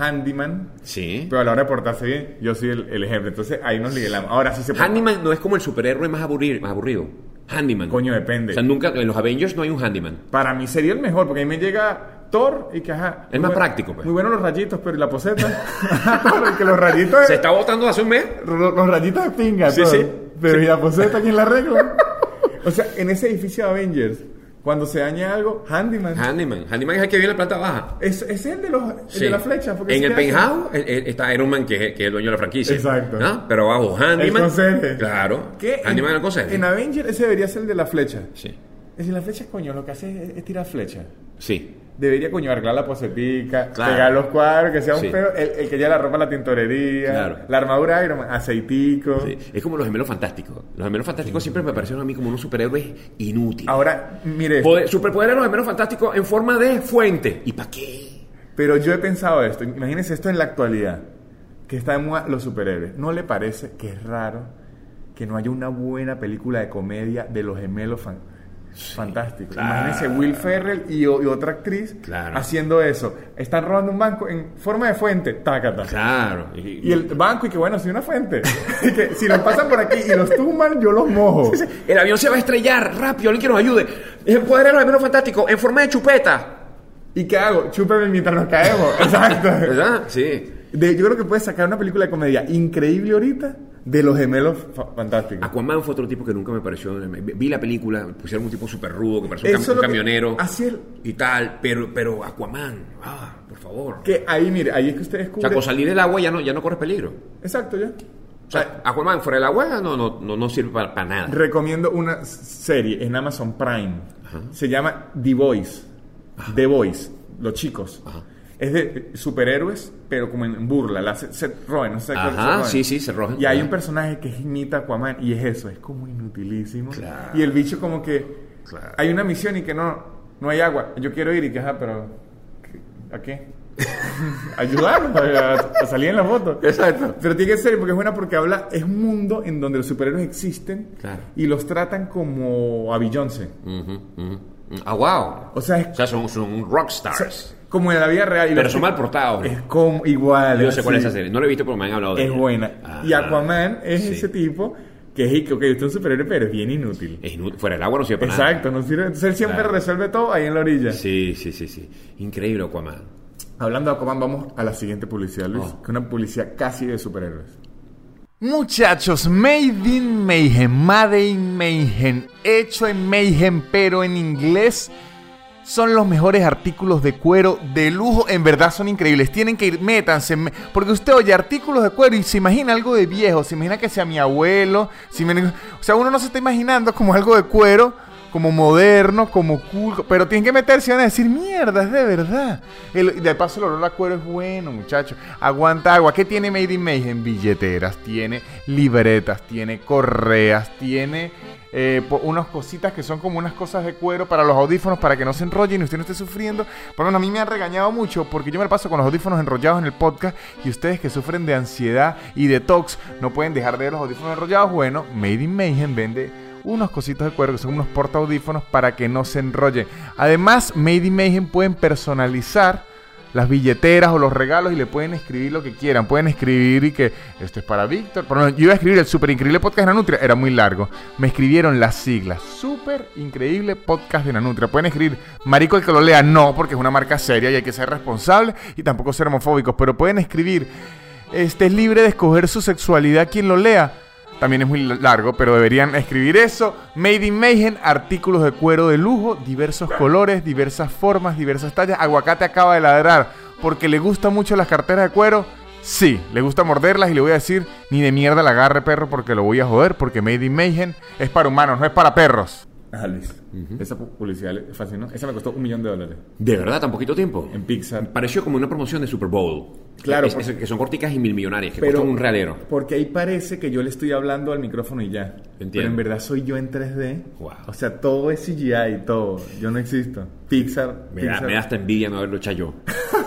Speaker 3: handyman,
Speaker 2: Sí.
Speaker 3: pero a la hora de portarse bien, yo soy el, el ejemplo. Entonces ahí nos nivelamos. Ahora sí se puede.
Speaker 2: Handyman no es como el superhéroe más aburrido. Más aburrido. Handyman.
Speaker 3: Coño,
Speaker 2: O
Speaker 3: depende.
Speaker 2: sea, nunca, en los Avengers no hay un handyman.
Speaker 3: Para mí sería el mejor, porque ahí me llega Thor y que ajá.
Speaker 2: Es
Speaker 3: muy
Speaker 2: más
Speaker 3: buen-
Speaker 2: práctico, pues.
Speaker 3: Muy buenos los rayitos, pero ¿y la poseta. <laughs> Ajá, Thor, y que los rayitos.
Speaker 2: Se está votando hace un mes.
Speaker 3: Los, los rayitos de pinga,
Speaker 2: Sí,
Speaker 3: Thor.
Speaker 2: sí.
Speaker 3: Pero ¿y la poseta quién
Speaker 2: <laughs>
Speaker 3: la arregla? o sea, en ese edificio de Avengers, cuando se daña algo, handyman.
Speaker 2: Handyman. Handyman es el que vive en la planta baja.
Speaker 3: es, es el de, los, el
Speaker 2: Sí.
Speaker 3: de la flecha. porque
Speaker 2: en
Speaker 3: se
Speaker 2: el
Speaker 3: queda-
Speaker 2: penthouse eh, eh, está Iron Man, que es, que es el dueño de la franquicia.
Speaker 3: Exacto.
Speaker 2: ¿Ah? Pero abajo, Handyman.
Speaker 3: El conserje.
Speaker 2: Claro.
Speaker 3: ¿Qué?
Speaker 2: Handyman es
Speaker 3: en,
Speaker 2: el conserje.
Speaker 3: En Avenger ese debería ser el de la flecha.
Speaker 2: Sí.
Speaker 3: Es decir, la flecha, coño, lo que hace es, es tirar flecha.
Speaker 2: Sí.
Speaker 3: Debería, coño, arreglar la posetica,
Speaker 2: Claro.
Speaker 3: pegar los cuadros, que sea un
Speaker 2: Sí.
Speaker 3: feo, el, el que lleva la ropa a la tintorería,
Speaker 2: Claro.
Speaker 3: la armadura Iron Man, aceitico.
Speaker 2: Sí, Es como los gemelos fantásticos. Los gemelos fantásticos siempre me parecieron a mí como unos superhéroes inútiles.
Speaker 3: Ahora, mire,
Speaker 2: Poder- superpoderes de los gemelos fantásticos en forma de fuente. ¿Y para qué?
Speaker 3: pero yo he pensado esto, imagínense esto en la actualidad, que está en los superhéroes. ¿No le parece que es raro que no haya una buena película de comedia de los gemelos fan- fantásticos?
Speaker 2: claro.
Speaker 3: Imagínense Will Ferrell y, o- y otra actriz
Speaker 2: Claro.
Speaker 3: haciendo eso. Están robando un banco en forma de fuente, tácata.
Speaker 2: Claro. Y,
Speaker 3: Y el banco, y que bueno, si una fuente. <laughs> Y que si los pasan por aquí y los tumban, yo los mojo.
Speaker 2: el avión se va a estrellar. Rápido, alguien que nos ayude. Es el poder de los gemelos fantásticos en forma de chupeta.
Speaker 3: ¿Y qué hago? Chúpame mientras nos
Speaker 2: <laughs>
Speaker 3: caemos. Exacto.
Speaker 2: ¿Verdad? Sí.
Speaker 3: De- yo creo que puedes sacar una película de comedia increíble ahorita de los gemelos fa- fantásticos.
Speaker 2: Aquaman fue otro tipo que nunca me pareció. me- Vi la película, pusieron un tipo súper rudo que parecía
Speaker 3: Eso
Speaker 2: un,
Speaker 3: es
Speaker 2: cam- un
Speaker 3: lo que-
Speaker 2: camionero
Speaker 3: así es.
Speaker 2: y tal, pero, pero Aquaman, ah, por favor.
Speaker 3: Que ahí, mire, ahí es que ustedes
Speaker 2: O sea,
Speaker 3: descubren.
Speaker 2: con salir del agua ya no, ya no corres peligro.
Speaker 3: Exacto, ya.
Speaker 2: O sea,
Speaker 3: Ah.
Speaker 2: Aquaman fuera del agua no, no, no, no sirve para, para nada.
Speaker 3: Recomiendo una serie en Amazon Prime. Se llama The Voice. The Voice. Los chicos. Es de superhéroes, pero como en burla. La Seth- Seth Rogen, no sé cuál es
Speaker 2: Ajá,
Speaker 3: Seth Rogen.
Speaker 2: sí, sí, Seth Rogen.
Speaker 3: Y hay
Speaker 2: Ajá.
Speaker 3: un personaje que imita a Aquaman y es eso, es como inutilísimo.
Speaker 2: Claro.
Speaker 3: Y el bicho como que
Speaker 2: Claro.
Speaker 3: hay una misión y que no, no hay agua. Yo quiero ir y que, ajá, pero ¿qué- ¿a qué?
Speaker 2: <laughs>
Speaker 3: Ayudar a, a salir en la foto.
Speaker 2: Exacto.
Speaker 3: Pero tiene que ser porque es buena porque habla, es un mundo en donde los superhéroes existen
Speaker 2: Claro.
Speaker 3: y los tratan como a Beyoncé.
Speaker 2: Ujú, ujú. Ah, wow.
Speaker 3: O sea,
Speaker 2: O
Speaker 3: es
Speaker 2: sea, son, son rockstars.
Speaker 3: como en la vida real. Y
Speaker 2: Pero
Speaker 3: los-
Speaker 2: son mal portados.
Speaker 3: Es como igual.
Speaker 2: Yo no sé cuál es
Speaker 3: así.
Speaker 2: esa serie. No la he visto, pero me han hablado de
Speaker 3: Es
Speaker 2: ella.
Speaker 3: buena.
Speaker 2: Ajá.
Speaker 3: Y Aquaman es
Speaker 2: Sí.
Speaker 3: ese tipo que es que, ok, usted es un superhéroe, pero es bien inútil.
Speaker 2: Es inútil. Fuera del agua no sirve para nada.
Speaker 3: Exacto, no sirve. Entonces él siempre
Speaker 2: Claro.
Speaker 3: resuelve todo ahí en la orilla.
Speaker 2: Sí, sí, sí, sí. Increíble Aquaman.
Speaker 3: Hablando de Aquaman, vamos a la siguiente publicidad, Luis.
Speaker 2: Oh.
Speaker 3: Que es una publicidad casi de superhéroes.
Speaker 1: Muchachos, Made in Mayhem, Made in Mayhem, hecho en Mayhem, pero en inglés. Son los mejores artículos de cuero de lujo, en verdad son increíbles. Tienen que ir, métanse, me- porque usted oye artículos de cuero y se imagina algo de viejo, se imagina que sea mi abuelo, se imagina- o sea, uno no se está imaginando como algo de cuero, como moderno, como cool, pero tienen que meterse y van a decir, mierda, es de verdad. El- y de paso el olor a cuero es bueno, muchachos. Aguanta agua. ¿Qué tiene Made in Mayhem? Billeteras, tiene libretas, tiene correas, tiene eh, po- unas cositas que son como unas cosas de cuero para los audífonos para que no se enrollen y usted no esté sufriendo. Por lo menos a mí me han regañado mucho porque yo me la paso con los audífonos enrollados en el podcast y ustedes que sufren de ansiedad y de tox no pueden dejar de ver los audífonos enrollados. Bueno, Made in Mayhem vende unos cositos de cuero que son unos porta audífonos para que no se enrollen. Además, Made in Mayhem pueden personalizar las billeteras o los regalos y le pueden escribir lo que quieran. Pueden escribir y que esto es para Víctor. Por lo menos, yo iba a escribir el super increíble podcast de Nanutria, era muy largo. Me escribieron las siglas. Super increíble podcast de Nanutria. Pueden escribir Marico el que lo lea, no, porque es una marca seria y hay que ser responsable y tampoco ser homofóbicos. Pero pueden escribir, este es libre de escoger su sexualidad quien lo lea. También es muy largo, pero deberían escribir eso. Made in Mayhem, artículos de cuero de lujo, diversos colores, diversas formas, diversas tallas. Aguacate acaba de ladrar porque le gustan mucho las carteras de cuero. Sí, le gusta morderlas y le voy a decir, ni de mierda la agarre perro porque lo voy a joder, porque Made in Mayhem es para humanos, no es para perros.
Speaker 3: Ajá, Luis. Esa pu- publicidad le fascinó. Esa me costó un millón de dólares
Speaker 2: De verdad, tan poquito tiempo.
Speaker 3: en Pixar.
Speaker 2: Pareció como una promoción de Super Bowl.
Speaker 3: Em, Claro, pues.
Speaker 2: Es- es-
Speaker 3: porque-
Speaker 2: que son corticas y mil millonarias, que costan un realero.
Speaker 3: Porque ahí parece que yo le estoy hablando al micrófono y ya.
Speaker 2: Entiendo.
Speaker 3: Pero en verdad soy yo en 3D.
Speaker 2: Wow.
Speaker 3: O sea, todo es CGI y todo. Yo no existo. Pixar.
Speaker 2: Me da,
Speaker 3: Pixar.
Speaker 2: me da hasta envidia no haberlo hecho
Speaker 3: <laughs>
Speaker 2: yo.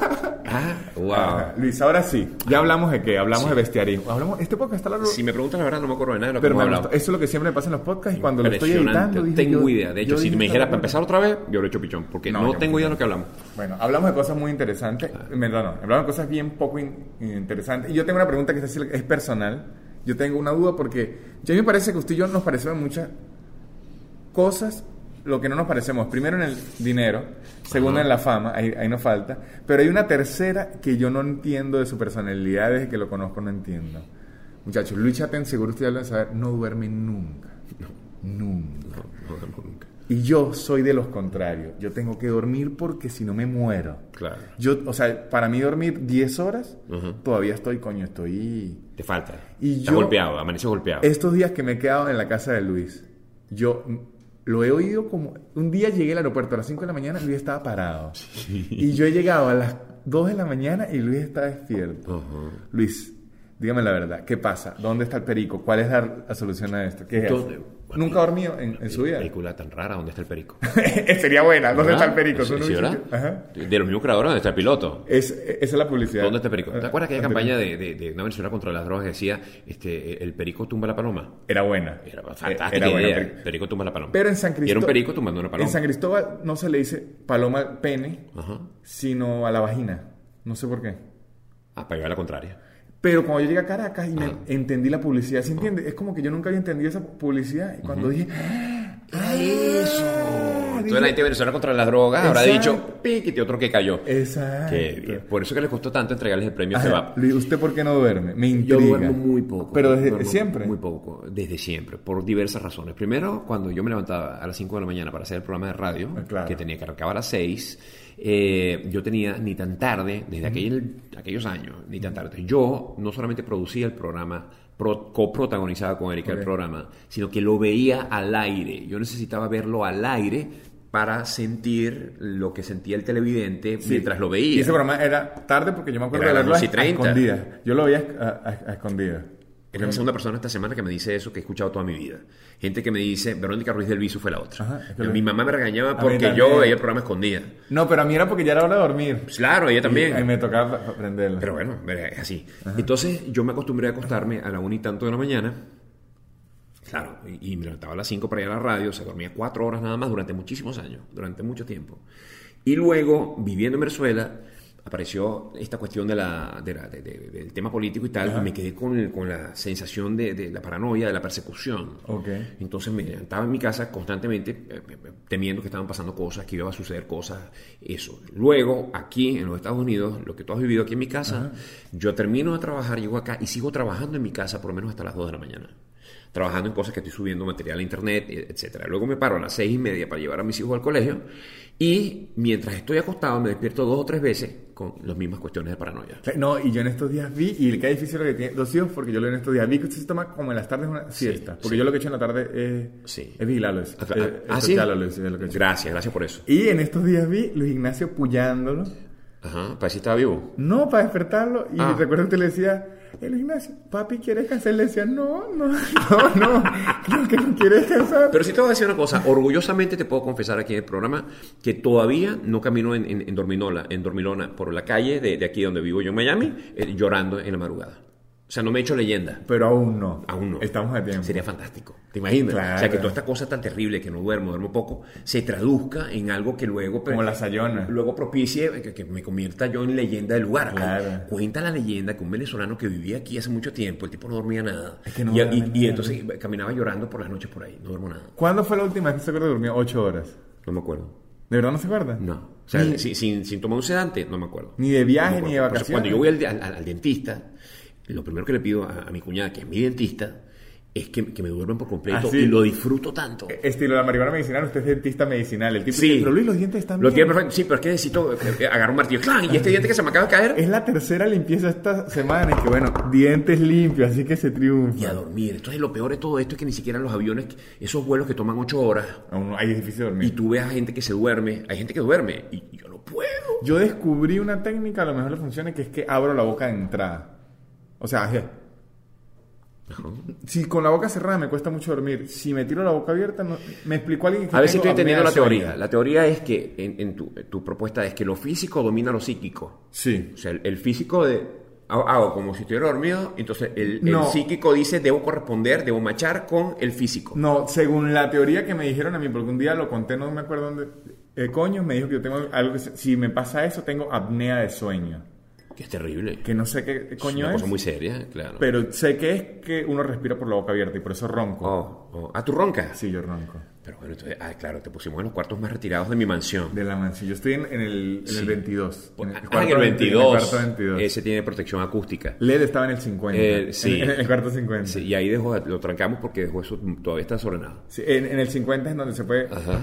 Speaker 2: ah,
Speaker 3: Ajá.
Speaker 2: wow.
Speaker 3: Luis, ahora sí. Ya hablamos de qué? Hablamos de bestiarismo. Hablamos, este podcast está largo.
Speaker 2: Si me preguntas la verdad, no me acuerdo de nada de lo que
Speaker 3: Pero
Speaker 2: hemos
Speaker 3: me
Speaker 2: hablado.
Speaker 3: gustó. eso es lo que siempre me pasa en los podcasts y cuando lo estoy
Speaker 2: Impresionante.
Speaker 3: editando dije,
Speaker 2: tengo
Speaker 3: yo-
Speaker 2: idea. De hecho,
Speaker 3: yo
Speaker 2: si
Speaker 3: dije,
Speaker 2: me dijeras
Speaker 3: "Esta
Speaker 2: para
Speaker 3: locura".
Speaker 2: empezar otra vez, yo lo he hecho pichón. Porque
Speaker 3: No,
Speaker 2: no,
Speaker 3: yo-
Speaker 2: tengo idea de lo que hablamos.
Speaker 3: Bueno, hablamos de cosas muy interesantes. En verdad no, hablamos de cosas bien poco in- interesantes. Y yo tengo una pregunta que esta sí es personal. Yo tengo una duda porque yo a mí me parece que usted y yo nos parecemos en muchas cosas lo que no nos parecemos. Primero en el dinero, segundo en la fama, ahí, ahí nos falta. Pero hay una tercera que yo no entiendo de su personalidad, desde que lo conozco no entiendo. Muchachos, Luis Chaten, seguro usted ya lo debe saber, no duerme nunca. Nunca.
Speaker 2: No, no, nunca.
Speaker 3: Y yo soy de los contrarios. Yo tengo que dormir porque si no me muero.
Speaker 2: Claro.
Speaker 3: Yo, o sea, para mí dormir 10 horas,
Speaker 2: Ujú.
Speaker 3: todavía estoy, coño, estoy...
Speaker 2: Te falta.
Speaker 3: Y
Speaker 2: Estás
Speaker 3: yo-
Speaker 2: golpeado, amaneces golpeado.
Speaker 3: Estos días que me he quedado en la casa de Luis, yo mm, lo he oído como... Un día llegué al aeropuerto a las 5 de la mañana y Luis estaba parado. Y yo he llegado a las 2 de la mañana y Luis está despierto.
Speaker 2: Ajá.
Speaker 3: Luis, dígame la verdad, ¿qué pasa? ¿Dónde está el perico? ¿Cuál es la, la solución a esto? ¿Qué es?
Speaker 2: ¿Dónde?
Speaker 3: Nunca ha dormido en, en su vida.
Speaker 2: Película tan rara, ¿dónde está el
Speaker 3: <laughs>
Speaker 2: perico?
Speaker 3: Sería buena. ¿Dónde está el
Speaker 2: ¿Verdad?
Speaker 3: perico?
Speaker 2: Sí,
Speaker 3: Son
Speaker 2: sí,
Speaker 3: unos
Speaker 2: ¿verdad?
Speaker 3: bichos que- Ajá.
Speaker 2: De los mismos creadores, ¿dónde está el piloto?
Speaker 3: Es, esa es la publicidad. Ah,
Speaker 2: ¿Dónde está el perico? ¿Te acuerdas aquella
Speaker 3: Anterior.
Speaker 2: campaña de, de, de una venezolana contra las drogas que decía este, el perico tumba la paloma?
Speaker 3: Era buena.
Speaker 2: Era
Speaker 3: Era
Speaker 2: fantástica
Speaker 3: buena,
Speaker 2: idea.
Speaker 3: perico.
Speaker 2: Perico. tumba la paloma.
Speaker 3: Pero en
Speaker 2: Y
Speaker 3: San
Speaker 2: era
Speaker 3: Cristóbal.
Speaker 2: un perico tumbando una paloma.
Speaker 3: En San Cristóbal no se le dice paloma al pene,
Speaker 2: Ajá.
Speaker 3: sino a la vagina. No sé por qué.
Speaker 2: Ah, para llevar la contraria.
Speaker 3: Pero cuando yo llegué a Caracas y me
Speaker 2: Ah.
Speaker 3: entendí la publicidad, ¿se entiende? Es como que yo nunca había entendido esa publicidad. Y cuando dije, ¡Ah, eso!
Speaker 2: toda la gente de Venezuela contra las drogas habrá dicho, piquete, otro que cayó.
Speaker 3: Exacto.
Speaker 2: Que- que por eso que les costó tanto entregarles el premio a
Speaker 3: Ajá,
Speaker 2: Cebap.
Speaker 3: Luis, ¿usted por qué no duerme? Me intriga.
Speaker 2: Yo duermo muy poco.
Speaker 3: Pero desde
Speaker 2: Duermo
Speaker 3: siempre.
Speaker 2: Muy poco, desde siempre, por diversas razones. Primero, cuando yo me levantaba a las 5 de la mañana para hacer el programa de radio,
Speaker 3: Ah, claro.
Speaker 2: que tenía que acabar a las 6, eh, yo tenía ni tan tarde, desde aquel- aquellos años, ni tan tarde. Yo no solamente producía el programa, pro- coprotagonizaba con Erika el
Speaker 3: Ok.
Speaker 2: programa, sino que lo veía al aire. Yo necesitaba verlo al aire para sentir lo que sentía el televidente
Speaker 3: Sí.
Speaker 2: mientras lo veía.
Speaker 3: Y ese programa era tarde porque yo me acuerdo
Speaker 2: Era
Speaker 3: de
Speaker 2: a las
Speaker 3: verlo a,
Speaker 2: 11 y 30.
Speaker 3: escondidas. Yo lo veía a, a- a escondidas.
Speaker 2: Eres la segunda persona esta semana que me dice eso que he escuchado toda mi vida. Gente que me dice, Verónica Ruiz del Viso fue la otra.
Speaker 3: Ajá, es que
Speaker 2: Eh,
Speaker 3: lo-
Speaker 2: Mi mamá me regañaba
Speaker 3: mí
Speaker 2: porque
Speaker 3: también.
Speaker 2: yo veía el programa escondida.
Speaker 3: No, pero a mí era porque ya era hora de dormir.
Speaker 2: Pues claro, ella
Speaker 3: Y- y
Speaker 2: también.
Speaker 3: me tocaba pa- pa- prenderlo.
Speaker 2: Pero bueno, eh, es así. Entonces yo me acostumbré a acostarme a la una y tanto de la mañana. Claro, y, y me levantaba a las 5 para ir a la radio, o sea, dormía cuatro horas nada más durante muchísimos años, durante mucho tiempo. Y luego, viviendo en Venezuela, apareció esta cuestión de la, de la- de- de- del tema político y tal, y me quedé con, el- con la sensación de, de la paranoia, de la persecución.
Speaker 3: Ok.
Speaker 2: Entonces me levantaba en mi casa constantemente eh, eh, temiendo que estaban pasando cosas, que iba a suceder cosas, eso. Luego, aquí en los Estados Unidos, lo que tú has vivido aquí en mi casa, yo termino de trabajar, llego acá y sigo trabajando en mi casa por lo menos hasta las 2 de la mañana. Trabajando en cosas que estoy subiendo material a internet, e- etcétera. Luego me paro a las seis y media para llevar a mis hijos al colegio y mientras estoy acostado me despierto dos o tres veces con las mismas cuestiones de paranoia.
Speaker 3: No, y yo en estos días vi, y qué difícil lo que tiene dos hijos, porque yo lo en estos días vi que usted se toma como en las tardes una siesta.
Speaker 2: sí.
Speaker 3: Porque yo lo que he hecho en la tarde es,
Speaker 2: Sí.
Speaker 3: es vigilarlos.
Speaker 2: Ah,
Speaker 3: es- es
Speaker 2: ah, ¿sí?
Speaker 3: toquearlos, Luis, es lo que he hecho.
Speaker 2: Gracias, gracias por eso.
Speaker 3: Y en estos días vi Luis Ignacio puyándolo.
Speaker 2: Ajá, para si estaba vivo.
Speaker 3: No, para despertarlo. Y
Speaker 2: Ah.
Speaker 3: recuerdo que le decía, eh, Luis Ignacio, papi, ¿quieres descansar? Le decía, no, no, <laughs> no, no, creo que no quieres descansar.
Speaker 2: Pero sí te voy a decir una cosa, orgullosamente te puedo confesar aquí en el programa que todavía no camino en, en, en Dorminola, en Dormilona, por la calle de, de aquí donde vivo yo en Miami, eh, llorando en la madrugada. O sea, no me he hecho leyenda.
Speaker 3: Pero aún no.
Speaker 2: Aún no.
Speaker 3: Estamos a tiempo.
Speaker 2: Sería fantástico. ¿Te imaginas?
Speaker 3: Claro.
Speaker 2: O sea, que toda esta cosa tan terrible que no duermo, duermo poco, se traduzca en algo que luego. pues,
Speaker 3: Como la Sayona.
Speaker 2: Luego propicie eh, que, que me convierta yo en leyenda del lugar.
Speaker 3: Claro.
Speaker 2: Cuenta la leyenda que un venezolano que vivía aquí hace mucho tiempo, el tipo no dormía nada.
Speaker 3: Es que no
Speaker 2: y,
Speaker 3: duerme
Speaker 2: y-
Speaker 3: nada.
Speaker 2: y entonces eh, caminaba llorando por las noches por ahí, no duermo nada.
Speaker 3: ¿Cuándo fue la última vez que se acuerda que durmió ocho horas?
Speaker 2: No me acuerdo.
Speaker 3: ¿De verdad no se acuerda?
Speaker 2: No. O sea,
Speaker 3: Ni-
Speaker 2: sin, sin, sin tomar un sedante, no me acuerdo.
Speaker 3: Ni de viaje,
Speaker 2: me
Speaker 3: ni de
Speaker 2: acuerdo. Por eso, Cuando yo voy
Speaker 3: vacaciones.
Speaker 2: al, al- al dentista, lo primero que le pido a, a mi cuñada, que es mi dentista, es que, que me duerman por completo
Speaker 3: Ah, sí. Eh,
Speaker 2: y lo disfruto tanto.
Speaker 3: Estilo la marihuana medicinal, usted es dentista medicinal. El tipo dice, pero Luis, los dientes están
Speaker 2: Los
Speaker 3: bien".
Speaker 2: dientes perfectos. Sí, pero es que necesito eh, eh, agarrar un martillo. ¡Clan! Y este diente que se me acaba de caer.
Speaker 3: Es la tercera limpieza esta semana y que bueno, dientes limpios, así que se
Speaker 2: Y a
Speaker 3: triunfa.
Speaker 2: dormir. Entonces, lo peor de todo esto es que ni siquiera los aviones, esos vuelos que toman ocho horas,
Speaker 3: Aún no, ahí es difícil
Speaker 2: y
Speaker 3: dormir.
Speaker 2: tú ves a gente que se duerme, hay gente que duerme, y yo no puedo.
Speaker 3: Yo descubrí una técnica, a lo mejor le funciona, que es que abro la boca de entrada. O sea, je-
Speaker 2: Ajá.
Speaker 3: si con la boca cerrada me cuesta mucho dormir, si me tiro la boca abierta, no- me explicó alguien que
Speaker 2: A ver si
Speaker 3: tengo
Speaker 2: estoy entendiendo
Speaker 3: apnea
Speaker 2: la
Speaker 3: del sueño.
Speaker 2: teoría. La teoría es que en, en tu, eh, tu propuesta es que lo físico domina lo psíquico.
Speaker 3: Sí.
Speaker 2: O sea, el, el físico de... Hago, hago como si estuviera dormido, entonces el, el
Speaker 3: No.
Speaker 2: psíquico dice debo corresponder, debo machar con el físico.
Speaker 3: No, según la teoría que me dijeron a mí, porque un día lo conté, no me acuerdo dónde. eh, coño, me dijo que yo tengo algo que. se- Si me pasa eso, tengo apnea de sueño.
Speaker 2: Que es terrible.
Speaker 3: Que no sé qué
Speaker 2: es
Speaker 3: coño
Speaker 2: una
Speaker 3: es.
Speaker 2: cosa muy seria, claro.
Speaker 3: Pero sé que es que uno respira por la boca abierta y por eso ronco.
Speaker 2: Oh, oh. Ah, tú roncas.
Speaker 3: Sí, yo ronco.
Speaker 2: Pero bueno, entonces, ah, claro, te pusimos en los cuartos más retirados de mi mansión.
Speaker 3: De la mansión. Yo estoy en, en el, en el 22.
Speaker 2: Ah, en el,
Speaker 3: cuarto
Speaker 2: 22.
Speaker 3: En el cuarto 22.
Speaker 2: Ese tiene protección acústica.
Speaker 3: Led estaba en el 50.
Speaker 2: Eh, sí.
Speaker 3: En, en el cuarto 50.
Speaker 2: Sí, y ahí dejó, lo trancamos porque dejó eso todavía está desordenado.
Speaker 3: Sí, en, en el 50 es donde se puede
Speaker 2: Ajá.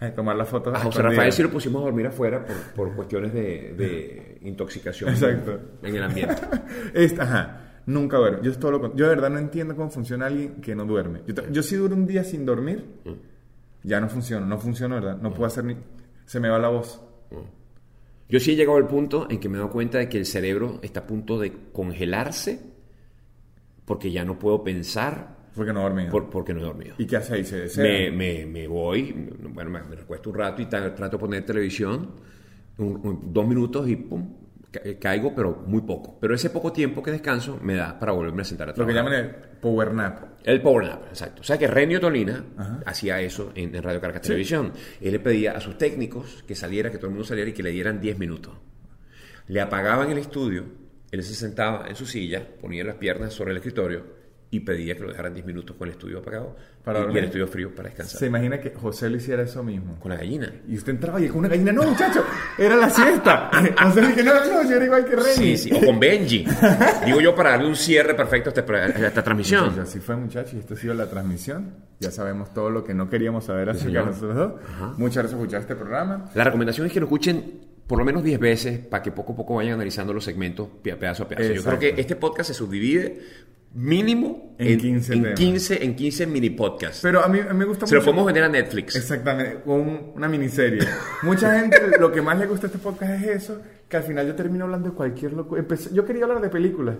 Speaker 3: eh, <laughs> tomar las fotos.
Speaker 2: A José
Speaker 3: escondidas.
Speaker 2: Rafael sí lo pusimos a dormir afuera por, por cuestiones de, de intoxicación
Speaker 3: Exacto.
Speaker 2: en el ambiente.
Speaker 3: <laughs> Es- Este, ajá, nunca duermo. Yo, es todo lo con- yo de verdad no entiendo cómo funciona alguien que no duerme. Yo, ta- yo si duro un día sin dormir,
Speaker 2: Mm.
Speaker 3: ya no funciona, no funciona, ¿verdad? No puedo hacer ni... Se me va la voz.
Speaker 2: Yo sí he llegado al punto en que me he dado cuenta de que el cerebro está a punto de congelarse porque ya no puedo pensar
Speaker 3: Porque no dormí.
Speaker 2: por- porque no he dormido.
Speaker 3: ¿Y qué hace ahí? Se desea.
Speaker 2: Me, me- me voy, bueno, me, me recuesto un rato y tal, trato de poner televisión, un- un- dos minutos y pum, ca- eh, caigo, pero muy poco. Pero ese poco tiempo que descanso me da para volverme a sentar a
Speaker 3: Lo que
Speaker 2: trabajar.
Speaker 3: llaman el power nap.
Speaker 2: El Power Nap, exacto. O sea que Renio Tolina hacía eso en, en Radio Caracas Televisión. Él le pedía a sus técnicos que saliera, que todo el mundo saliera y que le dieran 10 minutos. Le apagaban el estudio, él se sentaba en su silla, ponía las piernas sobre el escritorio y pedía que lo dejaran 10 minutos con el estudio apagado
Speaker 3: Para
Speaker 2: y- y,
Speaker 3: dormir.
Speaker 2: el estudio frío para descansar.
Speaker 3: Se imagina que José lo hiciera eso mismo.
Speaker 2: Con la gallina.
Speaker 3: Y usted entraba y con una gallina, no, muchacho, era la
Speaker 2: <laughs>
Speaker 3: siesta. <laughs> O sea, que no, no, yo era igual que
Speaker 2: Sí,
Speaker 3: Remy.
Speaker 2: sí. O con
Speaker 3: <laughs>
Speaker 2: Benji. Digo yo para darle un cierre perfecto a esta, a esta
Speaker 3: Pues
Speaker 2: transmisión.
Speaker 3: así fue, muchachos, y esto ha sido la transmisión. Ya sabemos todo lo que no queríamos saber acerca de
Speaker 2: señor.
Speaker 3: nosotros dos. Muchas gracias por escuchar este programa.
Speaker 2: La recomendación es que lo escuchen por lo menos 10 veces para que poco a poco vayan analizando los segmentos pe- pedazo a pedazo.
Speaker 3: Exacto.
Speaker 2: Yo creo que este podcast se subdivide mínimo
Speaker 3: En 15
Speaker 2: en
Speaker 3: temas.
Speaker 2: 15, en 15 mini podcasts.
Speaker 3: Pero a mí, a mí me gusta
Speaker 2: se lo
Speaker 3: mucho-
Speaker 2: podemos vender a Netflix.
Speaker 3: Exactamente, un- una miniserie. Mucha gente
Speaker 2: <laughs>
Speaker 3: lo que más le gusta a este podcast es eso, que al final yo termino hablando de cualquier locura. Empecé- yo quería hablar de películas.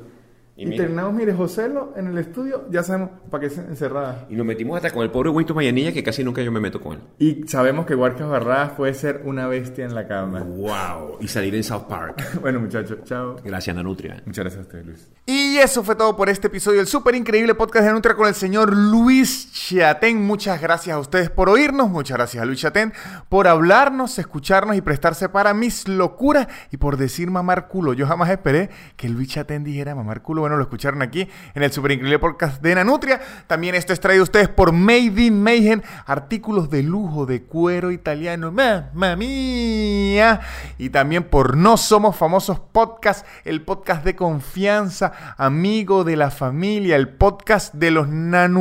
Speaker 2: Y
Speaker 3: Y,
Speaker 2: mira.
Speaker 3: terminamos, mire, José lo, en el estudio, ya sabemos, para qué se- encerrada.
Speaker 2: Y lo metimos hasta con el pobre Winston Mayanilla que casi nunca yo me meto con él.
Speaker 3: Y sabemos que Huarcas Barradas puede ser una bestia en la cama. <laughs>
Speaker 2: ¡Wow! Y salir en South Park.
Speaker 3: Bueno, muchachos, chao.
Speaker 2: Gracias, Nanutria.
Speaker 3: Muchas gracias a ustedes, Luis.
Speaker 1: Y eso fue todo por este episodio del súper increíble podcast de Nutra con el señor Luis Chatén. Muchas gracias a ustedes por oírnos, muchas gracias a Luis Chatén por hablarnos, escucharnos y prestarse para mis locuras y por decir mamar culo. Yo jamás esperé que Luis Chatén dijera mamar culo. Bueno, lo escucharon aquí en el súper increíble podcast de Nanutria. También esto es traído a ustedes por Made in Mayhem, artículos de lujo de cuero italiano. Mamma mía. Y también por No Somos Famosos Podcast, el podcast de confianza, amigo de la familia, el podcast de los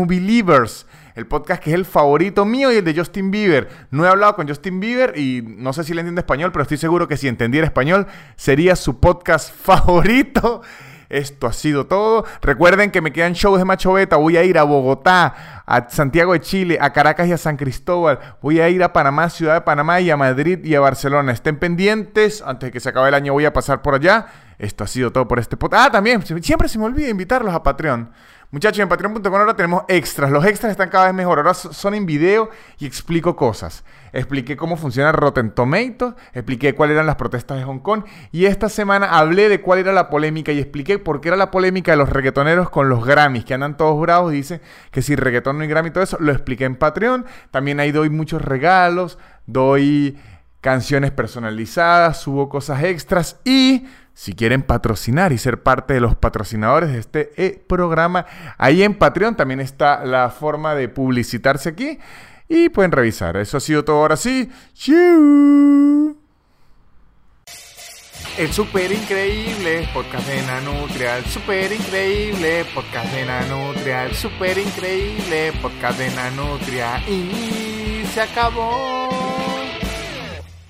Speaker 1: Nanubelievers. El podcast que es el favorito mío y el de Justin Bieber. No he hablado con Justin Bieber y no sé si le entiende español, pero estoy seguro que si entendiera español sería su podcast <laughs> favorito. Esto ha sido todo. Recuerden que me quedan shows de Macho Beta. Voy a ir a Bogotá, a Santiago de Chile, a Caracas y a San Cristóbal. Voy a ir a Panamá, Ciudad de Panamá y a Madrid y a Barcelona. Estén pendientes. Antes de que se acabe el año voy a pasar por allá. Esto ha sido todo por este podcast. Ah, también, se- siempre se me olvida invitarlos a Patreon. Muchachos, en patreon.com ahora tenemos extras. Los extras están cada vez mejor. Ahora so- son en video y explico cosas. Expliqué cómo funciona Rotten Tomatoes, expliqué cuáles eran las protestas de Hong Kong y esta semana hablé de cuál era la polémica y expliqué por qué era la polémica de los reggaetoneros con los Grammys, que andan todos bravos y dicen que si reggaetón no hay Grammy y todo eso, lo expliqué en Patreon. También ahí doy muchos regalos, doy canciones personalizadas, subo cosas extras y si quieren patrocinar y ser parte de los patrocinadores de este eh, programa, ahí en Patreon también está la forma de publicitarse aquí y pueden revisar. Eso ha sido todo ahora sí. ¡Chiu! El super increíble podcast de Nanutria, el super increíble podcast de Nanutria, el super increíble podcast de Nanutria y se acabó.